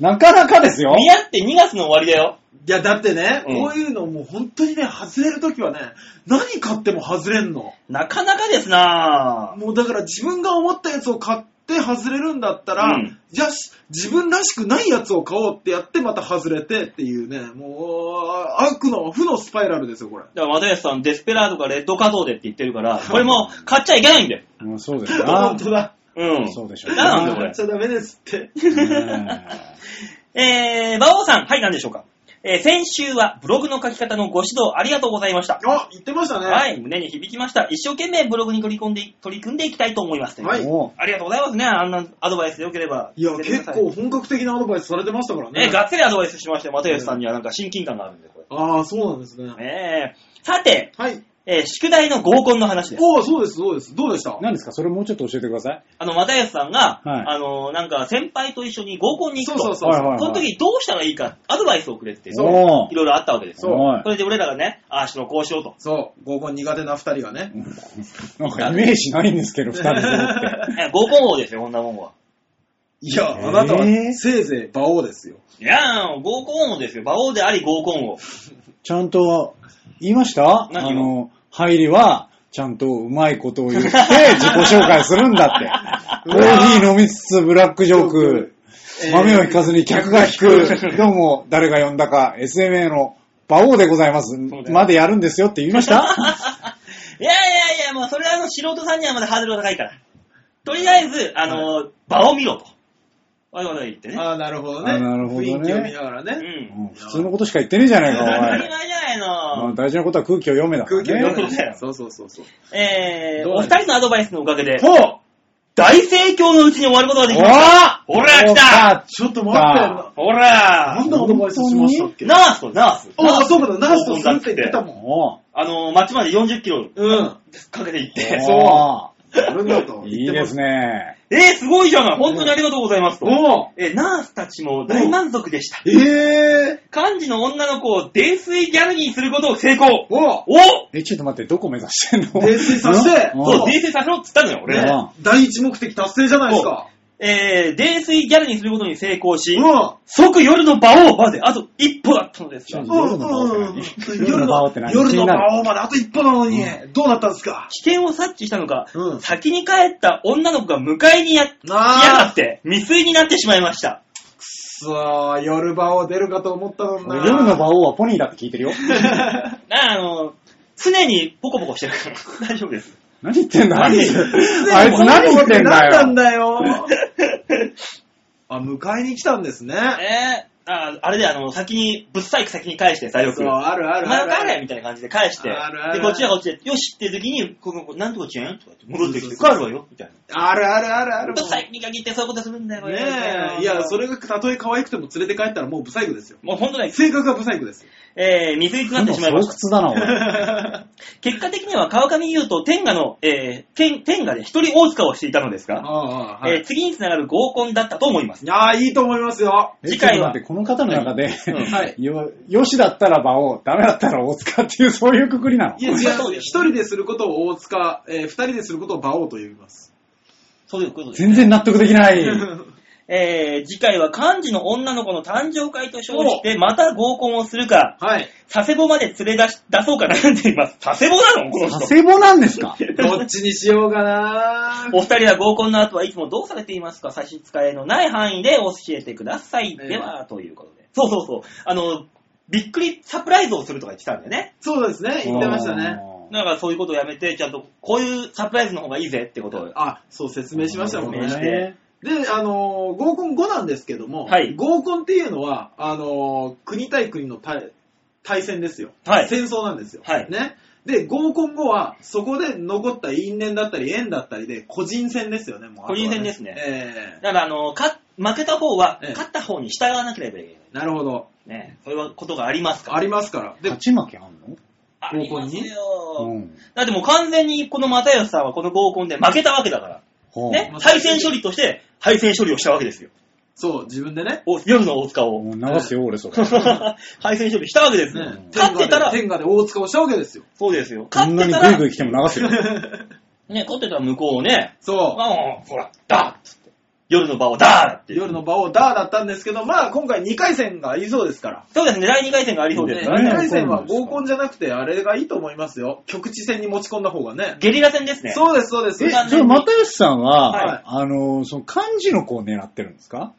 [SPEAKER 3] なかなかですよ。
[SPEAKER 1] 宮って2月の終わりだよ。
[SPEAKER 2] いや、だってね、
[SPEAKER 1] うん
[SPEAKER 2] こういうのもう本当にね、外れるときはね、何買っても外れんの。
[SPEAKER 1] なかなかですなぁ。
[SPEAKER 2] もうだから自分が思ったやつを買って外れるんだったら、
[SPEAKER 1] うん
[SPEAKER 2] じゃあし自分らしくないやつを買おうってやってまた外れてっていうね、もう悪の負のスパイラルですよ、これ。
[SPEAKER 1] だから、又吉さん、デスペラードかレッドカードでって言ってる
[SPEAKER 3] [LAUGHS]
[SPEAKER 1] から、これもう買っちゃいけないんだよ。
[SPEAKER 3] うんそうですな
[SPEAKER 2] 本。当だ。
[SPEAKER 1] うん。
[SPEAKER 3] そうでしょうね
[SPEAKER 1] なんだよ、こ
[SPEAKER 2] 買っ
[SPEAKER 1] れ。
[SPEAKER 2] ちゃダメですって。
[SPEAKER 3] ね
[SPEAKER 1] [LAUGHS] えー、馬王さん、はい、何でしょうか。えー、先週はブログの書き方のご指導ありがとうございました。
[SPEAKER 2] あ、言ってましたね。
[SPEAKER 1] はい、胸に響きました。一生懸命ブログに取り込んで、取り組んでいきたいと思います。
[SPEAKER 2] はい
[SPEAKER 3] も
[SPEAKER 1] ありがとうございますね。あんなアドバイスでよければ。
[SPEAKER 2] いや、
[SPEAKER 1] 教えて
[SPEAKER 2] 結
[SPEAKER 1] ください
[SPEAKER 2] 構。本格的なアドバイスされてましたから
[SPEAKER 1] ね、
[SPEAKER 2] ね。
[SPEAKER 1] がっつりアドバイスしまして、又吉さんにはなんか親近感があるんで、こ
[SPEAKER 2] ああ、そうなんですね。
[SPEAKER 1] れ。ねえ。さて、
[SPEAKER 2] はい。
[SPEAKER 1] えー宿題の合コンの話です。
[SPEAKER 2] おお、そうです、そうです。どうでした
[SPEAKER 3] う何ですかそれもうちょっと教えてください。
[SPEAKER 1] あの、又吉さんが、
[SPEAKER 3] はい
[SPEAKER 1] あの、なんか先輩と一緒に合コンに行
[SPEAKER 2] そ
[SPEAKER 1] く
[SPEAKER 2] う
[SPEAKER 1] と。
[SPEAKER 2] そうそう。
[SPEAKER 3] はいはい
[SPEAKER 1] その時どうしたらいいか、アドバイスをくれって、い
[SPEAKER 3] そ
[SPEAKER 1] ろい
[SPEAKER 3] う
[SPEAKER 1] ろあったわけですよ。
[SPEAKER 3] はい
[SPEAKER 1] それで俺らがね、ああしろこうしようと。
[SPEAKER 2] そう、合コン苦手な二人がね。
[SPEAKER 3] なんかイメージないんですけど、二人
[SPEAKER 1] [LAUGHS]
[SPEAKER 3] 揃って。
[SPEAKER 1] え合コン王ですよ、こんなもんは。
[SPEAKER 2] [LAUGHS] いや、あなたは
[SPEAKER 3] えー
[SPEAKER 2] せいぜい馬王ですよ。
[SPEAKER 1] いやー、合コン王ですよ。馬王であり合コン王。
[SPEAKER 3] ちゃんと、言いましたあ
[SPEAKER 1] 何を
[SPEAKER 3] の、入りは、ちゃんとうまいことを言っ
[SPEAKER 1] [LAUGHS]
[SPEAKER 3] て、自己紹介するんだって。
[SPEAKER 2] う
[SPEAKER 3] コ
[SPEAKER 2] わー
[SPEAKER 3] ーヒー飲みつつ、ブラックジョーク、豆を引かずに客が引く、どうも、誰が呼んだか、SMA の馬王でございます
[SPEAKER 1] うだよ。
[SPEAKER 3] までやるんですよって言いました
[SPEAKER 1] いやいやいや、もうそれはあの素人さんにはまだハードルが高いから。とりあえず、あの、場を見ろと。我々は言ってね。
[SPEAKER 2] ああ、なるほどね。
[SPEAKER 3] あーなるほどね
[SPEAKER 2] 雰囲気を見ながら
[SPEAKER 1] う
[SPEAKER 2] ね。
[SPEAKER 1] ん。
[SPEAKER 3] もう普通のことしか言ってねえじゃないか、お
[SPEAKER 1] 当たり
[SPEAKER 3] 前。
[SPEAKER 1] 前じゃない
[SPEAKER 3] まあ
[SPEAKER 1] の。
[SPEAKER 3] 大事なことは空気を読めだか
[SPEAKER 2] 空
[SPEAKER 3] ら
[SPEAKER 2] 気を
[SPEAKER 3] ね。
[SPEAKER 2] 読む
[SPEAKER 1] ね
[SPEAKER 2] そうそうそうそう。
[SPEAKER 1] えー、
[SPEAKER 2] どう
[SPEAKER 1] お
[SPEAKER 2] な
[SPEAKER 1] 二
[SPEAKER 2] んだ
[SPEAKER 1] 人のアドバイスのおかげで、
[SPEAKER 2] ほう
[SPEAKER 1] 大盛況のうちに終わることができました。ほら、来た
[SPEAKER 2] ちょっと待って。
[SPEAKER 1] ほ
[SPEAKER 2] な
[SPEAKER 1] ら
[SPEAKER 2] んだアドバイスしましたっけ
[SPEAKER 1] ナースとナース。
[SPEAKER 2] ああ、そうかだ、ナースとするって言ってたもん。
[SPEAKER 3] おう
[SPEAKER 1] あの、街まで40キロ
[SPEAKER 2] うん。
[SPEAKER 1] かけて行っ
[SPEAKER 3] お
[SPEAKER 1] て
[SPEAKER 3] う、
[SPEAKER 2] そうなるほど。
[SPEAKER 3] いいですね。
[SPEAKER 1] えー、すごいじゃない本当にありがとうございますと。
[SPEAKER 2] おう
[SPEAKER 1] えー、ナースたちも大満足でした。
[SPEAKER 2] ええ
[SPEAKER 1] 漢字の女の子を泥酔ギャルにすることを成功
[SPEAKER 2] ー、おう
[SPEAKER 1] おそ
[SPEAKER 3] え、ちょっと待って、どこ目指してんの
[SPEAKER 2] 泥酔させて
[SPEAKER 3] うん
[SPEAKER 1] う、
[SPEAKER 3] うん
[SPEAKER 1] 泥酔させろって言ったのよ、俺。
[SPEAKER 2] ね第一目的達成じゃないですか。
[SPEAKER 1] えー、泥酔ギャルにすることに成功し
[SPEAKER 2] う、ん。
[SPEAKER 1] 即夜の馬王まであと一歩だったのですが
[SPEAKER 3] う、ん
[SPEAKER 2] 夜の魔
[SPEAKER 3] 夜の魔
[SPEAKER 2] 王
[SPEAKER 3] 王
[SPEAKER 2] っ
[SPEAKER 3] っ
[SPEAKER 2] 何
[SPEAKER 3] てて何夜の魔王って何
[SPEAKER 2] 夜の
[SPEAKER 3] 気になる
[SPEAKER 2] 魔王まであと一歩なのに、どうなったんですか
[SPEAKER 1] 危険を察知したのか、
[SPEAKER 2] うん
[SPEAKER 1] 先に帰った女の子が迎えにやっ
[SPEAKER 2] あー
[SPEAKER 1] やがって、未遂になってしまいました。
[SPEAKER 2] そう夜魔王出るかと思ったのにな。
[SPEAKER 3] 夜の馬王はポニーだって聞いてるよ。
[SPEAKER 1] なあ、あの、常にポコポコしてるから、大丈夫 [LAUGHS] です。
[SPEAKER 3] 何言ってんだあいつ。
[SPEAKER 1] 何
[SPEAKER 3] あいつ何言ってんだ
[SPEAKER 2] 何なん
[SPEAKER 3] よ。
[SPEAKER 2] だよ。あ、迎えに来たんですね。
[SPEAKER 1] えー、ああれで、あの、先に、ぶっさいく先に返して、さ、よく。
[SPEAKER 2] そう、あるあ
[SPEAKER 1] お
[SPEAKER 2] る
[SPEAKER 1] 前
[SPEAKER 2] ある
[SPEAKER 1] は帰れみたいな感じで返して、
[SPEAKER 2] あるあ
[SPEAKER 1] で、
[SPEAKER 2] る
[SPEAKER 1] こっちはこっちで、よしって時に、この子、なんとかちんとかって戻ってきて、
[SPEAKER 2] そうそうそう
[SPEAKER 1] 帰るわよみたい
[SPEAKER 2] あるあるあるあ
[SPEAKER 1] な。
[SPEAKER 2] る。
[SPEAKER 1] ぶっさいに限ってそういうことするんだよ、
[SPEAKER 2] ねえ。いや、そ。れがたとえ可愛くても連れて帰ったらもうブサイクですよ。
[SPEAKER 1] もう本当ね、
[SPEAKER 2] 性格がブサイクですよ。
[SPEAKER 1] えー、未遂となってしまいま
[SPEAKER 3] 洞
[SPEAKER 1] し
[SPEAKER 3] 窟
[SPEAKER 1] た。
[SPEAKER 3] だな、俺。
[SPEAKER 1] 結果的には川上優と天下の、えー、天天下で一人大塚をしていたのです
[SPEAKER 2] あ
[SPEAKER 1] が、
[SPEAKER 2] あ、ああは
[SPEAKER 1] えー
[SPEAKER 2] い。
[SPEAKER 1] 次につながる合コンだったと思います。
[SPEAKER 2] いやーいいと思いますよ。
[SPEAKER 3] え
[SPEAKER 1] 次回は
[SPEAKER 3] ちょっと待って、この方の中で、
[SPEAKER 1] うん
[SPEAKER 2] はい
[SPEAKER 3] よ、よしだったら馬王、ダメだったら大塚っていう、そういうくくりなの
[SPEAKER 2] いや、違う
[SPEAKER 1] そう。です
[SPEAKER 2] 一人ですることを大塚、えー二人ですることを馬王と呼びます。
[SPEAKER 1] そういうことです。
[SPEAKER 3] 全然納得できない。 [LAUGHS]
[SPEAKER 1] えー、次回は漢字の女の子の誕生会と称して、また合コンをするか、
[SPEAKER 2] はい。
[SPEAKER 1] 佐世保まで連れ出し出そうか悩んでいます。佐世保なのこの人
[SPEAKER 3] 佐。世保なんですか
[SPEAKER 2] [LAUGHS] どっちにしようか
[SPEAKER 1] [LAUGHS]
[SPEAKER 2] な
[SPEAKER 1] お二人は合コンの後はいつもどうされていますか差し支えのない範囲で教えてください。
[SPEAKER 2] ええ
[SPEAKER 1] では、ということで。そうそうそう。あの、びっくりサプライズをするとか言ってたんだよね。
[SPEAKER 2] そうですね。言ってましたね。
[SPEAKER 1] だからそういうことをやめて、ちゃんとこういうサプライズの方がいいぜってことを。
[SPEAKER 2] あ、そう説明しましたもん
[SPEAKER 1] 説明し
[SPEAKER 2] ね。
[SPEAKER 1] て
[SPEAKER 3] ね
[SPEAKER 2] で、あのー合コン5なんですけども、
[SPEAKER 1] はい
[SPEAKER 2] 合コンっていうのは、あのー国対国の対対戦ですよ。
[SPEAKER 1] はい
[SPEAKER 2] 戦争なんですよ。
[SPEAKER 1] はい
[SPEAKER 2] ね。で、合コン後は、そこで残った因縁だったり縁だったりで、個人戦ですよね、もうあとは
[SPEAKER 1] 個人戦ですね
[SPEAKER 2] ええ
[SPEAKER 1] だから、あの、か負けた方は
[SPEAKER 2] ええ、
[SPEAKER 1] 勝った方に従わなければいけ
[SPEAKER 2] なるほど。
[SPEAKER 1] ない。ね。そういうことがありますか
[SPEAKER 2] あ
[SPEAKER 1] ら。
[SPEAKER 2] りますから。で、
[SPEAKER 3] 勝ち負けあんの
[SPEAKER 1] ありますよ。
[SPEAKER 3] うん。
[SPEAKER 1] だってもう完全にこの又吉さんはこの合コンで負けたわけだから。
[SPEAKER 3] ほう
[SPEAKER 1] ね
[SPEAKER 2] ま。あ
[SPEAKER 1] 敗戦処理として、敗戦処理をしたわけですよ。
[SPEAKER 2] そう、自分でね。
[SPEAKER 1] お夜の大塚を。
[SPEAKER 3] もう流すよ、
[SPEAKER 2] [LAUGHS]
[SPEAKER 3] 俺、それ。
[SPEAKER 1] [LAUGHS] 敗戦処理したわけですよ。
[SPEAKER 2] ね
[SPEAKER 1] 勝ってたら、
[SPEAKER 2] 天下で天下で大塚をしたわけですよ。
[SPEAKER 1] そうですよ。
[SPEAKER 3] こ
[SPEAKER 1] 勝
[SPEAKER 3] ん
[SPEAKER 1] っ
[SPEAKER 3] な
[SPEAKER 1] て
[SPEAKER 3] に
[SPEAKER 1] た
[SPEAKER 3] グイ
[SPEAKER 1] ら、
[SPEAKER 3] グ
[SPEAKER 1] ね、
[SPEAKER 3] イ来ても流すよ。
[SPEAKER 1] 勝ってたら向こうをね、
[SPEAKER 2] そう。
[SPEAKER 1] ああほら、ダーっつって。夜の場をダーって。
[SPEAKER 2] 夜の場をダーだったんですけど、まあ今回2回戦がいそうですから。
[SPEAKER 1] そうですね、第2回戦がありそうですから
[SPEAKER 3] ね
[SPEAKER 2] 2
[SPEAKER 1] ね。
[SPEAKER 2] 回戦は合コンじゃなくて、あれがいいと思いますよ。局地戦に持ち込んだ方がね。
[SPEAKER 1] ゲリラ戦ですね。
[SPEAKER 2] そうです、そうです。
[SPEAKER 3] え、
[SPEAKER 1] 完
[SPEAKER 3] それ、
[SPEAKER 1] 全に
[SPEAKER 3] 又吉さんは、
[SPEAKER 2] はい
[SPEAKER 3] あの、その漢字の子を狙ってるんですか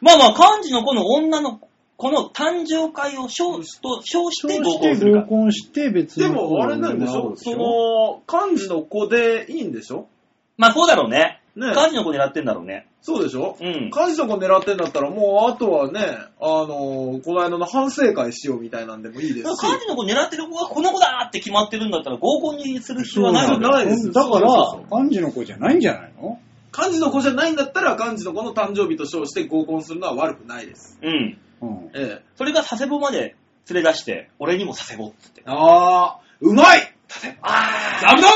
[SPEAKER 1] まあまあ、漢字のこの女の子の誕生会を称すと称して合コンする
[SPEAKER 3] 合
[SPEAKER 1] か。
[SPEAKER 3] コンして別
[SPEAKER 2] で
[SPEAKER 3] の子
[SPEAKER 2] も
[SPEAKER 3] を
[SPEAKER 2] あれなんでし
[SPEAKER 3] 狙う
[SPEAKER 2] ょ
[SPEAKER 3] でし
[SPEAKER 2] その、漢字の子でいいんでしょ
[SPEAKER 1] まあそうだろうね。
[SPEAKER 2] ね
[SPEAKER 1] 漢字の子狙ってんだろうね。
[SPEAKER 2] そうでしょ
[SPEAKER 1] うん
[SPEAKER 2] 漢字の子狙ってんだったら、もうあとはね、あのーこの間の反省会しようみたいなんでもいいですし。
[SPEAKER 1] 漢字の子狙ってる子がこの子だって決まってるんだったら合コンにする必要はない
[SPEAKER 2] そ
[SPEAKER 1] わ
[SPEAKER 2] う
[SPEAKER 1] け
[SPEAKER 2] な
[SPEAKER 1] だ
[SPEAKER 2] いですよ
[SPEAKER 3] だか
[SPEAKER 2] そうそう
[SPEAKER 3] ら、
[SPEAKER 2] そう
[SPEAKER 3] 漢字の子じゃないんじゃないの
[SPEAKER 2] 漢字の子じゃないんだったら、漢字の子の誕生日と称して合コンするのは悪くないです。
[SPEAKER 1] うん。
[SPEAKER 3] うん。
[SPEAKER 2] ええ。
[SPEAKER 1] それが佐世保まで連れ出して、俺にも佐世保って言って。
[SPEAKER 2] あー、うまい
[SPEAKER 1] あ
[SPEAKER 2] ダブドン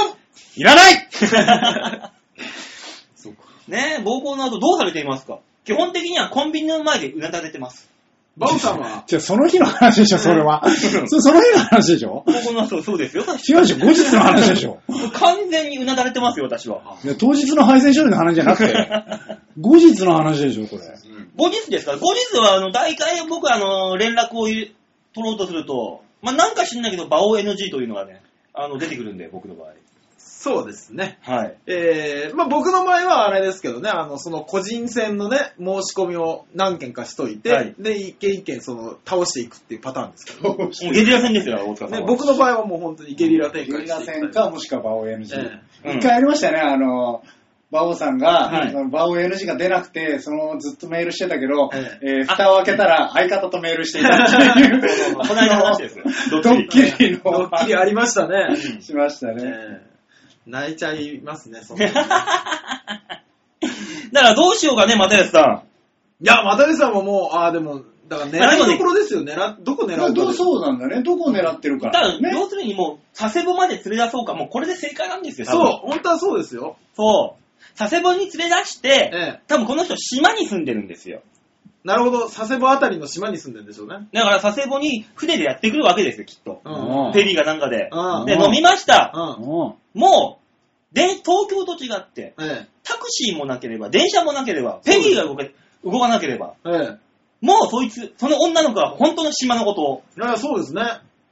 [SPEAKER 3] いらない [LAUGHS]
[SPEAKER 1] [LAUGHS]
[SPEAKER 2] そうか。
[SPEAKER 1] ねえ、合コンの後どうされていますか基本的にはコンビニの前でうなだれてます。
[SPEAKER 2] バオさんは
[SPEAKER 3] じゃあその日の話でしょ、それは。そその日の話でしょ
[SPEAKER 1] 合コンの後そうですよ、私。
[SPEAKER 3] 違うでしょ、後日の話でしょ。
[SPEAKER 1] 完全にうなだれてますよ、私は。
[SPEAKER 3] いや当日の配線処理の話じゃな
[SPEAKER 2] [LAUGHS]
[SPEAKER 3] くて、後日の話でしょ、これ。
[SPEAKER 1] 後日ですから、後日は、あの、大体僕、あの、連絡を入れ取ろうとすると、まあ、なんか知んないけど、バオ NG というのがね、あの、出てくるんで、僕の場合。
[SPEAKER 2] [LAUGHS] そうですね。
[SPEAKER 1] はい。
[SPEAKER 2] えー、まあ僕の場合はあれですけどね、あの、その個人戦のね、申し込みを何件かしといて、
[SPEAKER 1] はい
[SPEAKER 2] で、一件一件その、倒していくっていうパターンですけど、
[SPEAKER 1] もうゲリラ戦ですよ、大塚さん
[SPEAKER 2] ね
[SPEAKER 1] は。、 [LAUGHS]
[SPEAKER 2] 僕の場合はもう本当にゲリラ展
[SPEAKER 5] ゲ
[SPEAKER 2] 開
[SPEAKER 5] リ
[SPEAKER 2] し
[SPEAKER 5] ラ
[SPEAKER 2] ていく
[SPEAKER 5] 戦か、もしくは馬王 NG。
[SPEAKER 2] ええ
[SPEAKER 1] うん
[SPEAKER 5] 一回ありましたよね、あの、馬王さんが、
[SPEAKER 1] はい、
[SPEAKER 5] その馬王 NG が出なくて、そのずっとメールしてたけど、
[SPEAKER 2] え
[SPEAKER 5] えー蓋を開けたら相方とメールしていたっていう
[SPEAKER 1] この間の話ですよ。
[SPEAKER 5] ドッキリ
[SPEAKER 2] ド
[SPEAKER 5] の
[SPEAKER 2] ッキリありましたね。
[SPEAKER 5] しました
[SPEAKER 2] え
[SPEAKER 5] ね。
[SPEAKER 2] ー泣いちゃいますね、その。い
[SPEAKER 1] だからどうしようかね、又吉さん。
[SPEAKER 2] や、又吉さんももう、ああ、でも、だから
[SPEAKER 1] まあでも
[SPEAKER 2] 狙い
[SPEAKER 1] ね
[SPEAKER 2] どころですよ、狙っどこ狙
[SPEAKER 5] だ
[SPEAKER 2] う
[SPEAKER 5] か
[SPEAKER 2] から
[SPEAKER 5] どう
[SPEAKER 2] です
[SPEAKER 5] そうなんだね。どこを狙ってるか。
[SPEAKER 1] ただ、
[SPEAKER 5] ね。
[SPEAKER 1] 要するにもう、佐世保まで連れ出そうか、もうこれで正解なんですよ、多
[SPEAKER 2] そう
[SPEAKER 1] 分、
[SPEAKER 2] 本当はそうですよ。
[SPEAKER 1] そう。佐世保に連れ出して、
[SPEAKER 2] ええ
[SPEAKER 1] 多分この人、島に住んでるんですよ。
[SPEAKER 2] なるほど、佐世保あたりの島に住んでるんでしょうね。
[SPEAKER 1] だから佐世保に船でやってくるわけですよ、きっと。
[SPEAKER 2] うん
[SPEAKER 3] うん
[SPEAKER 1] ペリーがなんかで。
[SPEAKER 2] うん
[SPEAKER 1] で、
[SPEAKER 3] うん
[SPEAKER 1] 飲みました。
[SPEAKER 2] うん。
[SPEAKER 1] もう、で、東京と違って、
[SPEAKER 2] ええ。
[SPEAKER 1] タクシーもなければ、電車もなければ、ペリーが動け動かなければ、
[SPEAKER 2] ええ。
[SPEAKER 1] もうそいつ、その女の子は本当の島のことを、
[SPEAKER 2] いや、そうですね。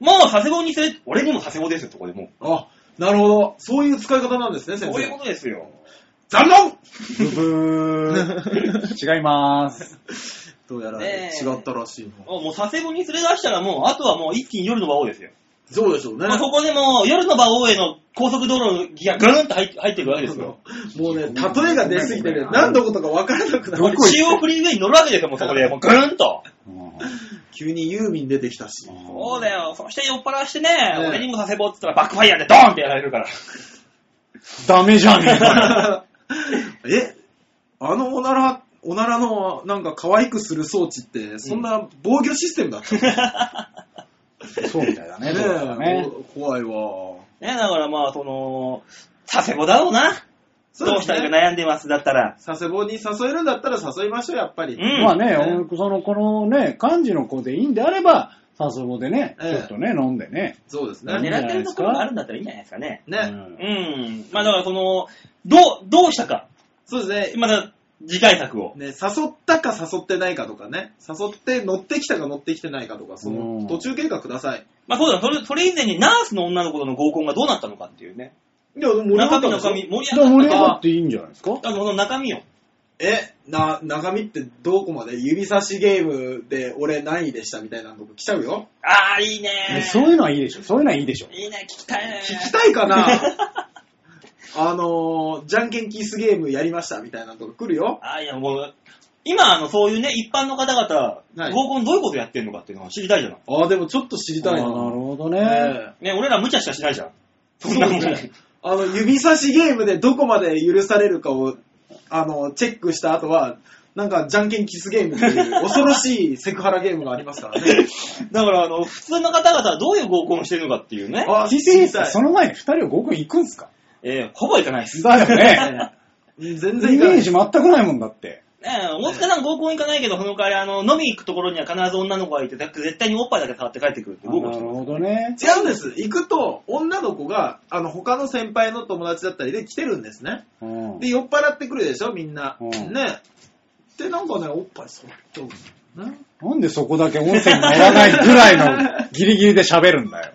[SPEAKER 1] もう佐世保に連れ、俺にも佐世保ですよ、そこでもう。
[SPEAKER 2] あ、なるほど。そういう使い方なんですね、先生。
[SPEAKER 1] そういうことですよ。
[SPEAKER 2] 残念
[SPEAKER 3] ブ
[SPEAKER 2] [LAUGHS]
[SPEAKER 3] ブー。違いま
[SPEAKER 5] [LAUGHS]
[SPEAKER 3] ーす。
[SPEAKER 2] どうやら
[SPEAKER 1] ねえ
[SPEAKER 2] 違ったらしいな。
[SPEAKER 1] もう佐世保に連れ出したらもう、あとはもう一気に夜の馬王ですよ。
[SPEAKER 2] そうでしょうね。
[SPEAKER 1] まあ、そこでもう夜の馬王への高速道路のギアがぐーンと入って入っていくわけですよ。
[SPEAKER 2] もうね、例えが出すぎてね、何のことか分からなくな
[SPEAKER 3] ど
[SPEAKER 2] る。
[SPEAKER 3] こ行って
[SPEAKER 1] 中央フリーウェイに乗るわけですよ、もうそこで。もうぐーンと。
[SPEAKER 3] うん
[SPEAKER 2] 急にユーミン出てきたし。 [LAUGHS]
[SPEAKER 1] そうだよ。そして酔っ払わしてね、
[SPEAKER 2] ええ
[SPEAKER 1] 俺にも佐世保って言ったらバックファイヤーでドーンってやられるから。
[SPEAKER 3] ダメじゃねえか。
[SPEAKER 2] [LAUGHS] え、あのおなら、おならのなんか可愛くする装置って、そんな防御システムだったのね
[SPEAKER 3] そうみたいだね。
[SPEAKER 2] え
[SPEAKER 3] どうやらね
[SPEAKER 2] お怖いわ。
[SPEAKER 1] ね、だからまあ、その、佐世保だろうな。どうしたらいいか悩んでます、だったら。
[SPEAKER 2] 佐世保に誘えるんだったら誘いましょう、やっぱり。
[SPEAKER 1] うん
[SPEAKER 3] まあね、その、このね、漢字の子でいいんであれば、さすがでね、
[SPEAKER 2] ええ
[SPEAKER 3] ちょっとね、飲んでね。
[SPEAKER 2] そうですね。
[SPEAKER 1] 狙ってるところがあるんだったらいいんじゃないですかね。
[SPEAKER 2] ね、
[SPEAKER 3] うん
[SPEAKER 1] うん。まあだからその、どう、どうしたか。
[SPEAKER 2] そうですね。
[SPEAKER 1] まだ次回作を。
[SPEAKER 2] ね、誘ったか誘ってないかとかね、誘って乗ってきたか乗ってきてないかとか、そ
[SPEAKER 3] うん
[SPEAKER 2] の途中経過ください。
[SPEAKER 1] まあそうだ、それ、それ以前にナースの女の子との合コンがどうなったのかっていうね。
[SPEAKER 2] いや、盛り上が
[SPEAKER 1] 中
[SPEAKER 2] っ
[SPEAKER 1] 身
[SPEAKER 2] た
[SPEAKER 1] の
[SPEAKER 2] でしょ
[SPEAKER 1] 髪、盛り
[SPEAKER 3] だから
[SPEAKER 1] 上
[SPEAKER 3] 盛り上
[SPEAKER 1] が
[SPEAKER 3] が
[SPEAKER 1] っ
[SPEAKER 3] っていいんじゃないですか
[SPEAKER 1] た。あの、その中身を。
[SPEAKER 2] え、な、中身ってどこまで指差しゲームで俺何位でしたみたいなのと来ちゃうよ。
[SPEAKER 1] ああ、いいねー
[SPEAKER 3] ねそういうのはいいでしょ。そういうのはいいでしょ。
[SPEAKER 1] いいね、聞きたいね
[SPEAKER 2] 聞
[SPEAKER 1] [LAUGHS]
[SPEAKER 2] きたいか
[SPEAKER 3] [LAUGHS]
[SPEAKER 2] なあのー、じゃんけんキースゲームやりましたみたいなのとか来るよ。
[SPEAKER 1] ああ、いや、もう、今、あの、そういうね、一般の方々、
[SPEAKER 2] はい
[SPEAKER 1] 合コンどういうことやってるのかっていうのを知りたいじゃない。
[SPEAKER 2] ああ、でもちょっと知りたい
[SPEAKER 3] あ
[SPEAKER 2] な。
[SPEAKER 3] ーなるほど
[SPEAKER 2] え
[SPEAKER 3] ね。
[SPEAKER 2] え
[SPEAKER 1] ね、俺ら無茶しかしないじゃん。そんなもん
[SPEAKER 2] そうですねあの、指差しゲームでどこまで許されるかを、あの、チェックした後は、なんか、じゃんけんキスゲームって
[SPEAKER 3] [LAUGHS]
[SPEAKER 2] いう恐ろしいセクハラゲームがありますからね。
[SPEAKER 1] だから、あの、普通の方々はどういう合コンをしてるのかっていうね。
[SPEAKER 2] あ、知
[SPEAKER 3] TCS
[SPEAKER 2] り
[SPEAKER 3] さ
[SPEAKER 2] た
[SPEAKER 3] んそ
[SPEAKER 2] い。
[SPEAKER 3] の前に二人は合コン行くんすか
[SPEAKER 1] えー、ほぼいかないです。ね
[SPEAKER 3] だよ
[SPEAKER 1] [LAUGHS]
[SPEAKER 3] ね。
[SPEAKER 2] 全然
[SPEAKER 3] イ
[SPEAKER 2] いかな
[SPEAKER 3] メー
[SPEAKER 2] い
[SPEAKER 3] ジ。全くないもんだって。
[SPEAKER 1] 大塚さん合コン行かないけど、その代わり、あの、飲み行くところには必ず女の子がいて、だって絶対におっぱいだけ触って帰ってくるって
[SPEAKER 3] な
[SPEAKER 1] 合コンし
[SPEAKER 3] る
[SPEAKER 1] てる。
[SPEAKER 3] ほどね。
[SPEAKER 2] 違うんです。行くと、女の子が、あの、他の先輩の友達だったりで来てるんですね。
[SPEAKER 3] うん
[SPEAKER 2] で、酔っ払ってくるでしょ、みんな。
[SPEAKER 3] うん
[SPEAKER 2] ね。で、なんかね、おっぱいそっと。ね
[SPEAKER 3] なんでそこだけ音声に乗らないぐらい
[SPEAKER 2] [LAUGHS]
[SPEAKER 3] のギリギリで喋るんだよ。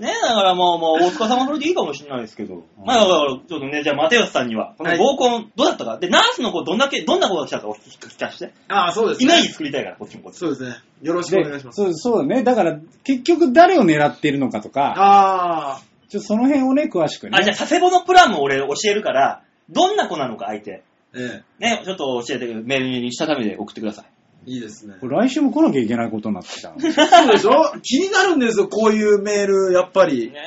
[SPEAKER 1] ねえ、だからもう、もう、大塚さんはそれでいいかもしれないですけど。まあ、だから、ちょっとね、じゃあ、又吉さんには、この合コン、どうだったか。で、ナースの子、どんだけ、どんな子が来たかお聞かせて。
[SPEAKER 2] ああ、そうです
[SPEAKER 1] イ
[SPEAKER 2] ね。
[SPEAKER 1] メージ作りたいから、こっちもこっちも。
[SPEAKER 2] そうですね。よろしくお願い
[SPEAKER 3] で
[SPEAKER 2] し、ます。
[SPEAKER 3] そうそうだね。だから、結局誰を狙っているのかとか、
[SPEAKER 2] ああ、
[SPEAKER 3] ちょっとその辺をね、詳しくね。
[SPEAKER 1] あ、じゃあ、佐世保のプランも俺教えるから、どんな子なのか、相手。
[SPEAKER 2] え
[SPEAKER 1] ね、ちょっと教えて、メールにしたためで送ってください。
[SPEAKER 2] え、いいですね。
[SPEAKER 3] これ来週も来なきゃいけないことになってきたの。
[SPEAKER 2] そうでしょ気になるんですよ、こういうメール、やっぱり。
[SPEAKER 1] ね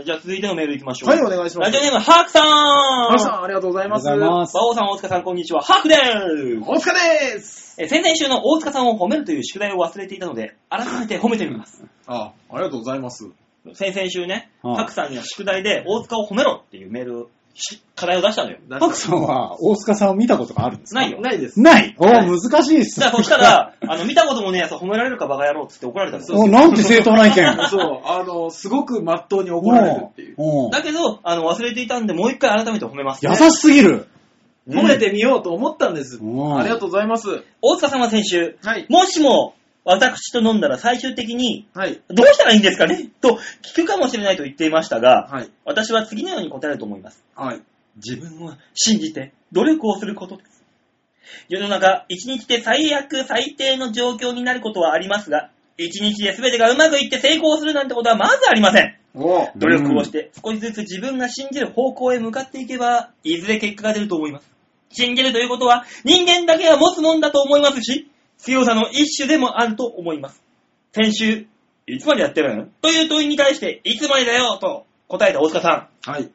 [SPEAKER 1] え、じゃあ、続いてのメールいきましょう。
[SPEAKER 2] はいお願いしま
[SPEAKER 1] ラ
[SPEAKER 2] す
[SPEAKER 1] ジオネーム、ハークさん
[SPEAKER 2] マキさん、ありがとうござい
[SPEAKER 3] あり
[SPEAKER 2] ま
[SPEAKER 3] がとうご
[SPEAKER 2] す。
[SPEAKER 3] ざいます。
[SPEAKER 1] 馬王さん、大塚さん、こんにちは。ハークでー
[SPEAKER 2] お疲れで
[SPEAKER 1] す
[SPEAKER 2] す。
[SPEAKER 1] え先々週の大塚さんを褒めるという宿題を忘れていたので、改めて褒めてみます。
[SPEAKER 2] あ、ありがとうございます。
[SPEAKER 1] 先々週ね、
[SPEAKER 3] うん
[SPEAKER 1] ハクさんには宿題で大塚を褒めろっていうメール、し課題を出した
[SPEAKER 3] [LAUGHS]
[SPEAKER 1] のよ。
[SPEAKER 2] パ
[SPEAKER 3] パクさんは大塚さんを見たことがあるんですか
[SPEAKER 1] ないよ。
[SPEAKER 2] ないです。
[SPEAKER 3] ないお
[SPEAKER 2] ない
[SPEAKER 3] ー難しいっす。
[SPEAKER 1] じゃあそしたら、 [LAUGHS] あの、見たこともねえやつ褒められるかバカ野郎っつって怒られたの
[SPEAKER 3] お、なんて正当な意見。
[SPEAKER 2] そう、あの、すごく真っ当に怒られるっていう。
[SPEAKER 3] おーおー
[SPEAKER 1] だけど、あの、忘れていたんで、もう一回改めて褒めます、
[SPEAKER 3] 優しすぎる。
[SPEAKER 2] 褒めてみようと思ったんです。
[SPEAKER 3] うん
[SPEAKER 2] ありがとうございます。
[SPEAKER 1] 大塚さんは先週、
[SPEAKER 2] はい。
[SPEAKER 1] もしも、私と飲んだら最終的に、
[SPEAKER 2] はい。
[SPEAKER 1] どうしたらいいんですかねと聞くかもしれないと言っていましたが、
[SPEAKER 2] はい。
[SPEAKER 1] 私は次のように答えると思います。
[SPEAKER 2] はい。
[SPEAKER 1] 自分を信じて努力をすることです。世の中、一日で最悪最低の状況になることはありますが、一日で全てがうまくいって成功するなんてことはまずありません。
[SPEAKER 2] お
[SPEAKER 1] 努力をして少しずつ自分が信じる方向へ向かっていけば、いずれ結果が出ると思います。信じるということは人間だけが持つもんだと思いますし、強さの一種でもあると思います。先週、いつまでやってるのという問いに対して、いつまでだよと答えた大塚さん。
[SPEAKER 2] はい。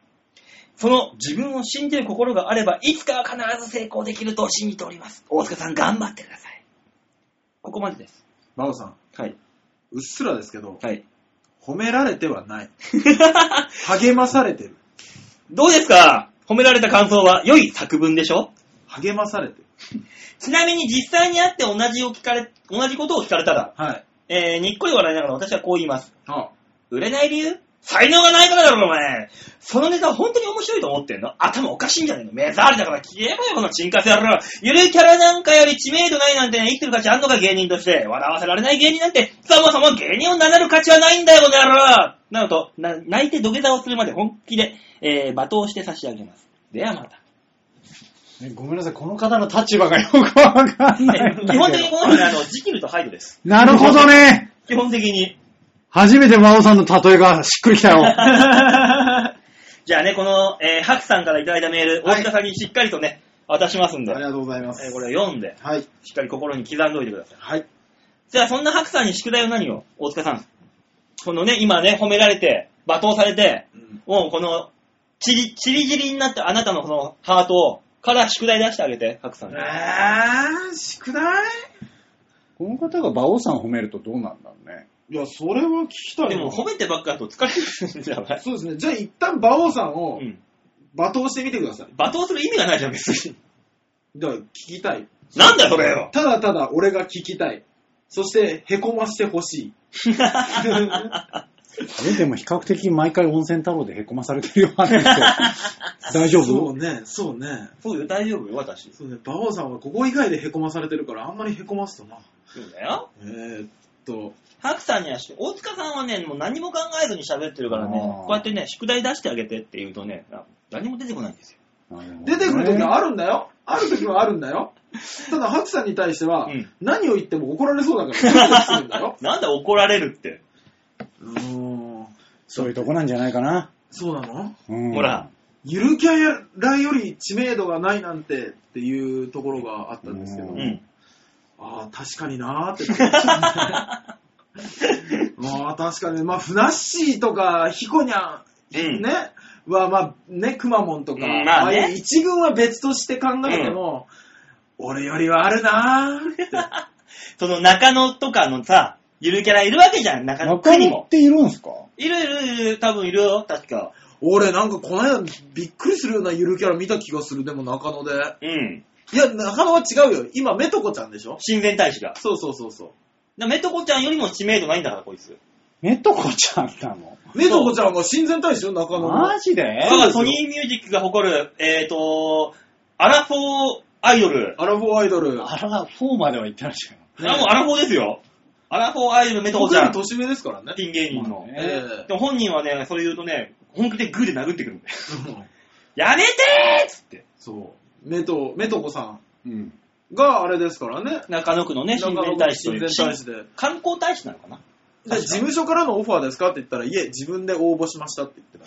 [SPEAKER 1] その自分を信じる心があれば、いつかは必ず成功できると信じております。大塚さん、頑張ってください。ここまでです。
[SPEAKER 2] バオさん、
[SPEAKER 1] はい。
[SPEAKER 2] うっすらですけど、
[SPEAKER 1] はい。
[SPEAKER 2] 褒められては [LAUGHS] ない。励まされてる。
[SPEAKER 1] どうですか褒められた感想は良い作文でしょ
[SPEAKER 2] 励まされてる。
[SPEAKER 1] ちなみに実際に会って同じを聞かれ、同じことを聞かれたら、
[SPEAKER 2] はい。
[SPEAKER 1] えー、にっこり笑いながら私はこう言います。
[SPEAKER 2] あ
[SPEAKER 1] 売れない理由才能がないからだろ、お前。そのネタ本当に面白いと思ってんの頭おかしいんじゃねえの目障りだから消えばよ、このチンカス野郎。ゆるいキャラなんかより知名度ないなんて、ね、生きてる価値あんのか、芸人として。笑わせられない芸人なんて、そもそも芸人を名乗る価値はないんだよ、この野郎。なのと、な泣いて土下座をするまで本気で、えー、罵倒して差し上げます。では
[SPEAKER 3] [LAUGHS]
[SPEAKER 1] また。
[SPEAKER 3] えごめんなさい、この方の立場がよくわかんないんだけど。
[SPEAKER 1] 基本的にこの人ね、あの、ジキルとハイドです。
[SPEAKER 3] なるほどね。
[SPEAKER 1] 基本的に。
[SPEAKER 3] 初めて真央さんの例えがしっくりきたよ。
[SPEAKER 1] [LAUGHS] じゃあね、この、えー、ハクさんからいただいたメール、
[SPEAKER 2] はい
[SPEAKER 1] 大塚さんにしっかりとね、渡しますんで、
[SPEAKER 2] りがとうございま
[SPEAKER 1] えー
[SPEAKER 2] す。
[SPEAKER 1] これ読んで、
[SPEAKER 2] はい。
[SPEAKER 1] しっかり心に刻んでおいてください。
[SPEAKER 2] はい。
[SPEAKER 1] じゃあ、そんなハクさんに宿題を何を大塚さん。このね、今ね、褒められて、罵倒されて、もうこの、ちり、ちりじりになったあなたのこのハートを、から宿題出してあげて、ハクさんに。
[SPEAKER 2] えー、宿題
[SPEAKER 3] この方が馬王さんを褒めるとどうなんだろうね。
[SPEAKER 2] いや、それは聞きたいな
[SPEAKER 1] でも、褒めてばっかだと疲れるんじゃない
[SPEAKER 2] そうですね。じゃあ一旦馬王さん
[SPEAKER 1] う
[SPEAKER 2] を
[SPEAKER 1] ん。
[SPEAKER 2] 罵倒してみてください。
[SPEAKER 1] 罵倒する意味がないじゃん、別に。
[SPEAKER 2] だから聞きたい。
[SPEAKER 1] なんだよそれよ。
[SPEAKER 2] ただただ俺が聞きたい。そして、へこましてほしい。 [LAUGHS]
[SPEAKER 3] え、でも比較的毎回温泉太郎でへこまされてるよ、あの人大丈
[SPEAKER 2] そ
[SPEAKER 3] 夫
[SPEAKER 2] うね、そうね。
[SPEAKER 1] そうよ、大丈夫よ、私。
[SPEAKER 2] そうね、馬王さんはここ以外でへこまされてるから、あんまりへこますとな。
[SPEAKER 1] そうだよ。
[SPEAKER 2] えー、っと、
[SPEAKER 1] ハクさんにはし、大塚さんはね、もう何も考えずに喋ってるからね、
[SPEAKER 3] あー
[SPEAKER 1] こうやってね、宿題出してあげてって言うとね、あ何も出てこないんですよ。
[SPEAKER 2] 出てくる時
[SPEAKER 3] な
[SPEAKER 2] はあるんだよ。ある時はあるんだよ。ただ、ハクさんに対しては、
[SPEAKER 1] うん。
[SPEAKER 2] 何を言っても怒られそうだから、ドキドキするんだよ
[SPEAKER 1] [LAUGHS] なんだ怒られるって。
[SPEAKER 2] うーん。
[SPEAKER 3] そういうとこなんじゃないかな。
[SPEAKER 2] そうなの
[SPEAKER 3] うん
[SPEAKER 1] ほら。、
[SPEAKER 2] ゆるキャラより知名度がないなんてっていうところがあったんですけど、
[SPEAKER 3] う
[SPEAKER 1] うん。
[SPEAKER 2] ああ、確かになーって [LAUGHS] なっちゃうね。まあ、確かに。まあ、ふなっしーとか、ひこにゃ
[SPEAKER 1] うん
[SPEAKER 2] ん、ね、は、まあ、ね、くまモンと
[SPEAKER 1] う
[SPEAKER 2] か、
[SPEAKER 1] んまあね
[SPEAKER 2] いう一軍は別として考えても、俺よりはあるなー [LAUGHS] って。
[SPEAKER 1] その中野とかのさ、ゆるキャラいるわけじゃん、中野
[SPEAKER 3] 中
[SPEAKER 1] 区に
[SPEAKER 3] 野っ
[SPEAKER 1] も。
[SPEAKER 3] ているんすか
[SPEAKER 1] いるいるいる、多分いるよ、確か。
[SPEAKER 2] 俺、なんか、この間、びっくりするようなゆるキャラ見た気がする、でも中野で。
[SPEAKER 1] うん。
[SPEAKER 2] いや、中野は違うよ。今、メトコちゃんでしょ
[SPEAKER 1] 親善大使が。だか
[SPEAKER 2] そうそうそうそう。
[SPEAKER 1] らメトコちゃんよりも知名度ないんだから、こいつ。
[SPEAKER 3] メトコちゃんなの。
[SPEAKER 2] メトコちゃんが親善大使よ、中野の。
[SPEAKER 3] マジで
[SPEAKER 1] だからソニーミュージックが誇る、えっ、ー、と、アラフォーアイドル。
[SPEAKER 2] アラフォーアイドル。
[SPEAKER 3] あら、4までは行ってないじゃん。
[SPEAKER 1] あもうアラフォーですよ。アラフォーアイドルメトコ
[SPEAKER 2] 僕
[SPEAKER 1] ちゃ
[SPEAKER 2] ら
[SPEAKER 1] ん。
[SPEAKER 2] 年上ですからね。
[SPEAKER 1] ピン芸人の。
[SPEAKER 3] まあね
[SPEAKER 2] ええ
[SPEAKER 1] でも本人はね、それ言うとね、本気でグーで殴ってくるんだよ。
[SPEAKER 2] うん
[SPEAKER 1] [LAUGHS] やめてーっつって。
[SPEAKER 2] そう。メト、メトコさ
[SPEAKER 3] うん。
[SPEAKER 2] んがあれですからね。
[SPEAKER 1] 中野区のね、
[SPEAKER 2] 中
[SPEAKER 1] 新
[SPEAKER 2] 野区
[SPEAKER 1] 聞大使と
[SPEAKER 2] 親
[SPEAKER 1] いう
[SPEAKER 2] 善大使で。
[SPEAKER 1] 観光大使なのかな
[SPEAKER 2] で、事務所からのオファーですかって言ったら、いえ、自分で応募しましたって言って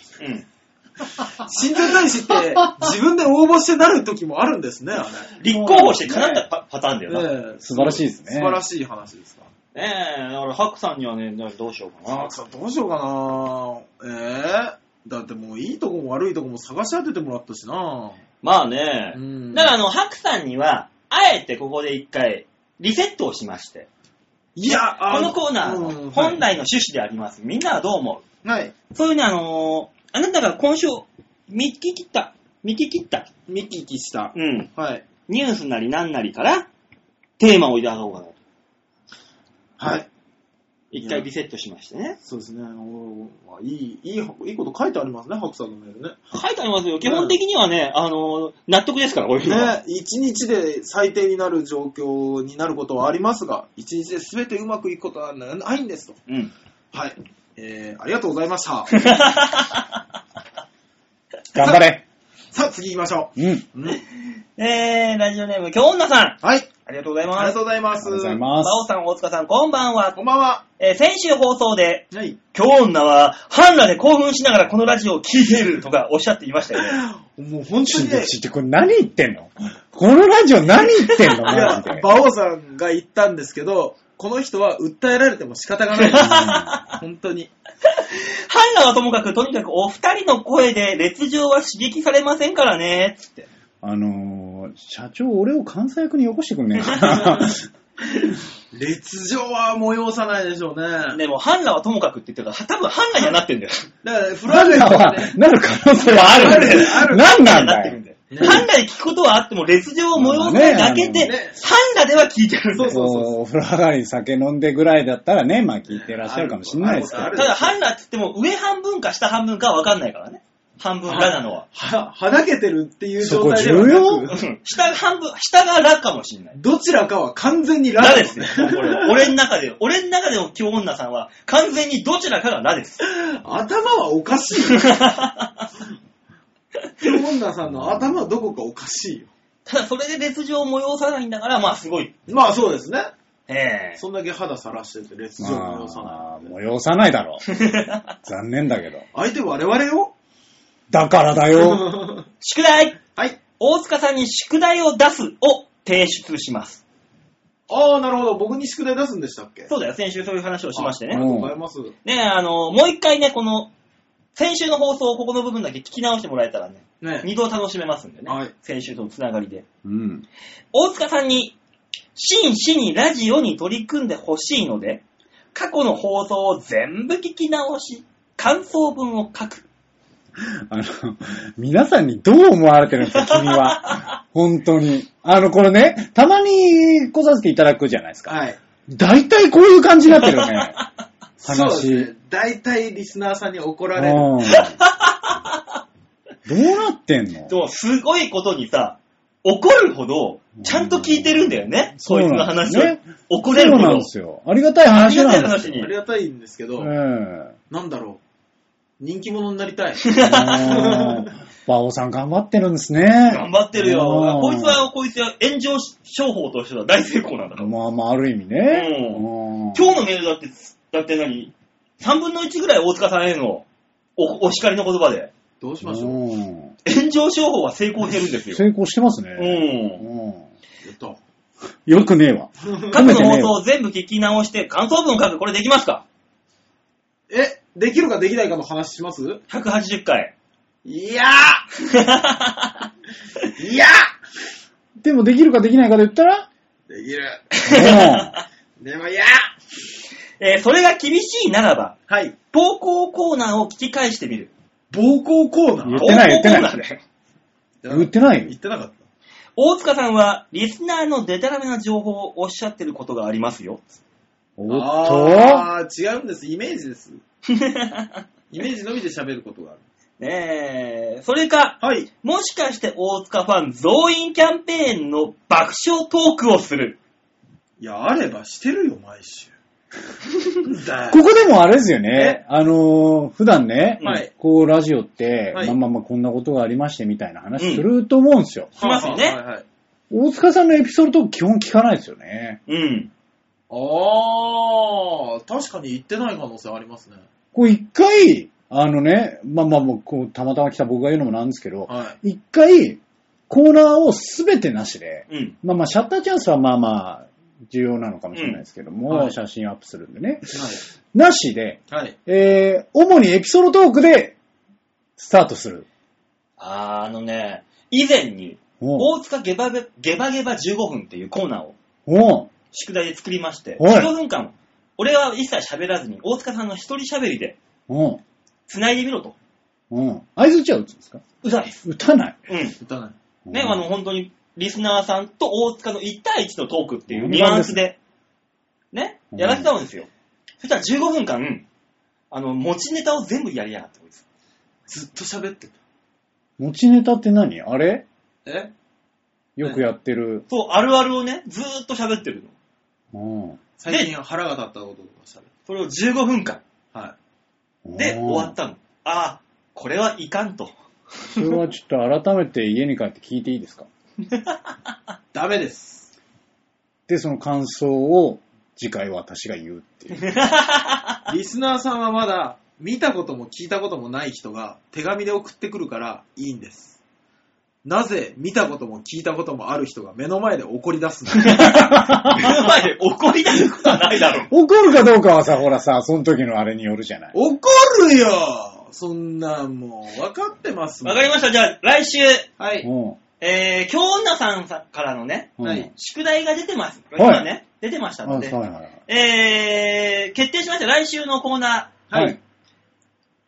[SPEAKER 1] [LAUGHS] うん。
[SPEAKER 2] ました。親善大使って、自分で応募してなる時もあるんですね、あれ。
[SPEAKER 1] 立候補して叶ったパパターンだよな。ね
[SPEAKER 2] ええ
[SPEAKER 3] 素晴らしいですね
[SPEAKER 2] 素晴らしい話ですか
[SPEAKER 1] え、だからハクさんにはね、どうしよう
[SPEAKER 2] ら。
[SPEAKER 1] か
[SPEAKER 2] あ
[SPEAKER 1] な
[SPEAKER 2] ー。さん、どうしようかなええだってもういいとこも悪いとこも探し当ててもらったしな
[SPEAKER 1] まあね
[SPEAKER 2] う、ん。
[SPEAKER 1] だからあの、ハクさんには、あえてここで一回、リセットをしまして、
[SPEAKER 2] いや、あ
[SPEAKER 1] このコーナーの本来の趣旨であります。みんなはどう思
[SPEAKER 2] はい。はい。
[SPEAKER 1] うそういうね、あのーあなたが今週、見聞き切った、見聞き切った、
[SPEAKER 2] 見聞きした。
[SPEAKER 1] うん、
[SPEAKER 2] はい。
[SPEAKER 1] ニュースなりなんなりから、テーマをいただこうかなと。
[SPEAKER 2] はい。
[SPEAKER 1] 一回リセットしましてね。
[SPEAKER 2] そうですね。おまあ、いい、いい、いいこと書いてありますね、白さんのメールね。
[SPEAKER 1] 書いてありますよ。基本的にはね、あの、納得ですから、こういうのは。
[SPEAKER 2] ね、一日で最低になる状況になることはありますが、一日で全てうまくいくことはなないんですと。
[SPEAKER 1] うん。
[SPEAKER 2] はい。えー、ありがとうございま [LAUGHS] した。
[SPEAKER 3] 頑張れ。
[SPEAKER 2] さあ、次行きましょ
[SPEAKER 3] うん。
[SPEAKER 2] う。うんはい。
[SPEAKER 1] [LAUGHS] えー、ラジオネーム、京女さん。
[SPEAKER 2] あり
[SPEAKER 1] ありがとうござい
[SPEAKER 2] が
[SPEAKER 1] ま
[SPEAKER 2] とう
[SPEAKER 1] す。
[SPEAKER 2] ございま
[SPEAKER 3] ありが
[SPEAKER 2] す。
[SPEAKER 3] とうございます。
[SPEAKER 1] 馬尾さん、大塚さん、こんばんは。
[SPEAKER 2] こんばんは。
[SPEAKER 1] えー先週放送で、
[SPEAKER 2] はい。
[SPEAKER 1] 京女は、半裸で興奮しながらこのラジオを聴いているとかおっしゃっていましたよ [LAUGHS] ね。
[SPEAKER 2] もう本当
[SPEAKER 3] ちょ
[SPEAKER 2] に
[SPEAKER 3] っと
[SPEAKER 2] ね、
[SPEAKER 3] ちょっとこれ何言ってんのこのラジオ何言ってんの
[SPEAKER 2] い
[SPEAKER 3] マ
[SPEAKER 2] や
[SPEAKER 3] ジで。
[SPEAKER 2] 馬王さんが言ったんですけど、この人は訴えられても仕方がないです。本当に。
[SPEAKER 1] 半裸はともかく、とにかくお二人の声で劣情は刺激されませんからね、つって。
[SPEAKER 3] あのー、社長、俺を関西役によこしてくんねえかな。
[SPEAKER 2] 列状は催さないでしょうね。
[SPEAKER 1] でも、ハンラはともかくって言ってるから、多分ハンラにはなってんだよ。
[SPEAKER 2] だから、フラ
[SPEAKER 3] ハン
[SPEAKER 2] グ
[SPEAKER 3] ナ
[SPEAKER 2] とか
[SPEAKER 3] は
[SPEAKER 2] ね、
[SPEAKER 3] なる可能性はあるんだよ
[SPEAKER 2] あるあ。る
[SPEAKER 3] なんな
[SPEAKER 1] [LAUGHS]
[SPEAKER 3] ん
[SPEAKER 1] なっ
[SPEAKER 3] だ
[SPEAKER 1] てるん
[SPEAKER 3] よ。
[SPEAKER 1] だよ。ハンラに聞くことはあっても、列状を催さないだけで、
[SPEAKER 2] まあね
[SPEAKER 1] ハンラでは聞いてるんだよ。
[SPEAKER 2] そうそうそう
[SPEAKER 3] こう、お風呂上がりに酒飲んでぐらいだったらね、まあ聞いてらっしゃるかもしれないですけ
[SPEAKER 2] あ
[SPEAKER 3] ど
[SPEAKER 2] る。
[SPEAKER 1] ただ、ハンラって言っても、上半分か下半分かは分かんないからね。半分ラなのは。
[SPEAKER 2] は、はだけてるっていう
[SPEAKER 3] そ
[SPEAKER 2] 状
[SPEAKER 3] こ
[SPEAKER 2] 態
[SPEAKER 3] 重
[SPEAKER 2] ではな
[SPEAKER 3] 要
[SPEAKER 2] く
[SPEAKER 1] うん下が半分、下がラかもしんない。
[SPEAKER 2] どちらかは完全にラ
[SPEAKER 1] ラ
[SPEAKER 2] だ
[SPEAKER 1] ですね。これ俺の中で、俺の中でも今日女さんは、完全にどちらかがラです。
[SPEAKER 2] 頭はおかしいよ。京女さんの頭はどこかおかしいよ。
[SPEAKER 1] ただ、それで列状を催さないんだから、まあ、すごい。
[SPEAKER 2] まあそうですね。
[SPEAKER 1] ええ
[SPEAKER 2] そんだけ肌さらしてて列状
[SPEAKER 3] ま
[SPEAKER 2] を催さない。
[SPEAKER 3] あ、催さないだろう。残念だけど。
[SPEAKER 2] 相手我々よ。
[SPEAKER 3] だからだよ。
[SPEAKER 1] 宿題
[SPEAKER 2] [LAUGHS] はい。
[SPEAKER 1] 大塚さんに宿題を出すを提出します。
[SPEAKER 2] ああ、なるほど。僕に宿題出すんでしたっけ
[SPEAKER 1] そうだよ、先週そういう話をしまして
[SPEAKER 2] ああ
[SPEAKER 1] ね。
[SPEAKER 2] りがとうございます。
[SPEAKER 1] ねえあの、もう一回ね、この、先週の放送をここの部分だけ聞き直してもらえたらね、
[SPEAKER 2] ね。
[SPEAKER 1] 二度楽しめますんでね。
[SPEAKER 2] はい
[SPEAKER 1] 先週とのつながりで。
[SPEAKER 3] うん。
[SPEAKER 1] 大塚さんに、真摯にラジオに取り組んでほしいので、過去の放送を全部聞き直し、感想文を書く。
[SPEAKER 3] あの、皆さんにどう思われてるんです
[SPEAKER 1] [LAUGHS]
[SPEAKER 3] か、君は。本当に。あの、これね、たまに来させていただくじゃないですか。
[SPEAKER 2] はい。
[SPEAKER 3] 大体こういう感じになってるよね。
[SPEAKER 2] そう
[SPEAKER 3] 話。
[SPEAKER 2] ですね。大体リスナーさんに怒られる。
[SPEAKER 3] うんどうなってんの
[SPEAKER 1] でも、すごいことにさ、怒るほど、ちゃんと聞いてるんだよね。
[SPEAKER 3] そ
[SPEAKER 1] [LAUGHS] そういつの
[SPEAKER 3] なんです
[SPEAKER 1] 話
[SPEAKER 3] ね
[SPEAKER 1] を。怒れる
[SPEAKER 3] そう
[SPEAKER 1] ほ
[SPEAKER 3] なん
[SPEAKER 1] ど
[SPEAKER 3] で。すよ。ありがたい
[SPEAKER 1] あり
[SPEAKER 3] 話
[SPEAKER 1] がたい
[SPEAKER 3] なんで
[SPEAKER 1] 話
[SPEAKER 3] すよ。
[SPEAKER 1] に
[SPEAKER 2] あ。りがたいんですけど、
[SPEAKER 3] うん
[SPEAKER 2] なんだろう。人気者になり [LAUGHS] た
[SPEAKER 1] [LAUGHS]
[SPEAKER 2] い。
[SPEAKER 3] うんバオさん頑張ってるんですね。
[SPEAKER 1] 頑張ってる
[SPEAKER 3] う
[SPEAKER 1] よ。
[SPEAKER 3] ん
[SPEAKER 1] こいつは、こいつは炎上商法としては大成功なんだから。
[SPEAKER 3] まあまあ、ある意味ね。
[SPEAKER 1] う
[SPEAKER 3] うん
[SPEAKER 1] 今日のメールだって、だって何 ?3 分の1ぐらい大塚さんへのおお叱りの言葉で、
[SPEAKER 2] どうしましょう。や
[SPEAKER 3] うん
[SPEAKER 1] 炎上商法は成功してるんですよ。
[SPEAKER 3] 成功してます
[SPEAKER 1] う
[SPEAKER 3] ね。
[SPEAKER 1] ん。
[SPEAKER 3] う
[SPEAKER 2] った。
[SPEAKER 3] んよくねえわ。
[SPEAKER 1] 過去の放送を全部聞き直して感想文を書く。これできますか
[SPEAKER 2] え、できるかできないかの話します
[SPEAKER 1] ?180 回。 [LAUGHS]
[SPEAKER 2] いやーいや
[SPEAKER 3] でもできるかできないかで言ったら、
[SPEAKER 2] ーできる。
[SPEAKER 3] う
[SPEAKER 2] でもいや
[SPEAKER 1] えーそれが厳しいならば、
[SPEAKER 2] ーはい。
[SPEAKER 1] 投稿コーナーを聞き返してみる。
[SPEAKER 2] 暴行コーナ
[SPEAKER 3] 言
[SPEAKER 2] ー
[SPEAKER 3] ってない言ってない
[SPEAKER 1] 投稿コーナーで
[SPEAKER 3] ん言ってない
[SPEAKER 2] 言
[SPEAKER 3] よ。
[SPEAKER 2] ってなかった。
[SPEAKER 1] 大塚さんは、リスナーのデタラメな情報をおっしゃってることがありますよ。 [LAUGHS]
[SPEAKER 3] おっと
[SPEAKER 2] あー違うんです。イメージです。イメージのみで喋ることがある。
[SPEAKER 1] ねえ、それか、
[SPEAKER 2] はい。
[SPEAKER 1] もしかして大塚ファン増員キャンペーンの爆笑トークをする。
[SPEAKER 2] いや、あればしてるよ、毎週。 [LAUGHS] だ
[SPEAKER 3] ここでもあれですよね。あのー、普段ね、
[SPEAKER 2] はい
[SPEAKER 3] こう、ラジオって、
[SPEAKER 2] はい
[SPEAKER 3] まあまあまあ、こんなことがありましてみたいな話すると思うんですよ。
[SPEAKER 1] しますよね
[SPEAKER 2] はいはいはい
[SPEAKER 3] 大塚さんのエピソードと基本聞かないですよね。
[SPEAKER 1] うん。
[SPEAKER 2] あー、確かに言ってない可能性ありますね。
[SPEAKER 3] こう、一回、あのね、まあまあまあ、こう、たまたま来た僕が言うのもなんですけど、
[SPEAKER 2] は
[SPEAKER 3] 一回、コーナーをすべてなしで、
[SPEAKER 1] うん。
[SPEAKER 3] まあまあ、シャッターチャンスはまあまあ、重要なのかもしれないですけども、
[SPEAKER 2] うんはい
[SPEAKER 3] 写真アップするんでね。
[SPEAKER 2] い。
[SPEAKER 3] なしで、
[SPEAKER 2] [LAUGHS] はい。はい。
[SPEAKER 3] えー、主にエピソードトークで、スタートする。
[SPEAKER 1] あーあのね、以前に、
[SPEAKER 3] お
[SPEAKER 1] 大
[SPEAKER 3] う
[SPEAKER 1] 塚ゲバゲゲバゲバ15分っていうコーナーを
[SPEAKER 3] おう
[SPEAKER 1] 宿題で作りまして、
[SPEAKER 3] はい
[SPEAKER 1] 15分間、俺は一切喋らずに、大塚さんの一人喋りで、
[SPEAKER 3] おう
[SPEAKER 1] 繋いでみろと。
[SPEAKER 3] うん。合図ちは打つんですか
[SPEAKER 1] 歌です。
[SPEAKER 3] 打たない。
[SPEAKER 1] うん。
[SPEAKER 2] 言ったない。
[SPEAKER 1] ね、
[SPEAKER 3] うん
[SPEAKER 1] あの、本当に、リスナーさんと大塚の1対1のトークっていう
[SPEAKER 3] うん
[SPEAKER 1] ニュアンスで、ね、
[SPEAKER 3] うん
[SPEAKER 1] やらせたんですよ。そしたら15分間、あの、持ちネタを全部やりやがって、こいつ。
[SPEAKER 2] ずっと喋ってた。
[SPEAKER 3] 持ちネタって何あれ
[SPEAKER 2] え
[SPEAKER 3] よくやってる。
[SPEAKER 1] そう、あるあるをね、ずーっと喋ってるの。
[SPEAKER 3] うん。
[SPEAKER 2] 最近腹が立ったこととか喋る。
[SPEAKER 1] それを15分間
[SPEAKER 2] は
[SPEAKER 1] で終わったの。ああ、これはいかんと。
[SPEAKER 3] それはちょっと改めて家に帰って聞いていいですか
[SPEAKER 2] い。ダ
[SPEAKER 1] [LAUGHS]
[SPEAKER 2] メです。
[SPEAKER 3] で、その感想を次回私が言うっていう。
[SPEAKER 2] リスナーさんはまだ見たことも聞いたこともない人が手紙で送ってくるからいいんです。なぜ見たことも聞いたこともある人が目の前で怒り出すの
[SPEAKER 1] [LAUGHS] 目の前で怒り出すことはないだろう。
[SPEAKER 3] 怒るかどうかはさ、ほらさ、その時のあれによるじゃない。
[SPEAKER 2] 怒るよそんなんもう分かってますも
[SPEAKER 1] わ
[SPEAKER 2] ん
[SPEAKER 1] かりました。じゃあ、来週、
[SPEAKER 2] はい。
[SPEAKER 3] うん。
[SPEAKER 1] えー、京女さんさからのね、
[SPEAKER 3] うん
[SPEAKER 2] はい
[SPEAKER 1] 宿題が出てます。
[SPEAKER 3] はい
[SPEAKER 1] 今ね、出てました
[SPEAKER 3] あ
[SPEAKER 1] の
[SPEAKER 3] はい
[SPEAKER 1] で、
[SPEAKER 3] はい
[SPEAKER 1] えー、決定しました。来週のコーナ
[SPEAKER 3] は
[SPEAKER 2] は
[SPEAKER 3] い。
[SPEAKER 2] い
[SPEAKER 3] はい。
[SPEAKER 1] ー、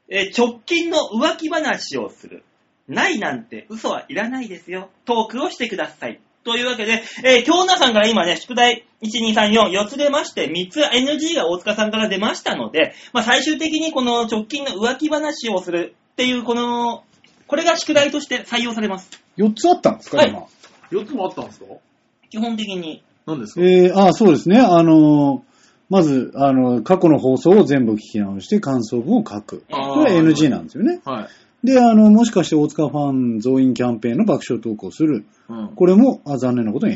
[SPEAKER 1] えー直近の浮気話をする。ないなんて嘘はいらないですよ。トークをしてください。というわけで、えー、京女さんから今ね、宿題1,2,3,4,4つ出まして、3つ NG が大塚さんから出ましたので、まあ最終的にこの直近の浮気話をするっていう、この、これが宿題として採用されます。
[SPEAKER 3] 4つあったんですか、
[SPEAKER 1] はい
[SPEAKER 3] 今。
[SPEAKER 2] 4つもあったんですか
[SPEAKER 1] 基本的に。
[SPEAKER 2] 何ですか
[SPEAKER 3] えー、あー、そうですね。あのー、まず、あの、過去の放送を全部聞き直して感想文を書く。
[SPEAKER 2] あー
[SPEAKER 3] これ NG なんですよね。
[SPEAKER 2] はい。
[SPEAKER 3] で、あの、もしかして大塚ファン増員キャンペーンの爆笑投稿する。
[SPEAKER 2] うん、
[SPEAKER 3] これも、あ残念なことに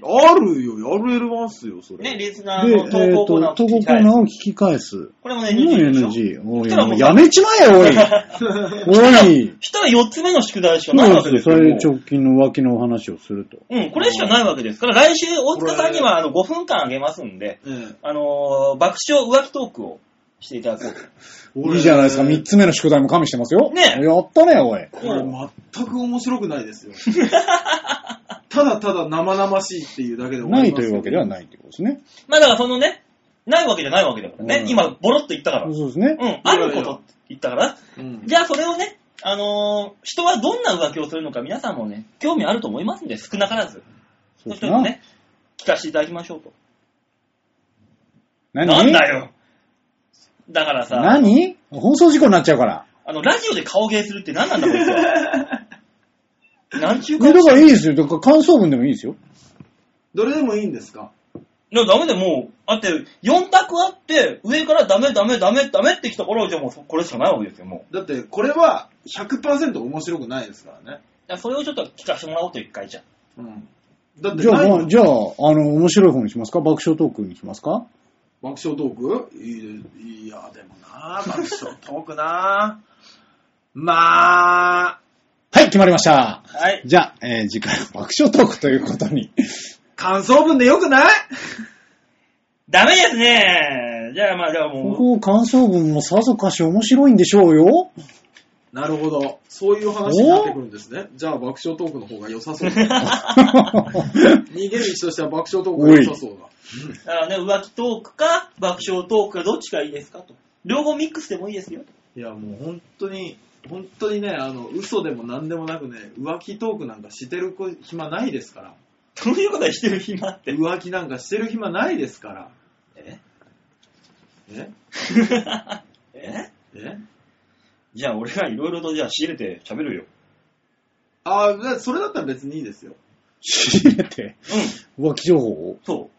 [SPEAKER 1] NG。
[SPEAKER 2] あるよ、やれますよ、それ。
[SPEAKER 1] ね、リスナ
[SPEAKER 3] で、
[SPEAKER 1] ー
[SPEAKER 3] え
[SPEAKER 1] の投稿
[SPEAKER 3] っ、
[SPEAKER 1] コーナー
[SPEAKER 3] と、
[SPEAKER 1] を
[SPEAKER 3] 投
[SPEAKER 1] 聞
[SPEAKER 3] 稿コ
[SPEAKER 1] きた
[SPEAKER 3] ー
[SPEAKER 1] い
[SPEAKER 3] ナーを聞き返す。
[SPEAKER 1] これも
[SPEAKER 3] もう
[SPEAKER 1] NG でしょ。
[SPEAKER 3] NG。おい、
[SPEAKER 1] そしたらも
[SPEAKER 3] も
[SPEAKER 1] う
[SPEAKER 3] うやめちまえよ、おい。おい。
[SPEAKER 1] 人は4つ目の宿題しかない
[SPEAKER 3] そ
[SPEAKER 1] わ
[SPEAKER 3] う
[SPEAKER 1] け
[SPEAKER 3] で
[SPEAKER 1] ですす
[SPEAKER 3] よ。
[SPEAKER 1] よ。
[SPEAKER 3] それ
[SPEAKER 1] も
[SPEAKER 3] で
[SPEAKER 1] う
[SPEAKER 3] 直近の浮気のお話をすると。
[SPEAKER 1] うん、これしかないわけですから、来週、大塚さんにはあの5分間あげますんで、
[SPEAKER 2] え
[SPEAKER 1] あのー爆笑浮気トークをしていただこう
[SPEAKER 2] え
[SPEAKER 3] いいじゃないですか。3
[SPEAKER 2] 俺
[SPEAKER 3] つ目の宿題も加味してますよ。
[SPEAKER 1] ね
[SPEAKER 3] やったね、おい。
[SPEAKER 1] と。
[SPEAKER 2] これ
[SPEAKER 1] も
[SPEAKER 2] 全く面白くないですよ。ただただ生々しいっていうだけで終わ
[SPEAKER 3] な
[SPEAKER 2] り
[SPEAKER 3] い
[SPEAKER 2] ま
[SPEAKER 3] と
[SPEAKER 2] す。
[SPEAKER 3] いうわけではいないということですね。
[SPEAKER 1] うまあだからそのね、ないわけじゃないわけだからね。
[SPEAKER 3] うん
[SPEAKER 1] 今、ボロッと言ったから。う
[SPEAKER 3] そうですね。
[SPEAKER 1] ん、あることって言ったから。
[SPEAKER 2] うん
[SPEAKER 1] じゃあそれをね、あのー人はどんな浮気をするのか皆さんもね、興味あると思いますんで、少なからず。そうし
[SPEAKER 3] そです
[SPEAKER 1] ても
[SPEAKER 3] な。
[SPEAKER 1] ね、聞かせていただきましょうと。
[SPEAKER 3] 何
[SPEAKER 1] なんだよ。だからさ、
[SPEAKER 3] 何放送事故になっちゃうから。
[SPEAKER 1] あの、ラジオで顔芸するって何なんだ、こいつ
[SPEAKER 3] [LAUGHS]
[SPEAKER 1] は何ちゅう
[SPEAKER 3] ね
[SPEAKER 1] 顔
[SPEAKER 3] だからいいですよ。だから感想文でもいいですよ。
[SPEAKER 2] どれでもいいんですか
[SPEAKER 1] いや、ダメでもう、あって、4択あって、上からダメダメダメダメってきたから、じゃあもうそこれしかないわけですよ、もう。
[SPEAKER 2] だってこれは100%面白くないですからね。
[SPEAKER 1] だからそれをちょっと聞かせてもらおうと一回じゃ
[SPEAKER 2] うん。だって
[SPEAKER 3] じゃ
[SPEAKER 2] ない
[SPEAKER 3] あ、
[SPEAKER 2] も
[SPEAKER 3] まあ
[SPEAKER 2] ん
[SPEAKER 3] じゃあ、あの、面白い方にしますか爆笑トークにしますか
[SPEAKER 2] 爆笑トークいいいや、でもな爆笑トークなまあ、
[SPEAKER 3] はい、決まりました。
[SPEAKER 1] あ。はい。
[SPEAKER 3] じゃあ、えー次回は爆笑トークということに。
[SPEAKER 2] 感想文でよくない
[SPEAKER 1] ダメですねじゃあまあ、じゃあ
[SPEAKER 3] こ
[SPEAKER 1] もう、
[SPEAKER 3] こ感想文もさぞかし面白いんでしょうよ。 [LAUGHS]
[SPEAKER 2] なるほど。そういう話になってくるんですね。じゃあ爆笑トークの方が良さ
[SPEAKER 3] [LAUGHS]
[SPEAKER 2] そうだ。逃げ道としては爆笑トークが良さそうだ。
[SPEAKER 1] だからね、浮気トークか、爆笑トークか、どっちがいいですかと。両方ミックスでもいいですよ。
[SPEAKER 2] いや、もう本当に、本当にね、あの、嘘でも何でもなくね、浮気トークなんかしてる子暇ないですから。
[SPEAKER 1] そういうことはしてる暇って。 [LAUGHS]
[SPEAKER 2] 浮気なんかしてる暇ないですから。
[SPEAKER 1] え
[SPEAKER 2] え
[SPEAKER 1] え
[SPEAKER 2] え
[SPEAKER 1] じゃあ俺がいろいろとじゃあ仕入れて喋るよ。
[SPEAKER 2] ああ、それだったら別にいいですよ。
[SPEAKER 3] 仕入れて、
[SPEAKER 1] うん。
[SPEAKER 3] 浮気情報を。
[SPEAKER 1] そ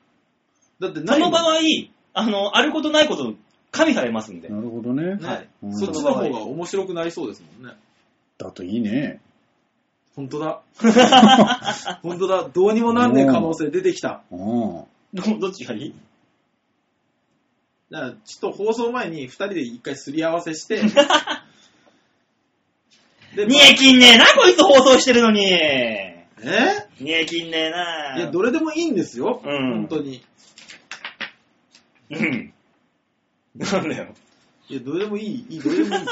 [SPEAKER 1] う。
[SPEAKER 2] だってな
[SPEAKER 1] そ
[SPEAKER 2] い
[SPEAKER 1] の
[SPEAKER 2] もん
[SPEAKER 1] 場合、あの、あることないこと、加味されますんで。
[SPEAKER 3] なるほどね。
[SPEAKER 2] ね
[SPEAKER 3] うん
[SPEAKER 2] そっちの方が面白くなりそうですもんね。
[SPEAKER 3] だといいね。
[SPEAKER 2] 本当
[SPEAKER 1] [LAUGHS]
[SPEAKER 2] だ。本当だ。どうにもなんねえ可能性出てきた。
[SPEAKER 3] うん。
[SPEAKER 1] どどっちがいい
[SPEAKER 2] だからちょっと放送前に2人で一回すり合わ
[SPEAKER 1] [LAUGHS]
[SPEAKER 2] せして。で
[SPEAKER 1] 煮えきんねえな、こいつ放送してるのに。
[SPEAKER 2] まあえ
[SPEAKER 1] 煮えきんねえな。
[SPEAKER 2] いや、どれでもいいんですよ。
[SPEAKER 1] うん
[SPEAKER 2] 本当に。
[SPEAKER 1] うん。なんだよ。
[SPEAKER 2] いや、どれでもいい。いい、どれでもいい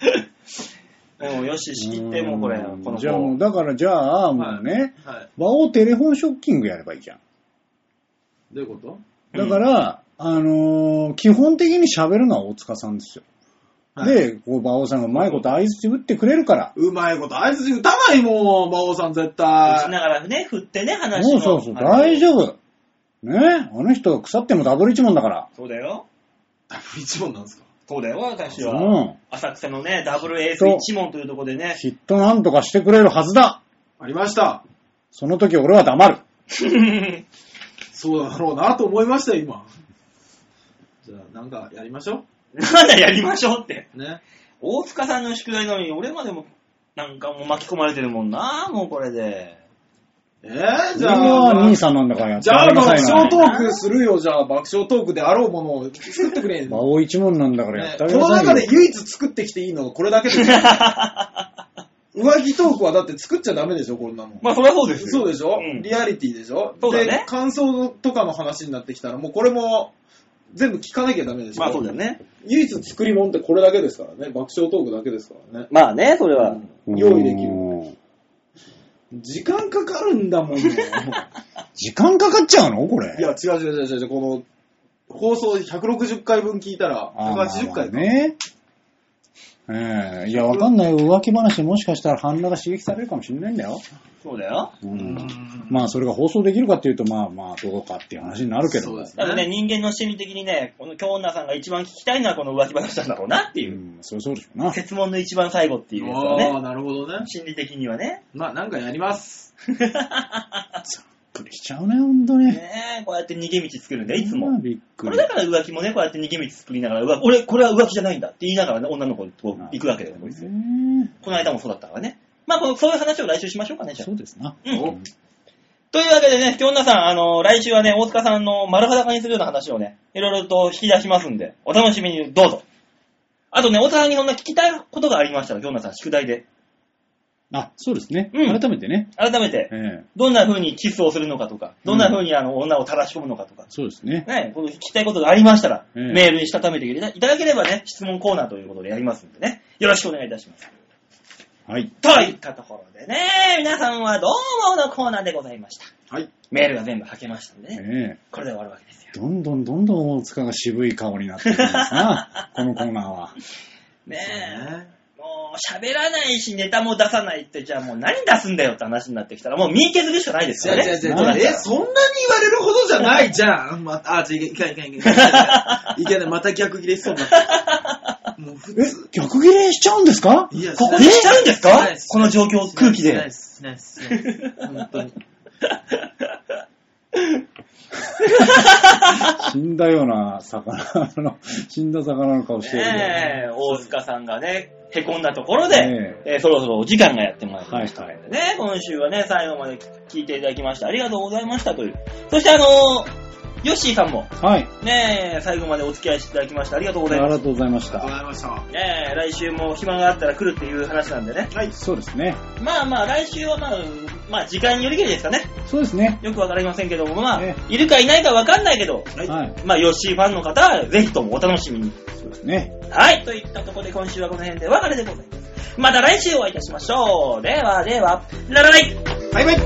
[SPEAKER 2] です。
[SPEAKER 1] もうよし、仕切って、もうこれ、
[SPEAKER 3] うん
[SPEAKER 1] この
[SPEAKER 3] じゃあも
[SPEAKER 1] 子
[SPEAKER 3] う、。だからじゃあ、もうね、
[SPEAKER 2] はい。
[SPEAKER 3] 和王テレフォンショッキングやればいいじゃん。
[SPEAKER 2] どういうこと
[SPEAKER 3] だから、あのー基本的に喋るのは大塚さんですよ。
[SPEAKER 2] はい
[SPEAKER 3] で、こう、馬王さんがうまいこと合図打ってくれるから。
[SPEAKER 2] うまいこと。あいつ打たないもん、馬王さん絶
[SPEAKER 1] 打ち
[SPEAKER 2] 対。
[SPEAKER 3] [LAUGHS]
[SPEAKER 1] ながらね、振ってね、話
[SPEAKER 3] そ
[SPEAKER 1] の
[SPEAKER 3] うそうそう、
[SPEAKER 1] あの
[SPEAKER 3] 大丈夫。ねあの人が腐ってもダブル一問だから。
[SPEAKER 1] そうだよ。
[SPEAKER 2] ダブル一問なんですか。
[SPEAKER 1] そうだよ、私
[SPEAKER 3] う
[SPEAKER 1] は
[SPEAKER 3] ん。
[SPEAKER 1] 浅草のね、ダブルエース
[SPEAKER 3] そう
[SPEAKER 1] 一問というところでね。 [LAUGHS]
[SPEAKER 3] きっとなんとかしてくれるはずだ。
[SPEAKER 2] ありました。
[SPEAKER 3] その時俺は黙る。
[SPEAKER 2] そうだろうなと思いましたよ、今。じゃあ、なんかやりましょ
[SPEAKER 1] なんだ、やりましょうって。
[SPEAKER 2] う。ね。
[SPEAKER 1] 大塚さんの宿題なのに、俺までも、なんかもう巻き込まれてるもんな、もうこれ
[SPEAKER 3] [LAUGHS]
[SPEAKER 1] で。
[SPEAKER 2] えー、
[SPEAKER 3] じ
[SPEAKER 2] じ
[SPEAKER 3] ゃ
[SPEAKER 2] ゃ
[SPEAKER 3] あ、
[SPEAKER 2] あ、
[SPEAKER 3] 兄さんなんだからやって
[SPEAKER 2] じゃ
[SPEAKER 3] あ
[SPEAKER 2] あ、
[SPEAKER 3] げな
[SPEAKER 2] 爆
[SPEAKER 3] さい
[SPEAKER 2] 笑
[SPEAKER 3] な
[SPEAKER 2] ト。ークするよ、じゃあ、爆笑トークであろうものを作ってく
[SPEAKER 3] [LAUGHS]
[SPEAKER 2] れ。ね
[SPEAKER 3] 馬王一問なんだか
[SPEAKER 2] こ
[SPEAKER 3] らやってあげな
[SPEAKER 2] の
[SPEAKER 3] さい
[SPEAKER 2] 中
[SPEAKER 3] よ。
[SPEAKER 2] で唯一作ってきていいのはこれだけです
[SPEAKER 3] [LAUGHS]
[SPEAKER 2] よ。浮気トークはだって作っちゃダメでしょ、こんなもん。
[SPEAKER 1] まあ、そりゃそうですよ。
[SPEAKER 2] そうでしょ、
[SPEAKER 1] うん
[SPEAKER 2] リアリティでしょ
[SPEAKER 1] そうだね
[SPEAKER 2] で、感想とかの話になってきたら、もうこれも全部聞かなきゃダメでしょ
[SPEAKER 1] まあ、そうだよ。ね。
[SPEAKER 2] 唯一作り物ってこれだけですからね。爆笑トークだけですからね。
[SPEAKER 1] まあね、それは。
[SPEAKER 2] 用意できる。
[SPEAKER 3] る。
[SPEAKER 2] 時間かかるんだもん、も
[SPEAKER 3] [LAUGHS]
[SPEAKER 2] うい
[SPEAKER 3] 時間かかっちゃうのこれ。
[SPEAKER 2] や、違う違う違う違う、この、放送160回分聞いたら、
[SPEAKER 3] あー、
[SPEAKER 2] 180回
[SPEAKER 3] ま
[SPEAKER 2] ね。
[SPEAKER 3] あね。ええいや、わかんないよ。浮気話もしかしたら半裸が刺激されるかもしれないんだよ。
[SPEAKER 1] そうだよ。
[SPEAKER 3] う。
[SPEAKER 2] うんん
[SPEAKER 3] まあ、それが放送できるかっていうと、まあまあ、どうかっていう話になるけど
[SPEAKER 2] そう
[SPEAKER 3] も。
[SPEAKER 2] です
[SPEAKER 1] だからね、人間の心理的にね、この京女さんが一番聞きたいのはこの浮気話なんだろうなって
[SPEAKER 3] う
[SPEAKER 1] いう。
[SPEAKER 3] ん、そりゃそうでしょうな。
[SPEAKER 1] 説問の一番最後っていうやつ
[SPEAKER 2] あ
[SPEAKER 1] は
[SPEAKER 2] あ、
[SPEAKER 1] ね。
[SPEAKER 2] なるほどね。
[SPEAKER 1] 心理的にはね。
[SPEAKER 2] まあ、なんかやります。
[SPEAKER 3] びっくりしちゃうね、本当に。
[SPEAKER 1] ねえ、こうやって逃げ道作るんだよ、いつ
[SPEAKER 3] まあ
[SPEAKER 1] も。
[SPEAKER 3] びっく
[SPEAKER 1] こ
[SPEAKER 3] り
[SPEAKER 1] れ。だから浮気もね、こうやって逃げ道作りながら、浮気俺、これは浮気じゃないんだって言いながらね、女の子と行くわけだよ、こいつ。
[SPEAKER 3] ね
[SPEAKER 1] この間もそうだったからね。まあ、こうそういう話を来週しましょうかね、じゃあ
[SPEAKER 3] そうですな。
[SPEAKER 1] うん
[SPEAKER 3] お
[SPEAKER 1] というわけでね、今日皆さん、あの、来週はね、大塚さんの丸裸にするような話をね、いろいろと引き出しますんで、お楽しみにどうぞ。あとね、大塚さんにそんな聞きたいことがありましたら、今日皆さん、宿題で。
[SPEAKER 3] あ、そうですね。
[SPEAKER 1] うん
[SPEAKER 3] 改めてね。
[SPEAKER 1] 改めて、
[SPEAKER 3] ええ
[SPEAKER 1] どんな風にキスをするのかとか、どんな風にあの、女を正し込むのかとか、
[SPEAKER 3] そうですね。
[SPEAKER 1] ね、この聞きたいことがありましたら、
[SPEAKER 3] ええ
[SPEAKER 1] メールにしたためていただければね、質問コーナーということでやりますんでね、よろしくお願いいたします。
[SPEAKER 3] はい。
[SPEAKER 1] といったところでね、皆さんはどうものコーナーでございました。
[SPEAKER 2] はい。
[SPEAKER 1] メールが全部吐けましたんで
[SPEAKER 3] え
[SPEAKER 1] ね、
[SPEAKER 3] え
[SPEAKER 1] これで終わるわけですよ。
[SPEAKER 3] どんどんどんどん大塚が渋い顔になってくるんですな。このコーナーは。
[SPEAKER 1] ねえ。
[SPEAKER 2] ね
[SPEAKER 1] もう喋らないし、ネタも出さないって、じゃあもう何出すんだよって話になってきたら、もう身削るしかないです
[SPEAKER 2] 違う
[SPEAKER 1] よね。
[SPEAKER 2] 違う違う
[SPEAKER 1] そうなっ
[SPEAKER 2] え
[SPEAKER 1] ちゃ、
[SPEAKER 2] そんなに言われるほどじゃ
[SPEAKER 1] [LAUGHS]
[SPEAKER 2] ないじゃん。まあ、あ、違う、いかんいかんいかんいかん。いけない、また逆切れしそうになった。もう普
[SPEAKER 3] え
[SPEAKER 2] 通。、
[SPEAKER 3] 逆切れしちゃうんですか
[SPEAKER 2] いや、
[SPEAKER 1] ここ
[SPEAKER 2] し
[SPEAKER 1] でしちゃうんです
[SPEAKER 2] し
[SPEAKER 1] か
[SPEAKER 2] ないです
[SPEAKER 1] この状況、空気
[SPEAKER 2] しない
[SPEAKER 1] で。
[SPEAKER 2] す、しないです、しないです。
[SPEAKER 1] [LAUGHS]
[SPEAKER 2] 本当に。
[SPEAKER 3] [LAUGHS] 死んだような魚の、 [LAUGHS] 死んだ魚の顔してるけど。
[SPEAKER 1] ねえ、大塚さんがね、へこんだところで、
[SPEAKER 3] え
[SPEAKER 1] えーそろそろお時間がやってまいりましたのでね、今週はね、最後まで聞いていただきまして、ありがとうございましたという。そしてあのーヨッシーさんも、
[SPEAKER 3] はい。
[SPEAKER 1] ねえ、最後までお付き合いしていただきまして、ありがとうご
[SPEAKER 3] あ
[SPEAKER 1] ざ
[SPEAKER 3] り
[SPEAKER 1] います。
[SPEAKER 3] がとうございまし
[SPEAKER 2] あり
[SPEAKER 3] た。
[SPEAKER 2] がとうございまし
[SPEAKER 1] ねえ、来週も暇があったら来るっていう話なんでね。
[SPEAKER 2] た。はい。
[SPEAKER 3] そうですね。
[SPEAKER 1] まあまあ、来週はまあ、まあ時間によりけりですかね。
[SPEAKER 3] そうですね。
[SPEAKER 1] よくわかりませんけども、まあ
[SPEAKER 3] え、
[SPEAKER 1] いるかいないかわかんないけど、
[SPEAKER 3] はい。
[SPEAKER 1] まあ、ヨッシーファンの方は、ぜひともお楽しみに。
[SPEAKER 3] そうですね。
[SPEAKER 1] はい、といったところで今週はこの辺でお別れでございます。また来週お会いいたしましょう。ではでは、ララライ
[SPEAKER 2] バイバイ